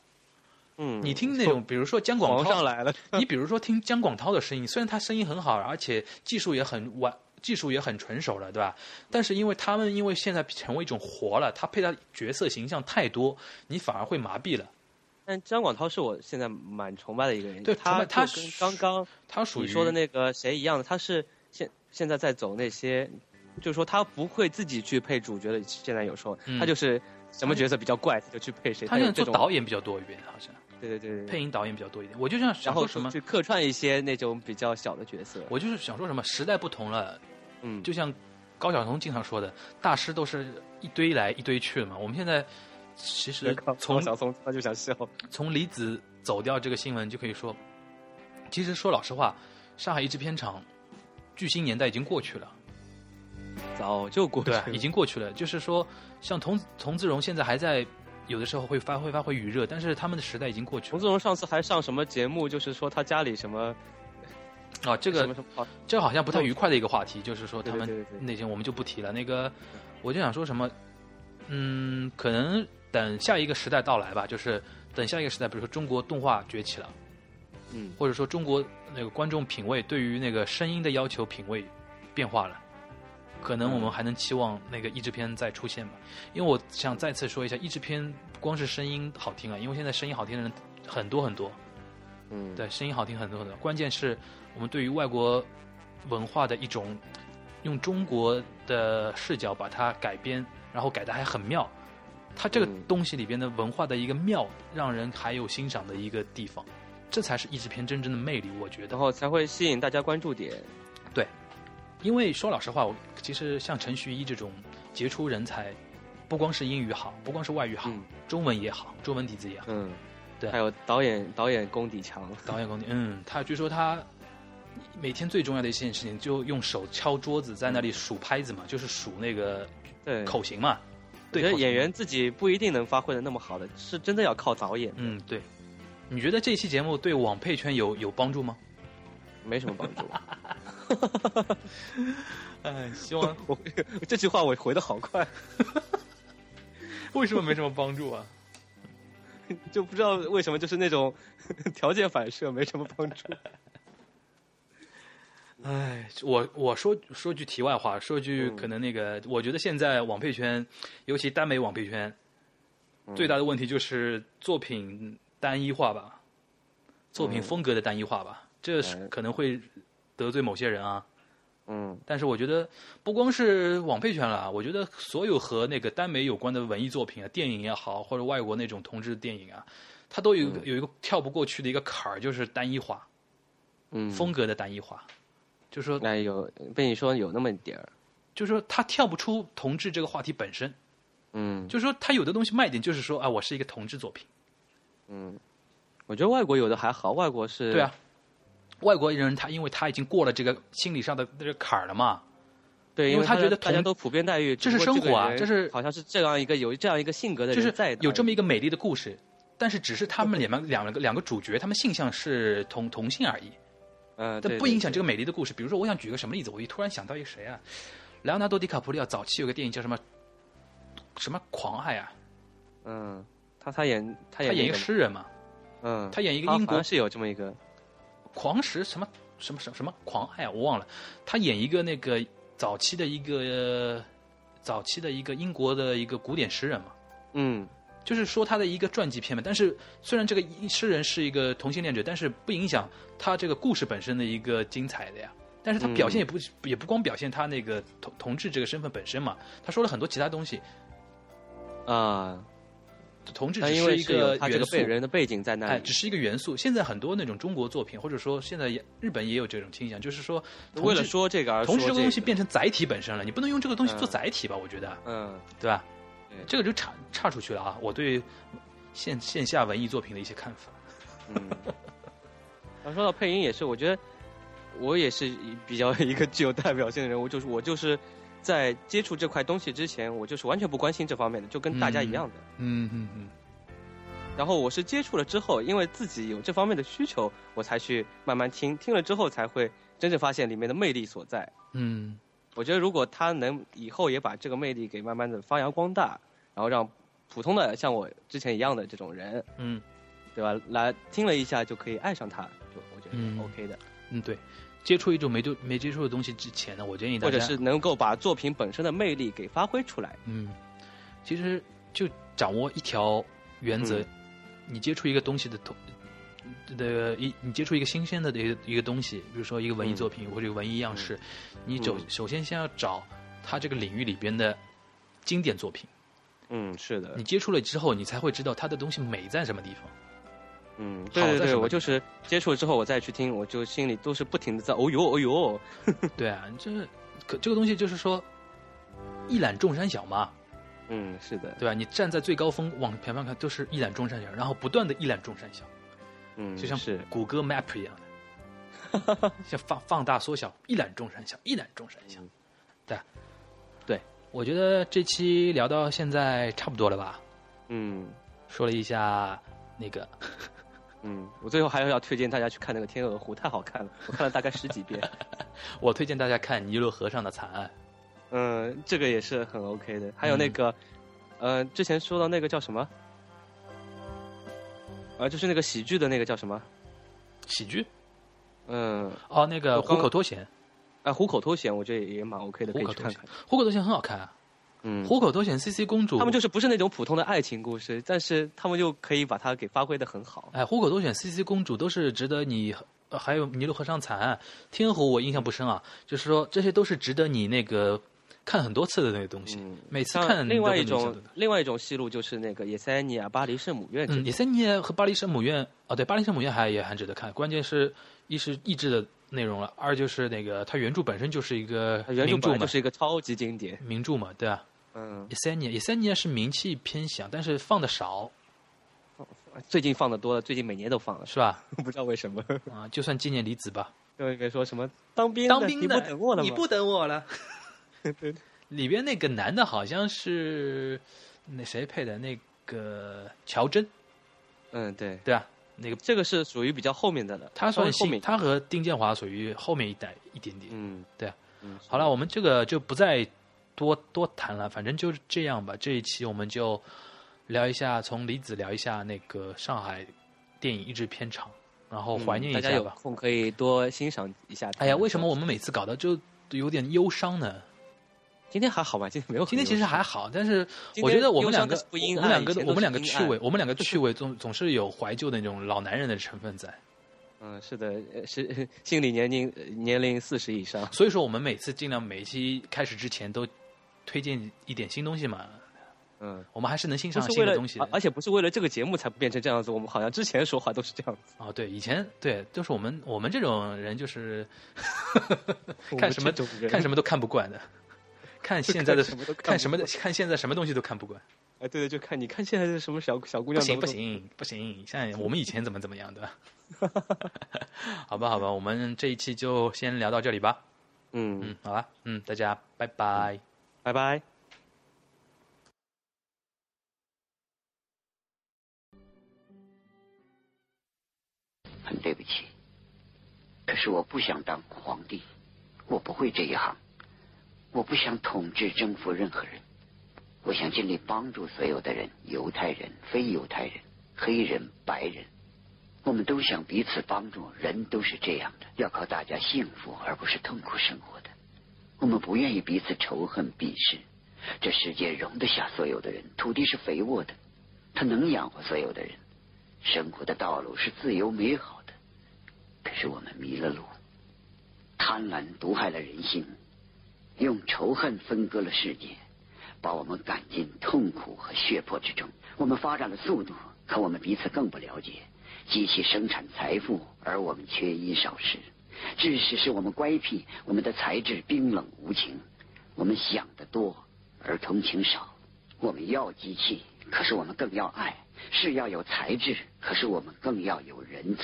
Speaker 8: 嗯，
Speaker 7: 你听那种，比如说姜广
Speaker 8: 皇
Speaker 7: 涛
Speaker 8: 上，来了，
Speaker 7: 你比如说听姜广涛的声音，虽然他声音很好，而且技术也很完，技术也很纯熟了，对吧？但是因为他们因为现在成为一种活了，他配他角色形象太多，你反而会麻痹了。
Speaker 8: 但张广涛是我现在蛮崇拜的一个人，
Speaker 7: 对崇
Speaker 8: 他
Speaker 7: 拜他
Speaker 8: 就跟
Speaker 7: 是
Speaker 8: 刚刚
Speaker 7: 他属于
Speaker 8: 你说的那个谁一样的，他是现现在在走那些，就是说他不会自己去配主角的，现在有时候、
Speaker 7: 嗯
Speaker 8: 他就是什么角色比较怪，他就去配谁，
Speaker 7: 他
Speaker 8: 有
Speaker 7: 现在
Speaker 8: 这
Speaker 7: 做
Speaker 8: 种
Speaker 7: 导演比较多一点，好像
Speaker 8: 对对对对
Speaker 7: 配音导演比较多一点。我就想想
Speaker 8: 然后
Speaker 7: 说什么
Speaker 8: 去，客串一些那种比较小的角色， <laughs>
Speaker 7: 我就是想说什么，时代不同了，
Speaker 8: 嗯，
Speaker 7: 就像高晓松经常说的，大师都是一堆来一堆去的嘛。我们现在其实
Speaker 8: 靠
Speaker 7: 从
Speaker 8: 小松他就想
Speaker 7: <laughs>
Speaker 8: 笑，
Speaker 7: 从离子走掉这个新闻就可以说，其实说老实话，上海译制片厂巨星年代已经过去了，
Speaker 8: 早就 <laughs> 过去
Speaker 7: 对
Speaker 8: 了，，
Speaker 7: 已经过去了。就是说，像童童自荣现在还在有的时候会发挥发挥余热，但是他们的时代已经过去
Speaker 8: 洪
Speaker 7: 了
Speaker 8: 自。荣上次还上什么节目，就是说他家里什么
Speaker 7: 啊，这
Speaker 8: 什
Speaker 7: 个
Speaker 8: 么什么好
Speaker 7: 这个好像不太愉快的一个话题，就是说他
Speaker 8: 对对
Speaker 7: 们
Speaker 8: 对对
Speaker 7: 那些我们就不提了。那个，我就想说什么，嗯，可能等下一个时代到来吧，就是等下一个时代，比如说中国动画崛起了，
Speaker 8: 嗯
Speaker 7: 或者说中国那个观众品味对于那个声音的要求品味变化了，可能我们还能期望那个译制片再出现吧。因为我想再次说一下，译制片不光是声音好听啊，因为现在声音好听的人很多很多，
Speaker 8: 嗯
Speaker 7: 对，声音好听很多很多。关键是我们对于外国文化的一种用中国的视角把它改编，然后改的还很妙。它这个
Speaker 8: 嗯
Speaker 7: 东西里边的文化的一个妙，让人还有欣赏的一个地方，这才是译制片真正的魅力，我觉得
Speaker 8: 然。后才会吸引大家关注点，
Speaker 7: 因为说老实话，我其实像陈徐一这种杰出人才，不光是英语好，不光是外语好，
Speaker 8: 嗯
Speaker 7: 中文也好，中文底子也好，
Speaker 8: 嗯，
Speaker 7: 对
Speaker 8: 还有导演导演功底强，
Speaker 7: 导演功底，嗯，他据说他每天最重要的一件事情，就用手敲桌子，在那里数拍子嘛，就是数那个
Speaker 8: 对
Speaker 7: 口型嘛。对，
Speaker 8: 我觉
Speaker 7: 口
Speaker 8: 得
Speaker 7: 型
Speaker 8: 演员，自己不一定能发挥的那么好的，是真的要靠导演，
Speaker 7: 嗯，对。你觉得这期节目对网配圈有有帮助吗？
Speaker 8: <laughs> 没什么帮助。
Speaker 7: 嗯，希望。 <laughs>
Speaker 8: 我这句话我回的好快，
Speaker 7: 为什么没什么帮助啊？
Speaker 8: 就不知道为什么就是那种 <laughs> 条件反射，没什么帮助。
Speaker 7: 哎，我我说说句题外话，说句
Speaker 8: 嗯
Speaker 7: 可能那个，我觉得现在网配圈，尤其耽美网配圈，
Speaker 8: 嗯
Speaker 7: 最大的问题就是作品单一化吧，作品
Speaker 8: 嗯
Speaker 7: 风格的单一化吧，这是
Speaker 8: 哎
Speaker 7: 可能会得罪某些人啊。
Speaker 8: 嗯，
Speaker 7: 但是我觉得不光是网配圈了啊，我觉得所有和那个耽美有关的文艺作品啊，电影也好，或者外国那种同志电影啊，它都有一个、有一个跳不过去的一个坎儿，就是单一化，
Speaker 8: 嗯
Speaker 7: 风格的单一化，就是说
Speaker 8: 哎有被你说有那么一点儿，
Speaker 7: 就是说他跳不出同志这个话题本身，
Speaker 8: 嗯，
Speaker 7: 就是说他有的东西卖点就是说啊，我是一个同志作品，
Speaker 8: 我觉得外国有的还好，外国是
Speaker 7: 对啊，，外国人他因为他已经过了这个心理上的这个坎儿了嘛，
Speaker 8: 对，
Speaker 7: 因
Speaker 8: 因
Speaker 7: 为他
Speaker 8: 大
Speaker 7: 觉得
Speaker 8: 大家
Speaker 7: 同
Speaker 8: 都普遍待遇，
Speaker 7: 这
Speaker 8: 只
Speaker 7: 是
Speaker 8: 不过
Speaker 7: 生活啊
Speaker 8: 个人
Speaker 7: 这是
Speaker 8: 好像是这样一个有这样一个性格的
Speaker 7: 就是
Speaker 8: 人在的
Speaker 7: 有这么一个美丽的故事，但是只是他们两个两个两个主角他们性向是同同性而已，
Speaker 8: 嗯，
Speaker 7: 但
Speaker 8: 对
Speaker 7: 不影响这
Speaker 8: 个
Speaker 7: 个美丽的故事。比如说，我想举个什么例子，我一突然想到一个谁啊，莱昂纳多·迪卡普里奥早期有个电影叫什么什么狂爱啊，
Speaker 8: 嗯，他他演他
Speaker 7: 他
Speaker 8: 演
Speaker 7: 演一
Speaker 8: 哎那
Speaker 7: 个
Speaker 8: 个
Speaker 7: 诗人嘛，
Speaker 8: 嗯，
Speaker 7: 他演一个
Speaker 8: 他
Speaker 7: 英
Speaker 8: 好
Speaker 7: 国
Speaker 8: 像是有这么一个
Speaker 7: 狂石什么什么什么什么狂爱啊，我忘了。他演一个那个早期的一个、呃早期的一个英国的一个古典诗人嘛，
Speaker 8: 嗯
Speaker 7: 就是说他的一个传记片嘛。但是虽然这个诗人是一个同性恋者，但是不影响他这个故事本身的一个精彩的呀。但是他表现也不、也不光表现他那个同同志这个身份本身嘛，他说了很多其他东西，
Speaker 8: 啊，
Speaker 7: 同志
Speaker 8: 但
Speaker 7: 只
Speaker 8: 因
Speaker 7: 是
Speaker 8: 为
Speaker 7: 一
Speaker 8: 是有
Speaker 7: 个
Speaker 8: 他这
Speaker 7: 元
Speaker 8: 个
Speaker 7: 素
Speaker 8: 背，人的背景在那
Speaker 7: 哎，
Speaker 8: 里
Speaker 7: 只，是一个元素。现在很多那种中国作品，或者说现在也日本也有这种倾向，就是说同
Speaker 8: 为了
Speaker 7: 志
Speaker 8: 说这个而
Speaker 7: 同
Speaker 8: 说
Speaker 7: 时这
Speaker 8: 这
Speaker 7: 个东西
Speaker 8: 个
Speaker 7: 变成载体本身了，你不能用这个东西
Speaker 8: 嗯
Speaker 7: 做载体吧？我觉得，
Speaker 8: 嗯，
Speaker 7: 对吧嗯
Speaker 8: 对？
Speaker 7: 这个就差差出去了啊！我对线线下文艺作品的一些看法，
Speaker 8: 嗯，然后说到配音也是，我觉得我也是一比较一个具有代表性的人物，就是我就是在接触这块东西之前，我就是完全不关心这方面的，就跟大家一样的。
Speaker 7: 嗯嗯嗯，
Speaker 8: 然后我是接触了之后，因为自己有这方面的需求，我才去慢慢听，听了之后才会真正发现里面的魅力所在。
Speaker 7: 嗯，
Speaker 8: 我觉得如果他能以后也把这个魅力给慢慢的发扬光大，然后让普通的像我之前一样的这种人，
Speaker 7: 嗯，
Speaker 8: 对吧？来听了一下就可以爱上他，就我觉得
Speaker 7: 嗯
Speaker 8: 是 OK 的。
Speaker 7: 嗯，对，接触一种没对没接触的东西之前呢，我建议大
Speaker 8: 或
Speaker 7: 家，
Speaker 8: 者是能够把作品本身的魅力给发挥出来。
Speaker 7: 嗯，其实就掌握一条原则，
Speaker 8: 嗯
Speaker 7: 你接触一个东西的同的一你接触一个新鲜的一个一个东西，比如说一个文艺
Speaker 8: 嗯
Speaker 7: 作品、或者一个文艺样式，你
Speaker 8: 嗯
Speaker 7: 首首先先要找它这个领域里边的经典作品。
Speaker 8: 嗯，是的
Speaker 7: 你，接触了之后，你才会知道它的东西美在什么地方。
Speaker 8: 嗯，
Speaker 7: 好
Speaker 8: 对对
Speaker 7: 在什
Speaker 8: 对，
Speaker 7: 么
Speaker 8: 我就是接触了之后，我再去听，我就心里都是不停的在哦呦哦呦，
Speaker 7: <laughs> 对啊，就是可这个东西就是说一览众山小嘛，
Speaker 8: 嗯，是的，
Speaker 7: 对吧、你站在最高峰往前方看，都是一览众山小，然后不断的一览众山小，
Speaker 8: 嗯，
Speaker 7: 就像
Speaker 8: 是，
Speaker 7: 谷歌 Map 一样的，
Speaker 8: <laughs>
Speaker 7: 像放放大缩小，一览众山小，一览众山小。对啊，
Speaker 8: 嗯对，
Speaker 7: 我觉得这期聊到现在差不多了吧？
Speaker 8: 嗯
Speaker 7: 说了一下那个 <laughs>
Speaker 8: 嗯，我最后还是要推荐大家去看那个《天鹅湖》，太好看了，我看了大概十几遍，
Speaker 7: 我推荐大家看《尼罗河上的惨案》。
Speaker 8: 嗯，这个也是很 OK
Speaker 7: 嗯
Speaker 8: 的。还有那个，呃，之前说到那个叫什么？啊，就是那个喜剧的那个叫什么？
Speaker 7: 喜剧
Speaker 8: 嗯，
Speaker 7: 哦，那个
Speaker 8: 我刚
Speaker 7: 虎口脱险，
Speaker 8: 啊，虎口脱险，我觉得也也蛮 OK 的，可
Speaker 7: 虎
Speaker 8: 以
Speaker 7: 口
Speaker 8: 去
Speaker 7: 脱
Speaker 8: 看
Speaker 7: 险
Speaker 8: 看。，
Speaker 7: 虎口脱险很好看啊。
Speaker 8: 嗯，
Speaker 7: 虎口脱险 CC 公主，
Speaker 8: 他们就是不是那种普通的爱情故事，但是他们又可以把它给发挥的很好。
Speaker 7: 哎，虎口脱险 CC 公主都是值得你，呃还有尼罗河上惨案、天湖，我印象不深啊，就是说这些都是值得你那个看很多次的那个东西，
Speaker 8: 嗯
Speaker 7: 每次
Speaker 8: 像
Speaker 7: 看
Speaker 8: 另外一
Speaker 7: 你都会有
Speaker 8: 种
Speaker 7: 印象的
Speaker 8: 另外一种戏路就是那个《野塞尼亚啊巴黎圣母院》这
Speaker 7: 嗯，
Speaker 8: 种
Speaker 7: 野，森尼耶和巴黎圣母院哦，对，巴黎圣母院还也还值得看，关键是一是译制的内容了，二就是那个它原著本身就是一个
Speaker 8: 它原著本
Speaker 7: 名著
Speaker 8: 来
Speaker 7: 嘛，
Speaker 8: 就是一个超级经典。
Speaker 7: 名著嘛，对吧、
Speaker 8: 嗯，
Speaker 7: 野森尼耶，野森尼耶是名气偏小，但是放的少，
Speaker 8: 最近放的多了，最近每年都放了， <laughs>
Speaker 7: 是吧？
Speaker 8: 不知道为什么。 <laughs>
Speaker 7: 啊、就算纪念离子吧，
Speaker 8: 因为说什么当兵的
Speaker 7: 当兵
Speaker 8: 你
Speaker 7: 的，
Speaker 8: 不等我了吗？
Speaker 7: 你不等我了。里边那个男的好像是那谁配的？那个乔真，
Speaker 8: 嗯，对，
Speaker 7: 对吧？那个
Speaker 8: 这个是属于比较后面的了，
Speaker 7: 他
Speaker 8: 稍微
Speaker 7: 算
Speaker 8: 哦后
Speaker 7: 新，
Speaker 8: 面。
Speaker 7: 他和丁建华属于后面一代一点点。
Speaker 8: 嗯，
Speaker 7: 对啊
Speaker 8: 嗯，
Speaker 7: 好了，我们这个就不再多多谈了，反正就是这样吧。这一期我们就聊一下，从李子聊一下那个上海电影译制片厂，然后
Speaker 8: 嗯
Speaker 7: 怀念一
Speaker 8: 大家
Speaker 7: 下
Speaker 8: 有
Speaker 7: 吧。
Speaker 8: 空可以多欣赏一下。
Speaker 7: 哎呀，为什么我们每次搞的就有点忧伤呢？
Speaker 8: 今天还好吧？今天没有很
Speaker 7: 今天其
Speaker 8: 忧
Speaker 7: 实
Speaker 8: 伤
Speaker 7: 还好，但是
Speaker 8: 今天
Speaker 7: 我觉得我们
Speaker 8: 忧伤
Speaker 7: 两
Speaker 8: 的
Speaker 7: 个
Speaker 8: 是，不阴
Speaker 7: 我
Speaker 8: 暗
Speaker 7: 们两个
Speaker 8: 以前，都
Speaker 7: 我们两个
Speaker 8: 是阴
Speaker 7: 趣
Speaker 8: 暗
Speaker 7: 味，我们两个趣味总总是有怀旧的那种老男人的成分在。
Speaker 8: 嗯，是的，呃是心理年龄呃年龄四十以上。
Speaker 7: 所以说，我们每次尽量每一期开始之前都推荐一点新东西嘛，
Speaker 8: 嗯，
Speaker 7: 我们还是能欣
Speaker 8: 不
Speaker 7: 赏
Speaker 8: 是
Speaker 7: 新
Speaker 8: 为
Speaker 7: 的
Speaker 8: 了啊
Speaker 7: 东西的
Speaker 8: 而。而且不是为了这个节目才变成这样子。我们好像之前说话都是这样子。
Speaker 7: 哦，对，以前对，就是我们我们这种人就是
Speaker 8: 我们
Speaker 7: <laughs> 看什么
Speaker 8: 这种人
Speaker 7: 看什么都看
Speaker 8: <laughs>
Speaker 7: 不惯的，看现在的
Speaker 8: 看什么都看不惯
Speaker 7: 看什么的看现在什么东西都看不惯，
Speaker 8: 哎，对对，就看你看现在的什么小小姑
Speaker 7: 不
Speaker 8: 娘
Speaker 7: 行
Speaker 8: 懂
Speaker 7: 不
Speaker 8: 懂，
Speaker 7: 行不行，像我们以前怎么怎么
Speaker 8: <laughs>
Speaker 7: 样的，好吧好吧，我们这一期就先聊到这里吧。
Speaker 8: 嗯，
Speaker 7: 嗯，好吧，嗯，大家拜拜。
Speaker 8: 拜拜。
Speaker 9: 很对不起，可是我不想当皇帝，我不会这一行，我不想统治征服任何人，我想尽力帮助所有的人，犹太人、非犹太人、黑人、白人，我们都想彼此帮助，人都是这样的，要靠大家幸福而不是痛苦生活的，我们不愿意彼此仇恨、鄙视，这世界容得下所有的人，土地是肥沃的，它能养活所有的人。生活的道路是自由美好的，可是我们迷了路，贪婪毒害了人性，用仇恨分割了世界，把我们赶进痛苦和血泊之中。我们发展了速度，可我们彼此更不了解。机器生产财富，而我们缺衣少食。致使是我们乖僻，我们的才智冰冷无情。我们想得多，而同情少。我们要机器，可是我们更要爱；是要有才智，可是我们更要有仁慈。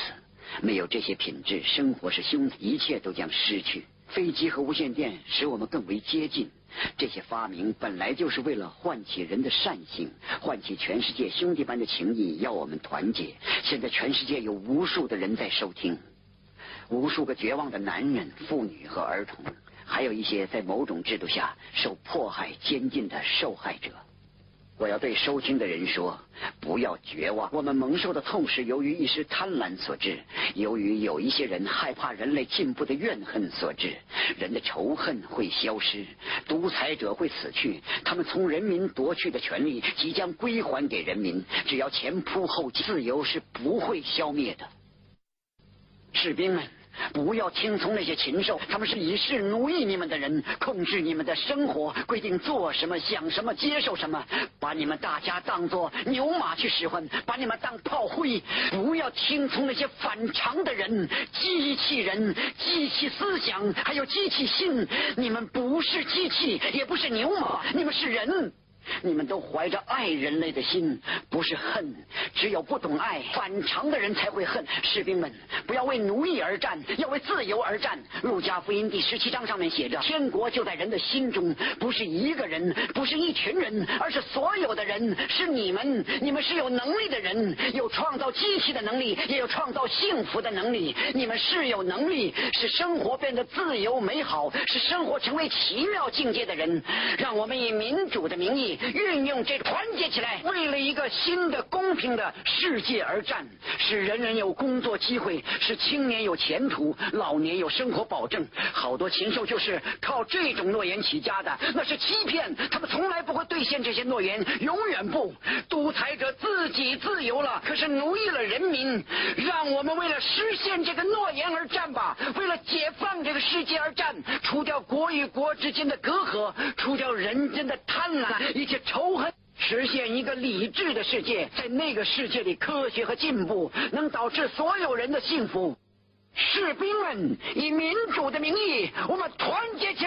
Speaker 9: 没有这些品质，生活是凶的，一切都将失去。飞机和无线电使我们更为接近。这些发明本来就是为了唤起人的善性，唤起全世界兄弟般的情谊，要我们团结。现在全世界有无数的人在收听，无数个绝望的男人、妇女和儿童，还有一些在某种制度下受迫害、监禁的受害者。我要对收听的人说，不要绝望。我们蒙受的痛是由于一时贪婪所致，由于有一些人害怕人类进步的怨恨所致。人的仇恨会消失，独裁者会死去，他们从人民夺去的权利即将归还给人民。只要前仆后继，自由是不会消灭的。士兵们，不要听从那些禽兽，他们是以势奴役你们的人，控制你们的生活，规定做什么、想什么、接受什么，把你们大家当作牛马去使唤，把你们当炮灰。不要听从那些反常的人、机器人、机器思想，还有机器心。你们不是机器，也不是牛马，你们是人。你们都怀着爱人类的心，不是恨。只有不懂爱、反常的人才会恨。士兵们，不要为奴役而战，要为自由而战。路加福音第十七章上面写着：“天国就在人的心中，不是一个人，不是一群人，而是所有的人。是你们，你们是有能力的人，有创造机器的能力，也有创造幸福的能力。你们是有能力，使生活变得自由美好，使生活成为奇妙境界的人。让我们以民主的名义。”运用这团结起来，为了一个新的公平的世界而战，使人人有工作机会，使青年有前途，老年有生活保证。好多禽兽就是靠这种诺言起家的，那是欺骗，他们从来不会兑现这些诺言，永远不。独裁者自己自由了，可是奴役了人民。让我们为了实现这个诺言而战吧，为了解放这个世界而战，除掉国与国之间的隔阂，除掉人间的贪婪。一切仇恨，实现一个理智的世界，在那个世界里，科学和进步能导致所有人的幸福。士兵们，以民主的名义，我们团结起来。